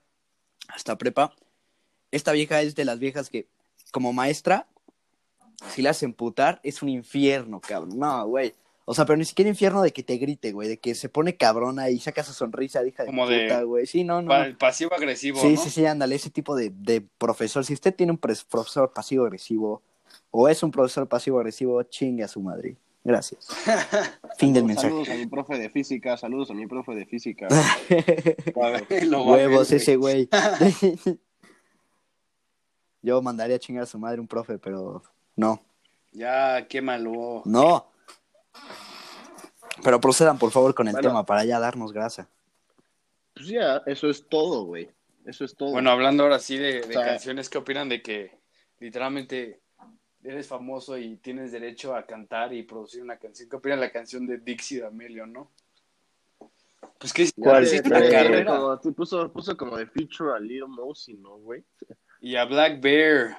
[SPEAKER 1] hasta prepa, esta vieja es de las viejas que, como maestra, si la hacen putar, es un infierno, cabrón. No, güey. O sea, pero ni siquiera infierno de que te grite, güey, de que se pone cabrona y saca su sonrisa, de hija de
[SPEAKER 2] Como de-
[SPEAKER 1] puta, güey. Sí, no, no.
[SPEAKER 2] Pa- el pasivo agresivo,
[SPEAKER 1] Sí,
[SPEAKER 2] ¿no?
[SPEAKER 1] sí, sí, ándale, ese tipo de, de profesor. Si usted tiene un pres- profesor pasivo-agresivo o es un profesor pasivo-agresivo, chingue a su madre. Gracias. fin del mensaje. Ah.
[SPEAKER 3] Saludos a mi profe de física, saludos a mi profe de física. Pues,
[SPEAKER 2] Lo va a ver,
[SPEAKER 1] Huevos
[SPEAKER 2] güey.
[SPEAKER 1] ese güey. Yo mandaría a chingar a su madre un profe, pero no,
[SPEAKER 2] Ya, qué malo.
[SPEAKER 1] no. Pero procedan, por favor, con el
[SPEAKER 3] Bueno.
[SPEAKER 1] tema para ya darnos grasa.
[SPEAKER 3] Pues ya, eso es todo, güey. Eso es todo.
[SPEAKER 2] Bueno, hablando ahora sí de, de
[SPEAKER 3] O sea-
[SPEAKER 2] canciones, ¿qué opinan de que literalmente eres famoso y tienes derecho a cantar y producir una canción? ¿Qué opinan de la canción de Dixie D'Amelio, no? Pues que hiciste
[SPEAKER 4] ¿Cuál?
[SPEAKER 2] hiciste
[SPEAKER 4] ¿Cuál?
[SPEAKER 2] una
[SPEAKER 4] ¿Cuál?
[SPEAKER 2] carrera.
[SPEAKER 3] Como, tú puso, puso como de feature a Little Mosey, ¿no, güey?
[SPEAKER 2] Y a Black Bear.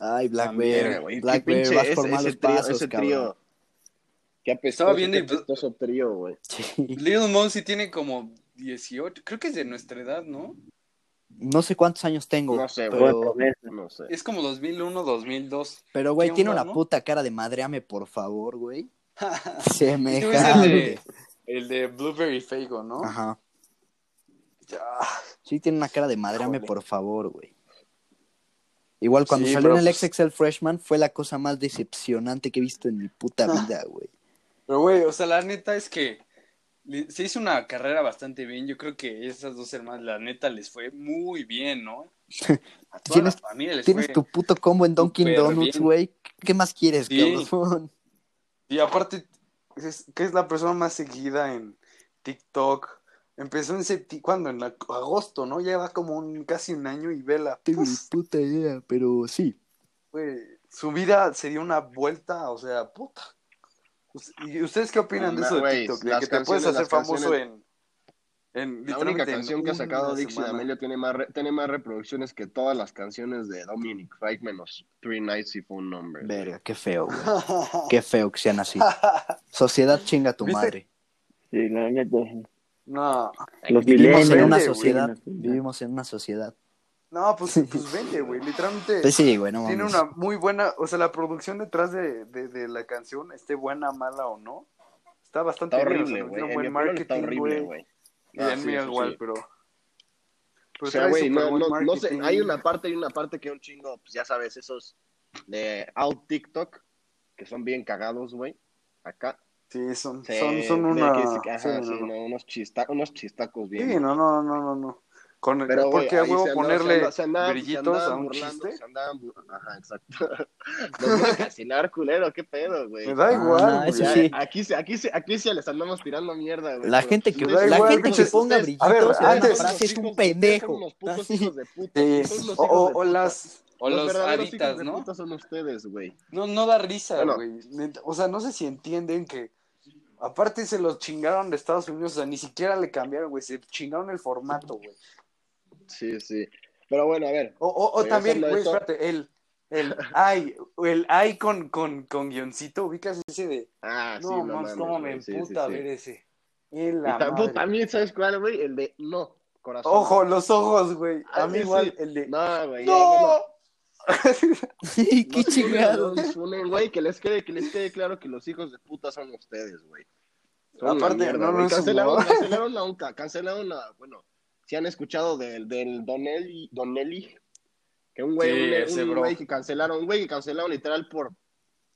[SPEAKER 1] Ay, Black
[SPEAKER 2] También,
[SPEAKER 1] Bear.
[SPEAKER 3] güey,
[SPEAKER 1] Black
[SPEAKER 3] qué
[SPEAKER 1] Bear,
[SPEAKER 3] pinche-
[SPEAKER 1] vas
[SPEAKER 3] ese-
[SPEAKER 1] por
[SPEAKER 3] ese
[SPEAKER 1] malos
[SPEAKER 3] trío-
[SPEAKER 1] pasos,
[SPEAKER 3] ese
[SPEAKER 1] cabrón.
[SPEAKER 3] trío. Qué
[SPEAKER 2] Estaba
[SPEAKER 3] apestoso,
[SPEAKER 2] viendo
[SPEAKER 3] qué
[SPEAKER 2] y-
[SPEAKER 3] apestoso trío, güey.
[SPEAKER 1] Sí.
[SPEAKER 2] Little Mosey tiene como 18, creo que es de nuestra edad, ¿no?
[SPEAKER 1] No sé cuántos años tengo.
[SPEAKER 3] No sé, güey.
[SPEAKER 1] pero,
[SPEAKER 4] Cuatro meses.
[SPEAKER 3] No sé.
[SPEAKER 5] Es como 2001, 2002.
[SPEAKER 1] pero, güey,
[SPEAKER 5] ¿Qué
[SPEAKER 1] tiene
[SPEAKER 5] onda,
[SPEAKER 1] una
[SPEAKER 5] no?
[SPEAKER 1] puta cara de madreame, por favor, güey.
[SPEAKER 5] Tú ves el
[SPEAKER 1] Semejante.
[SPEAKER 5] de, el de Blueberry Fago, ¿no?
[SPEAKER 1] Ajá.
[SPEAKER 5] Ya.
[SPEAKER 1] Sí, tiene una cara de madreame,
[SPEAKER 5] Híjole.
[SPEAKER 1] por favor, güey. Igual cuando
[SPEAKER 5] Sí,
[SPEAKER 1] salió
[SPEAKER 5] pero
[SPEAKER 1] en el
[SPEAKER 5] pues-
[SPEAKER 1] XXL Freshman fue la cosa más decepcionante que he visto en mi puta vida, güey.
[SPEAKER 5] Pero, güey, o sea, la neta es que li- se hizo una carrera bastante bien. Yo creo que esas dos hermanas, la neta, les fue muy bien, ¿no? A toda la
[SPEAKER 1] Tienes-
[SPEAKER 5] familia les
[SPEAKER 1] Tienes
[SPEAKER 5] fue.
[SPEAKER 1] tu puto combo en Dunkin'
[SPEAKER 5] Pues, súper
[SPEAKER 1] Donuts,
[SPEAKER 5] bien.
[SPEAKER 1] güey. ¿Qué más quieres,
[SPEAKER 5] Sí.
[SPEAKER 1] cabrón?
[SPEAKER 5] Y aparte, es, que es la persona más seguida en TikTok. Empezó en septiembre, ¿cuándo? En la- agosto, ¿no? Ya va como un, casi un año y vela.
[SPEAKER 1] Tengo ni puta idea, pero sí.
[SPEAKER 5] Güey, su vida se dio una vuelta, o sea, puta. Us- ¿Y ustedes qué opinan de
[SPEAKER 3] Nah,
[SPEAKER 5] eso de
[SPEAKER 3] güey,
[SPEAKER 5] TikTok? De
[SPEAKER 3] las
[SPEAKER 5] que te puedes
[SPEAKER 3] canciones-
[SPEAKER 5] hacer
[SPEAKER 3] las canciones-
[SPEAKER 5] famoso en, en
[SPEAKER 3] La única
[SPEAKER 5] literalmente en
[SPEAKER 3] canción que ha sacado
[SPEAKER 5] una
[SPEAKER 3] Dixie
[SPEAKER 5] semana.
[SPEAKER 3] D'Amelio tiene más, re- tiene más reproducciones que todas las canciones de Dominic Fike menos Three Nights y Phone Number.
[SPEAKER 1] Verga, qué feo, güey. Qué feo que sean así. Sociedad chinga tu
[SPEAKER 5] ¿Viste?
[SPEAKER 1] madre.
[SPEAKER 4] Sí, la neta.
[SPEAKER 5] No,
[SPEAKER 4] Los
[SPEAKER 1] Vivimos en
[SPEAKER 5] millennials,
[SPEAKER 1] una
[SPEAKER 5] güey.
[SPEAKER 1] sociedad.
[SPEAKER 4] Millennials.
[SPEAKER 1] Vivimos en una sociedad.
[SPEAKER 5] no, pues, pues vende, güey. Literalmente
[SPEAKER 1] Pues sí, güey, no
[SPEAKER 5] tiene
[SPEAKER 1] mames.
[SPEAKER 5] una muy buena, o sea, la producción detrás de, de, de la canción, esté buena, mala o no, está bastante
[SPEAKER 3] Está
[SPEAKER 5] bien, o sea,
[SPEAKER 3] horrible,
[SPEAKER 5] le
[SPEAKER 3] güey. En
[SPEAKER 5] metieron
[SPEAKER 3] mi
[SPEAKER 5] buen
[SPEAKER 3] opinión está
[SPEAKER 5] marketing,
[SPEAKER 3] horrible,
[SPEAKER 5] güey.
[SPEAKER 3] güey.
[SPEAKER 5] Y
[SPEAKER 3] Ah,
[SPEAKER 5] en
[SPEAKER 3] sí,
[SPEAKER 5] mí
[SPEAKER 3] sí,
[SPEAKER 5] igual,
[SPEAKER 3] sí.
[SPEAKER 5] pero...
[SPEAKER 3] O
[SPEAKER 5] pero
[SPEAKER 3] sea,
[SPEAKER 5] trae
[SPEAKER 3] güey, no,
[SPEAKER 5] superbuen
[SPEAKER 3] no, no sé,
[SPEAKER 5] marketing.
[SPEAKER 3] hay una parte, hay una parte que un chingo, pues ya sabes, esos de out TikTok, que son bien cagados, güey, acá.
[SPEAKER 5] Sí, son,
[SPEAKER 3] se
[SPEAKER 5] son, son
[SPEAKER 3] ve
[SPEAKER 5] una...
[SPEAKER 3] que sí que- ajá,
[SPEAKER 5] sí,
[SPEAKER 3] sí,
[SPEAKER 5] no, no.
[SPEAKER 3] no, unos, chista- unos chistacos bien.
[SPEAKER 5] Sí, no, no, no, no, no. Con,
[SPEAKER 3] Pero, güey,
[SPEAKER 5] porque a
[SPEAKER 3] ahí
[SPEAKER 5] huevo
[SPEAKER 3] se andaba-
[SPEAKER 5] ponerle
[SPEAKER 3] se anda- se andaban- se
[SPEAKER 5] brillitos
[SPEAKER 3] andaban
[SPEAKER 5] a un
[SPEAKER 3] burlando,
[SPEAKER 5] chiste.
[SPEAKER 3] Se andaban bu- Ajá, exacto. Nos van a cancelar, culero, qué pedo, güey.
[SPEAKER 5] Me da
[SPEAKER 1] Ah,
[SPEAKER 5] igual. güey.
[SPEAKER 1] eso
[SPEAKER 3] Ya,
[SPEAKER 1] sí.
[SPEAKER 3] Aquí, se- aquí, se- aquí se les andamos tirando mierda, güey.
[SPEAKER 1] La
[SPEAKER 3] Pero,
[SPEAKER 1] gente
[SPEAKER 3] pues,
[SPEAKER 1] que,
[SPEAKER 3] ustedes-
[SPEAKER 1] la
[SPEAKER 5] igual,
[SPEAKER 1] gente que
[SPEAKER 5] pinches-
[SPEAKER 1] ponga
[SPEAKER 3] ustedes-
[SPEAKER 1] brillitos
[SPEAKER 5] a ver,
[SPEAKER 1] en una
[SPEAKER 5] antes-
[SPEAKER 1] frase es un
[SPEAKER 3] Son
[SPEAKER 1] pendejo.
[SPEAKER 3] unos putos
[SPEAKER 1] Así.
[SPEAKER 3] hijos de puta.
[SPEAKER 5] Sí.
[SPEAKER 3] son unos
[SPEAKER 5] O,
[SPEAKER 3] hijos de
[SPEAKER 5] o- o
[SPEAKER 3] puta.
[SPEAKER 5] las, o
[SPEAKER 3] Los
[SPEAKER 5] los
[SPEAKER 3] verdaderos
[SPEAKER 5] aditas,
[SPEAKER 3] hijos de
[SPEAKER 5] ¿no?
[SPEAKER 2] Ah,
[SPEAKER 3] puta son ustedes, güey.
[SPEAKER 5] No, no da risa,
[SPEAKER 3] Bueno.
[SPEAKER 5] güey. Neta, O sea, no sé si entienden que. Aparte se los chingaron de Estados Unidos, o sea, ni siquiera le cambiaron, güey. Se chingaron el formato, güey.
[SPEAKER 3] Sí, sí. Pero bueno, a ver.
[SPEAKER 5] O, o, o
[SPEAKER 3] Regresando
[SPEAKER 5] también,
[SPEAKER 3] a
[SPEAKER 5] güey,
[SPEAKER 3] esto.
[SPEAKER 5] espérate, el, el ay, el ay con, con, con guioncito, ubicas ese de.
[SPEAKER 3] Ah, sí,
[SPEAKER 5] no,
[SPEAKER 3] no
[SPEAKER 5] mames,
[SPEAKER 3] mames.
[SPEAKER 5] cómo me
[SPEAKER 3] güey, sí, sí,
[SPEAKER 5] emputa
[SPEAKER 3] sí.
[SPEAKER 5] ver ese. En
[SPEAKER 3] Y
[SPEAKER 5] la
[SPEAKER 3] tam-
[SPEAKER 5] madre.
[SPEAKER 3] también, ¿sabes cuál, güey? El de no, corazón.
[SPEAKER 5] Ojo, los ojos, güey.
[SPEAKER 3] Ah,
[SPEAKER 5] A mí
[SPEAKER 3] sí,
[SPEAKER 5] igual
[SPEAKER 3] sí.
[SPEAKER 5] el de.
[SPEAKER 3] No, güey. ya, bueno.
[SPEAKER 5] ¡No!
[SPEAKER 1] Sí, qué
[SPEAKER 3] Nos funen,
[SPEAKER 1] chingado.
[SPEAKER 3] nos funen, güey, que les quede, que les quede claro que los hijos de puta son ustedes, güey. Son una
[SPEAKER 5] Aparte,
[SPEAKER 3] mierda,
[SPEAKER 5] no,
[SPEAKER 3] güey.
[SPEAKER 5] no es
[SPEAKER 3] cancelaron,
[SPEAKER 5] humor.
[SPEAKER 3] cancelaron a un ca- cancelaron a, bueno, si han escuchado del, del Donnelly, Donnelly, que un güey,
[SPEAKER 5] Sí,
[SPEAKER 3] un-
[SPEAKER 5] ese
[SPEAKER 3] un,
[SPEAKER 5] bro.
[SPEAKER 3] güey que cancelaron, un güey que cancelaron literal por,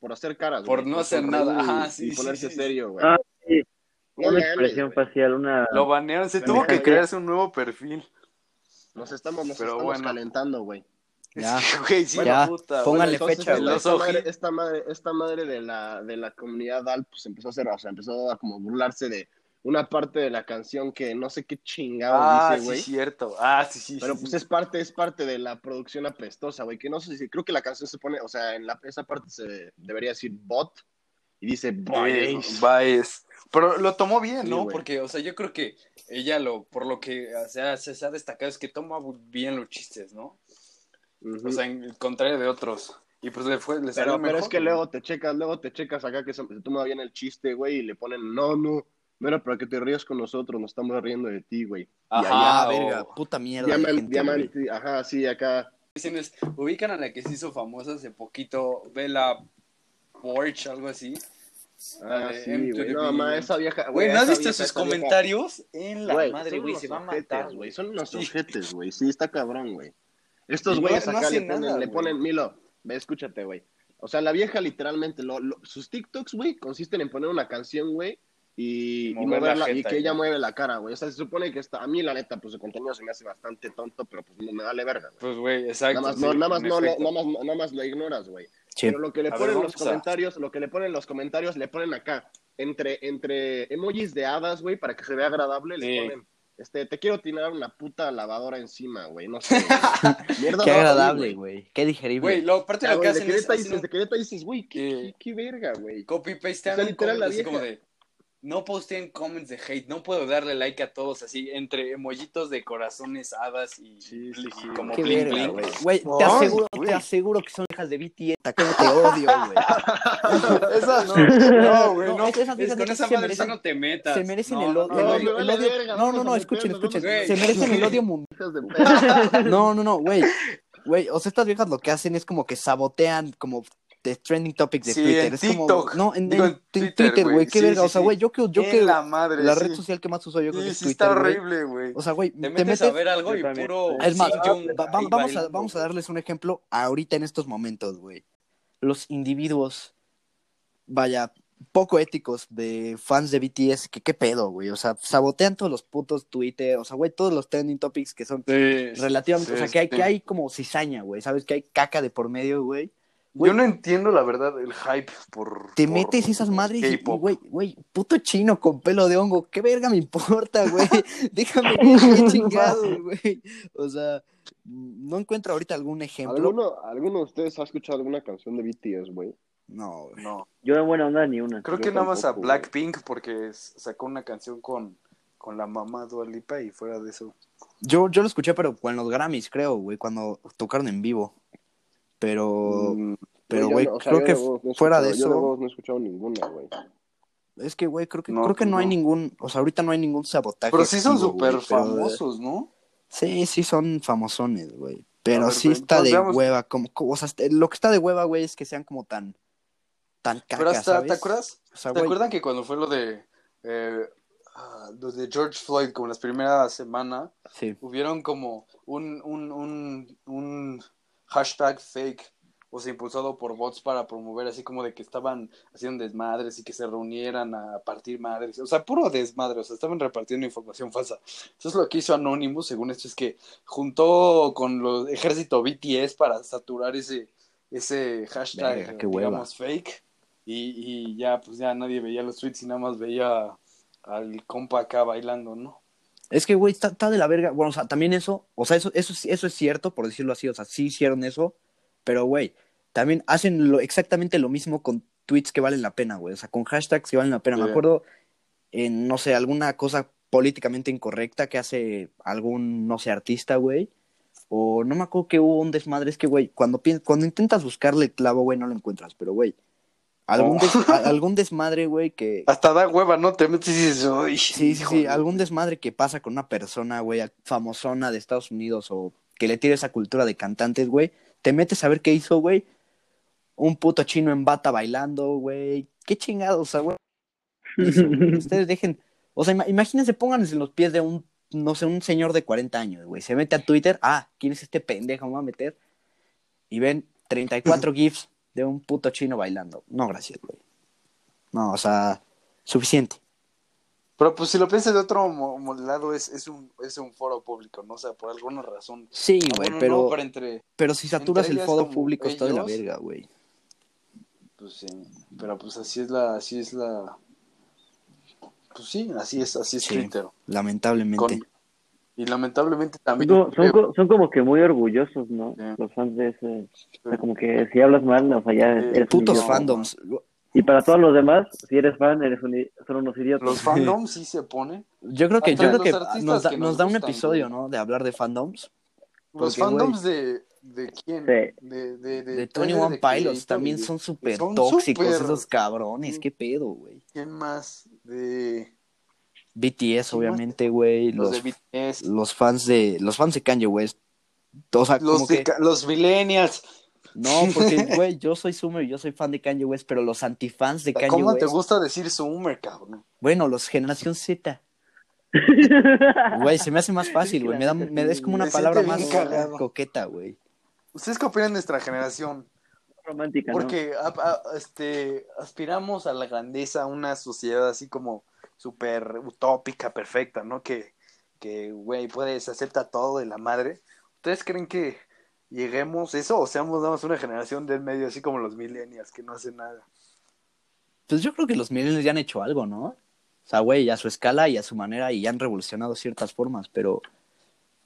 [SPEAKER 3] por hacer caras,
[SPEAKER 5] Por
[SPEAKER 3] güey,
[SPEAKER 5] no hacer
[SPEAKER 3] sonreír
[SPEAKER 5] nada.
[SPEAKER 3] y-
[SPEAKER 5] Ajá,
[SPEAKER 3] y
[SPEAKER 5] sí, sí,
[SPEAKER 3] ponerse
[SPEAKER 5] sí.
[SPEAKER 3] serio, güey.
[SPEAKER 4] Ah, sí.
[SPEAKER 3] No
[SPEAKER 4] Una
[SPEAKER 3] mames,
[SPEAKER 4] expresión
[SPEAKER 3] güey.
[SPEAKER 4] facial, una.
[SPEAKER 5] Lo banearon, se tuvo que
[SPEAKER 4] banearon.
[SPEAKER 5] crearse un nuevo perfil.
[SPEAKER 3] Nos estamos, nos
[SPEAKER 5] Pero
[SPEAKER 3] estamos
[SPEAKER 5] bueno.
[SPEAKER 3] calentando, güey.
[SPEAKER 1] Ya,
[SPEAKER 5] Güey, sí,
[SPEAKER 1] ya,
[SPEAKER 5] puta, güey.
[SPEAKER 1] póngale
[SPEAKER 3] Entonces,
[SPEAKER 1] fecha,
[SPEAKER 3] esta-
[SPEAKER 1] güey.
[SPEAKER 5] los
[SPEAKER 3] Esta madre,
[SPEAKER 5] ojitos.
[SPEAKER 3] esta madre, esta madre de la, de la comunidad DAL, pues empezó a hacer, o sea, empezó a como burlarse de una parte de la canción que no sé qué chingado
[SPEAKER 5] Ah,
[SPEAKER 3] dice,
[SPEAKER 5] sí,
[SPEAKER 3] güey.
[SPEAKER 5] cierto. Ah, sí, sí.
[SPEAKER 3] Pero
[SPEAKER 5] sí,
[SPEAKER 3] pues
[SPEAKER 5] sí.
[SPEAKER 3] es parte, es parte de la producción apestosa, güey, que no sé si, creo que la canción se pone, o sea, en la, esa parte se debería decir bot, y dice
[SPEAKER 5] Eh,
[SPEAKER 3] boys.
[SPEAKER 5] Baez. Pero lo tomó bien,
[SPEAKER 3] Sí,
[SPEAKER 5] ¿no?
[SPEAKER 3] güey.
[SPEAKER 5] Porque, o sea, yo creo que ella lo, por lo que o sea, se se ha destacado es que toma bien los chistes, ¿no?
[SPEAKER 3] Ujú.
[SPEAKER 5] O sea, en el contrario de otros. Y pues le fue, le salió
[SPEAKER 3] pero, pero
[SPEAKER 5] mejor.
[SPEAKER 3] es que luego te checas, luego te checas acá que se, se toma bien el chiste, güey, y le ponen, no, no, no era para que te rías con nosotros, nos estamos riendo de ti, güey. Y ahí
[SPEAKER 5] Ajá,
[SPEAKER 1] Ah, verga,
[SPEAKER 5] o-
[SPEAKER 1] puta mierda. de gente,
[SPEAKER 3] Diamante,
[SPEAKER 1] güey.
[SPEAKER 3] diamante, ajá, sí, acá.
[SPEAKER 5] Dicen es, ubican a la que se hizo famosa hace poquito, Bella Porch, algo así.
[SPEAKER 3] Ah,
[SPEAKER 5] de M
[SPEAKER 3] sí,
[SPEAKER 5] to
[SPEAKER 3] güey.
[SPEAKER 5] the
[SPEAKER 3] No, ma,
[SPEAKER 5] B.
[SPEAKER 3] esa vieja.
[SPEAKER 5] Güey, ¿no has
[SPEAKER 3] esa
[SPEAKER 5] visto
[SPEAKER 3] vieja,
[SPEAKER 5] sus
[SPEAKER 3] esa vieja-
[SPEAKER 5] comentarios? En la
[SPEAKER 3] Güey,
[SPEAKER 5] madre,
[SPEAKER 3] son
[SPEAKER 5] güey,
[SPEAKER 3] unos
[SPEAKER 5] se va a
[SPEAKER 3] ojetes,
[SPEAKER 5] matar,
[SPEAKER 3] güey.
[SPEAKER 5] güey.
[SPEAKER 3] Son unos
[SPEAKER 5] Sí.
[SPEAKER 3] ojetes, güey. Sí, está cabrón, güey. Estos
[SPEAKER 5] Y no-
[SPEAKER 3] güeyes
[SPEAKER 5] no
[SPEAKER 3] acá le
[SPEAKER 5] hacen
[SPEAKER 3] ponen,
[SPEAKER 5] nada,
[SPEAKER 3] le
[SPEAKER 5] güey.
[SPEAKER 3] ponen, Milo, ve, escúchate, güey. O sea, la vieja literalmente, lo- lo- sus TikToks, güey, consisten en poner una canción, güey, y, y
[SPEAKER 5] mover la
[SPEAKER 3] moverla- y
[SPEAKER 5] jeta,
[SPEAKER 3] que ella
[SPEAKER 5] güey.
[SPEAKER 3] mueve la cara, güey. O sea, se supone que está, a mí la neta, pues su contenido se me hace bastante tonto, pero pues me vale verga, güey.
[SPEAKER 5] Pues, güey, exacto.
[SPEAKER 3] Nada más,
[SPEAKER 5] sí,
[SPEAKER 3] no, nada, más
[SPEAKER 5] en
[SPEAKER 3] no, lo-
[SPEAKER 5] efecto.
[SPEAKER 3] nada, más, nada más lo ignoras, güey.
[SPEAKER 1] Sí.
[SPEAKER 3] Pero lo que le
[SPEAKER 5] A ver,
[SPEAKER 3] ponen los
[SPEAKER 5] vamos a-
[SPEAKER 3] comentarios, lo que le ponen los comentarios, le ponen acá, entre, entre emojis de hadas, güey, para que se vea agradable,
[SPEAKER 5] Sí.
[SPEAKER 3] le ponen, este, te quiero tirar una puta lavadora encima, güey, no sé. güey. Mierda,
[SPEAKER 1] Qué
[SPEAKER 3] no,
[SPEAKER 1] agradable,
[SPEAKER 3] sí,
[SPEAKER 1] güey. Qué digerible.
[SPEAKER 5] Güey, lo, aparte
[SPEAKER 3] Ya,
[SPEAKER 5] lo que
[SPEAKER 3] Ah, güey, de
[SPEAKER 5] hacen es
[SPEAKER 3] Querétaro
[SPEAKER 5] hacen
[SPEAKER 3] dices, de Querétaro dices, güey, qué,
[SPEAKER 5] Eh.
[SPEAKER 3] qué, qué verga, güey.
[SPEAKER 5] copy paste
[SPEAKER 3] O sea, literal, la
[SPEAKER 5] así
[SPEAKER 3] vieja-
[SPEAKER 5] como de
[SPEAKER 2] no posteen comments de hate, no puedo darle like a todos así, entre emollitos de corazones, hadas y,
[SPEAKER 5] Sí, sí,
[SPEAKER 2] y
[SPEAKER 5] sí.
[SPEAKER 2] como
[SPEAKER 1] Qué
[SPEAKER 2] bling
[SPEAKER 1] verga,
[SPEAKER 2] bling.
[SPEAKER 1] güey. Güey, te
[SPEAKER 3] Ay,
[SPEAKER 1] aseguro,
[SPEAKER 3] güey.
[SPEAKER 1] te aseguro que son hijas de BTS. ¿Cómo te odio, güey?
[SPEAKER 5] Esas no. No, güey,
[SPEAKER 1] No,
[SPEAKER 5] no.
[SPEAKER 1] es- esas
[SPEAKER 2] Es-
[SPEAKER 1] viejas
[SPEAKER 2] con
[SPEAKER 1] neta
[SPEAKER 2] esa
[SPEAKER 1] se
[SPEAKER 2] madre sí
[SPEAKER 1] merecen,
[SPEAKER 2] no te metas.
[SPEAKER 1] se merecen
[SPEAKER 2] No,
[SPEAKER 1] el
[SPEAKER 2] no,
[SPEAKER 1] odio.
[SPEAKER 2] no,
[SPEAKER 1] el
[SPEAKER 2] no,
[SPEAKER 1] odio-
[SPEAKER 3] me
[SPEAKER 1] el
[SPEAKER 3] vale
[SPEAKER 1] odio-
[SPEAKER 3] verga,
[SPEAKER 1] No,
[SPEAKER 3] vamos
[SPEAKER 1] no,
[SPEAKER 3] a
[SPEAKER 1] no,
[SPEAKER 3] meter,
[SPEAKER 1] escuchen,
[SPEAKER 3] nos vamos a
[SPEAKER 1] escuchen.
[SPEAKER 2] meter.
[SPEAKER 1] Se merecen el odio mundial.
[SPEAKER 3] Hijas de perra.
[SPEAKER 1] No, no, no, güey. Güey, o sea, estas viejas lo que hacen es como que sabotean como de trending topics de
[SPEAKER 5] Sí,
[SPEAKER 1] Twitter.
[SPEAKER 5] en
[SPEAKER 1] es
[SPEAKER 5] TikTok.
[SPEAKER 1] como. No, en,
[SPEAKER 5] Digo,
[SPEAKER 1] en
[SPEAKER 5] en
[SPEAKER 1] tu-
[SPEAKER 5] Twitter,
[SPEAKER 1] Twitter,
[SPEAKER 5] güey.
[SPEAKER 1] güey. Qué
[SPEAKER 5] Sí,
[SPEAKER 1] verga.
[SPEAKER 5] sí,
[SPEAKER 1] o sea,
[SPEAKER 5] sí.
[SPEAKER 1] güey, yo que, yo
[SPEAKER 5] En
[SPEAKER 1] que
[SPEAKER 5] la madre,
[SPEAKER 1] la
[SPEAKER 5] sí.
[SPEAKER 1] red social que más uso yo creo
[SPEAKER 5] Sí,
[SPEAKER 1] que es
[SPEAKER 5] sí,
[SPEAKER 1] Twitter.
[SPEAKER 5] está
[SPEAKER 1] güey.
[SPEAKER 5] horrible, güey.
[SPEAKER 1] O sea, güey,
[SPEAKER 2] Te metes, a ver algo
[SPEAKER 4] Yo
[SPEAKER 2] y
[SPEAKER 4] también.
[SPEAKER 2] puro.
[SPEAKER 1] Es más,
[SPEAKER 2] Kim Jong
[SPEAKER 1] va- va-
[SPEAKER 2] ahí
[SPEAKER 1] vamos, a,
[SPEAKER 2] bailando.
[SPEAKER 1] vamos a darles un ejemplo ahorita en estos momentos, güey. Los individuos, vaya, poco éticos de fans de BTS, que qué pedo, güey. O sea, sabotean todos los putos Twitter, o sea, güey, todos los trending topics que son
[SPEAKER 5] Sí,
[SPEAKER 1] relativamente, o
[SPEAKER 5] sí,
[SPEAKER 1] sea, que hay,
[SPEAKER 5] sí.
[SPEAKER 1] que hay como cizaña, güey. Sabes que hay caca de por medio, güey.
[SPEAKER 5] Yo no entiendo, la verdad, el hype por.
[SPEAKER 1] Te
[SPEAKER 5] por
[SPEAKER 1] metes esas madres y, y,
[SPEAKER 5] K-pop.
[SPEAKER 1] güey, güey, puto chino con pelo de hongo, qué verga me importa, güey. Déjame qué chingado, güey. O sea, no encuentro ahorita algún ejemplo.
[SPEAKER 3] ¿Alguno, ¿Alguno de ustedes ha escuchado alguna canción de BTS, güey?
[SPEAKER 1] No, güey.
[SPEAKER 5] No.
[SPEAKER 4] Yo en buena onda ni una.
[SPEAKER 5] Creo
[SPEAKER 3] Yo
[SPEAKER 5] que nada más a
[SPEAKER 3] tampoco,
[SPEAKER 5] Blackpink porque s- sacó una canción con, con la mamá Dua Lipa y fuera de eso.
[SPEAKER 1] Yo, yo lo escuché, pero en los Grammys, creo, güey, cuando tocaron en vivo. Pero,
[SPEAKER 3] Mm,
[SPEAKER 1] pero,
[SPEAKER 3] yo
[SPEAKER 1] güey,
[SPEAKER 3] no- o sea,
[SPEAKER 1] creo
[SPEAKER 3] yo
[SPEAKER 1] que
[SPEAKER 3] de voz no he
[SPEAKER 1] fuera de
[SPEAKER 3] escuchado- Yo de
[SPEAKER 1] eso,
[SPEAKER 3] voz no he escuchado ninguna, güey.
[SPEAKER 1] es que, güey, creo que
[SPEAKER 5] No,
[SPEAKER 1] creo que no, hay
[SPEAKER 5] no.
[SPEAKER 1] ningún, o sea, ahorita no hay ningún sabotaje.
[SPEAKER 5] Pero sí son
[SPEAKER 1] activo, güey,
[SPEAKER 5] súper
[SPEAKER 1] pero- eh,
[SPEAKER 5] famosos, ¿no?
[SPEAKER 1] Sí, sí son famosones, güey. Pero
[SPEAKER 5] A ver,
[SPEAKER 1] sí
[SPEAKER 5] güey,
[SPEAKER 1] está
[SPEAKER 5] entonces
[SPEAKER 1] de
[SPEAKER 5] veamos.
[SPEAKER 1] hueva, como, o sea, este- lo que está de hueva, güey, es que sean como tan, tan caca,
[SPEAKER 5] Pero hasta,
[SPEAKER 1] ¿sabes?
[SPEAKER 5] ¿te acuerdas?
[SPEAKER 1] O sea,
[SPEAKER 5] ¿Te
[SPEAKER 1] güey,
[SPEAKER 5] acuerdan que cuando fue lo de, eh, ah, lo de George Floyd, como las primeras semanas,
[SPEAKER 1] sí.
[SPEAKER 5] hubieron como un, un, un, un hashtag fake, o sea, impulsado por bots para promover, así como de que estaban haciendo desmadres y que se reunieran a partir madres, o sea, puro desmadre, o sea, estaban repartiendo información falsa. Eso es lo que hizo Anonymous, según esto, es que juntó con los ejército BTS para saturar ese, ese hashtag,
[SPEAKER 1] Verga, qué hueva.
[SPEAKER 5] digamos, fake. Y, y ya, pues ya nadie veía los tweets y nada más veía al compa acá bailando, ¿no?
[SPEAKER 1] Es que, güey, está, está de la verga. Bueno, o sea, también eso, o sea, eso, eso, es- eso es cierto, por decirlo así, o sea, sí hicieron eso, pero, güey, también hacen lo, exactamente lo mismo con tweets que valen la pena, güey, o sea, con hashtags que valen la pena.
[SPEAKER 5] Sí.
[SPEAKER 1] Me acuerdo, en, no sé, alguna cosa políticamente incorrecta que hace algún, no sé, artista, güey, o no me acuerdo que hubo un desmadre, es que, güey, cuando, pien- cuando intentas buscarle el clavo, güey, no lo encuentras, pero, güey, algún,
[SPEAKER 5] Oh.
[SPEAKER 1] des- a- algún desmadre, güey, que...
[SPEAKER 5] Hasta da hueva, ¿no? Te metes y dices, "Ay,
[SPEAKER 1] Sí, sí, sí.
[SPEAKER 5] híjole".
[SPEAKER 1] Algún desmadre que pasa con una persona, güey, famosona de Estados Unidos o que le tire esa cultura de cantantes, güey. Te metes a ver qué hizo, güey. Un puto chino en bata bailando, güey. Qué chingados, o sea, güey. Eso, güey. Ustedes dejen. O sea, ima- imagínense, pónganse en los pies de un, no sé, un señor de 40 años, güey. Se mete a Twitter. Ah, ¿quién es este pendejo? Me voy a meter. Y ven 34 GIFs de un puto chino bailando. No, gracias, güey. No, o sea, suficiente.
[SPEAKER 5] Pero pues si lo piensas de otro mo- mo- lado, es, es, un, es un foro público, ¿no? O sea, por alguna razón.
[SPEAKER 1] Sí,
[SPEAKER 5] Ah,
[SPEAKER 1] güey,
[SPEAKER 5] bueno,
[SPEAKER 1] pero.
[SPEAKER 5] no, pero entre.
[SPEAKER 1] Pero si saturas
[SPEAKER 5] Entre
[SPEAKER 1] el
[SPEAKER 5] ellas
[SPEAKER 1] foro
[SPEAKER 5] como
[SPEAKER 1] público está de la
[SPEAKER 5] ellos.
[SPEAKER 1] verga, güey.
[SPEAKER 5] Pues sí. Pero pues así es la. Así es la. Pues sí, así es, así es
[SPEAKER 1] Sí,
[SPEAKER 5] Twitter.
[SPEAKER 1] Lamentablemente.
[SPEAKER 5] Con- y lamentablemente
[SPEAKER 4] Son
[SPEAKER 5] también. eh,
[SPEAKER 4] como, son co- son como que muy orgullosos, ¿no?
[SPEAKER 5] Sí.
[SPEAKER 4] Los fans de ese. o sea, como que si hablas mal, o sea, ya
[SPEAKER 5] Sí,
[SPEAKER 4] eres un
[SPEAKER 1] Putos
[SPEAKER 4] idiota.
[SPEAKER 1] fandoms.
[SPEAKER 4] Y para todos los demás, si eres fan, eres un, i- son unos idiotas.
[SPEAKER 5] Los fandoms sí se ponen.
[SPEAKER 1] Yo creo que, yo
[SPEAKER 5] Hasta
[SPEAKER 1] creo
[SPEAKER 5] los
[SPEAKER 1] que
[SPEAKER 5] artistas
[SPEAKER 1] nos da,
[SPEAKER 5] que
[SPEAKER 1] nos
[SPEAKER 5] nos
[SPEAKER 1] da un
[SPEAKER 5] gustan,
[SPEAKER 1] episodio,
[SPEAKER 5] güey.
[SPEAKER 1] ¿no? De hablar de fandoms.
[SPEAKER 5] Los
[SPEAKER 1] Porque,
[SPEAKER 5] fandoms de. ¿De quién?
[SPEAKER 4] Sí.
[SPEAKER 5] De, de, de,
[SPEAKER 1] De
[SPEAKER 5] Tyler,
[SPEAKER 1] 21
[SPEAKER 5] de
[SPEAKER 1] Pilots
[SPEAKER 5] Creator
[SPEAKER 1] también
[SPEAKER 5] y de-
[SPEAKER 1] son súper
[SPEAKER 5] son
[SPEAKER 1] tóxicos
[SPEAKER 5] súper-
[SPEAKER 1] esos cabrones. ¿Qué pedo, güey?
[SPEAKER 5] ¿Quién más? De.
[SPEAKER 1] BTS,
[SPEAKER 5] Sí,
[SPEAKER 1] obviamente, güey.
[SPEAKER 5] Los,
[SPEAKER 1] Los,
[SPEAKER 5] de BTS.
[SPEAKER 1] los fans de los fans de Kanye West. O sea,
[SPEAKER 5] Los,
[SPEAKER 1] como
[SPEAKER 5] de
[SPEAKER 1] que...
[SPEAKER 5] ca- los millennials.
[SPEAKER 1] No, porque, güey, yo soy Summer y yo soy fan de Kanye West, pero los antifans de Kanye
[SPEAKER 5] ¿Cómo
[SPEAKER 1] West...
[SPEAKER 5] te gusta decir Summer, cabrón?
[SPEAKER 1] Bueno, los Generación Z. Güey, se me hace más fácil, güey. Me da, me da- es como una
[SPEAKER 5] Me
[SPEAKER 1] palabra
[SPEAKER 5] siento
[SPEAKER 1] más
[SPEAKER 5] bien cagado.
[SPEAKER 1] coqueta, güey.
[SPEAKER 5] ¿Ustedes qué opinan de nuestra generación?
[SPEAKER 4] romántica, ¿no?
[SPEAKER 5] Porque a- a- este, aspiramos a la grandeza, a una sociedad así como súper utópica, perfecta, ¿no? Que, que, güey, puedes, acepta todo de la madre. ¿Ustedes creen que lleguemos a eso o seamos nada más una generación del medio, así como los millennials, que no hacen nada?
[SPEAKER 1] Pues yo creo que los millennials ya han hecho algo, ¿no? O sea, güey, a su escala y a su manera y ya han revolucionado ciertas formas, pero,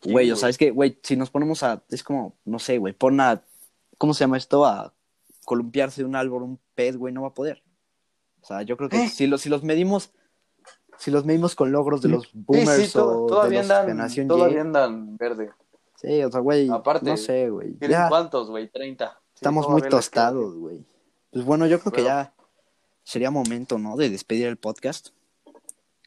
[SPEAKER 5] Sí,
[SPEAKER 1] güey, o
[SPEAKER 5] güey.
[SPEAKER 1] sea, es que, güey, si nos ponemos a, es como, no sé, güey, pon a, ¿cómo se llama esto? A columpiarse de un árbol, un pez, güey, no va a poder. O sea, yo creo que
[SPEAKER 5] ¿Eh?
[SPEAKER 1] si, los, si los medimos si los mismos con logros de los boomers
[SPEAKER 5] sí, sí, to-
[SPEAKER 1] o de
[SPEAKER 5] todavía,
[SPEAKER 1] los
[SPEAKER 5] andan,
[SPEAKER 1] generación
[SPEAKER 5] todavía
[SPEAKER 1] Y.
[SPEAKER 5] andan verde.
[SPEAKER 1] Sí, o sea, güey,
[SPEAKER 5] Aparte,
[SPEAKER 1] no sé, güey.
[SPEAKER 5] ¿Tienen
[SPEAKER 1] Ya
[SPEAKER 5] ¿Cuántos, güey? 30. Sí,
[SPEAKER 1] estamos
[SPEAKER 5] ¿cómo
[SPEAKER 1] muy
[SPEAKER 5] ven las caras?
[SPEAKER 1] tostados, güey. Pues bueno, yo creo que
[SPEAKER 5] Pero-
[SPEAKER 1] ya sería momento, ¿no? De despedir el podcast.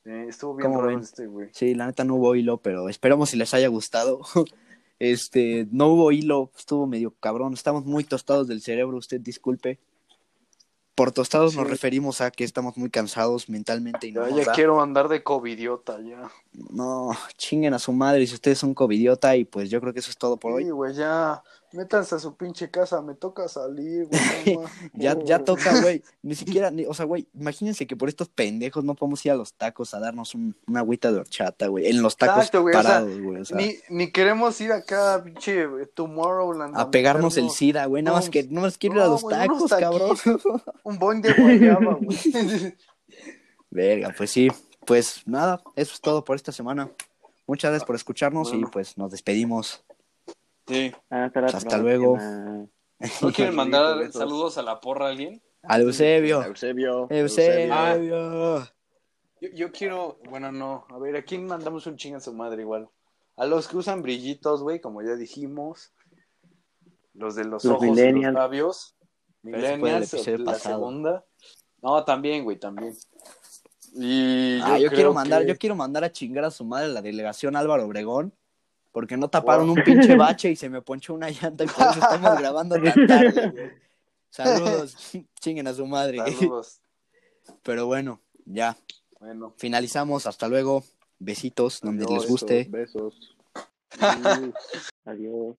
[SPEAKER 5] Sí, Eh, estuvo bien
[SPEAKER 1] ¿Cómo
[SPEAKER 5] raro
[SPEAKER 1] ven?
[SPEAKER 5] este, güey.
[SPEAKER 1] Sí, la neta no hubo hilo, pero esperamos si les haya gustado. Este, no hubo hilo, estuvo medio cabrón. Estamos muy tostados del cerebro, usted disculpe. Por tostados nos referimos a que estamos muy cansados mentalmente y no.
[SPEAKER 5] Ya,
[SPEAKER 1] nos
[SPEAKER 5] ya
[SPEAKER 1] da.
[SPEAKER 5] quiero andar de covidiota, ya.
[SPEAKER 1] No, chinguen a su madre si ustedes son covidiota y pues yo creo que eso es todo por hoy.
[SPEAKER 5] Sí, güey, ya. Métanse a su pinche casa, me toca salir, güey. no más.
[SPEAKER 1] Ya,
[SPEAKER 5] Uh.
[SPEAKER 1] ya toca, güey. Ni siquiera, ni- o sea, güey, imagínense que por estos pendejos no podemos ir a los tacos a darnos un- una agüita de horchata, güey. En los tacos
[SPEAKER 5] Exacto, güey, o sea,
[SPEAKER 1] parados, güey. O sea,
[SPEAKER 5] Ni, ni queremos ir acá, a pinche eh, Tomorrowland.
[SPEAKER 1] a pegarnos el
[SPEAKER 5] meternos
[SPEAKER 1] SIDA, güey. Nada
[SPEAKER 5] No,
[SPEAKER 1] más que no más quiero ir a
[SPEAKER 5] no,
[SPEAKER 1] los
[SPEAKER 5] güey,
[SPEAKER 1] tacos,
[SPEAKER 5] unos
[SPEAKER 1] cabrón.
[SPEAKER 5] taquitos. Un boing de guayaba, güey.
[SPEAKER 1] Verga, pues sí. Pues nada, eso es todo por esta semana. Muchas gracias por escucharnos y pues nos despedimos.
[SPEAKER 5] Sí.
[SPEAKER 4] Ah, Hasta, la
[SPEAKER 1] Hasta luego.
[SPEAKER 4] próxima.
[SPEAKER 5] ¿No quieren mandar saludos a la porra a alguien?
[SPEAKER 1] Al Eusebio.
[SPEAKER 3] Eusebio.
[SPEAKER 1] Eusebio.
[SPEAKER 5] Ah, Yo, yo quiero, bueno, no. A ver, ¿a quién mandamos un chingo a su madre igual? A los que usan brillitos, güey, como ya dijimos. Los de los,
[SPEAKER 4] Los
[SPEAKER 5] ojos y los
[SPEAKER 4] millennials.
[SPEAKER 5] labios.
[SPEAKER 1] ese fue el
[SPEAKER 5] Millennials,
[SPEAKER 1] episodio
[SPEAKER 5] la
[SPEAKER 1] pasado.
[SPEAKER 5] segunda. No, también, güey, también. Y yo,
[SPEAKER 1] Ah, yo,
[SPEAKER 5] creo
[SPEAKER 1] quiero mandar,
[SPEAKER 5] que-
[SPEAKER 1] yo quiero mandar a chingar a su madre la delegación Álvaro Obregón, porque no taparon un pinche bache y se me ponchó una llanta y por eso estamos grabando tan tarde, güey. Saludos, chinguen a su madre.
[SPEAKER 5] Saludos.
[SPEAKER 1] Pero bueno, ya,
[SPEAKER 5] Bueno.
[SPEAKER 1] finalizamos, hasta luego. Besitos, donde
[SPEAKER 3] Adiós,
[SPEAKER 1] les guste.
[SPEAKER 3] Besos.
[SPEAKER 4] Adiós.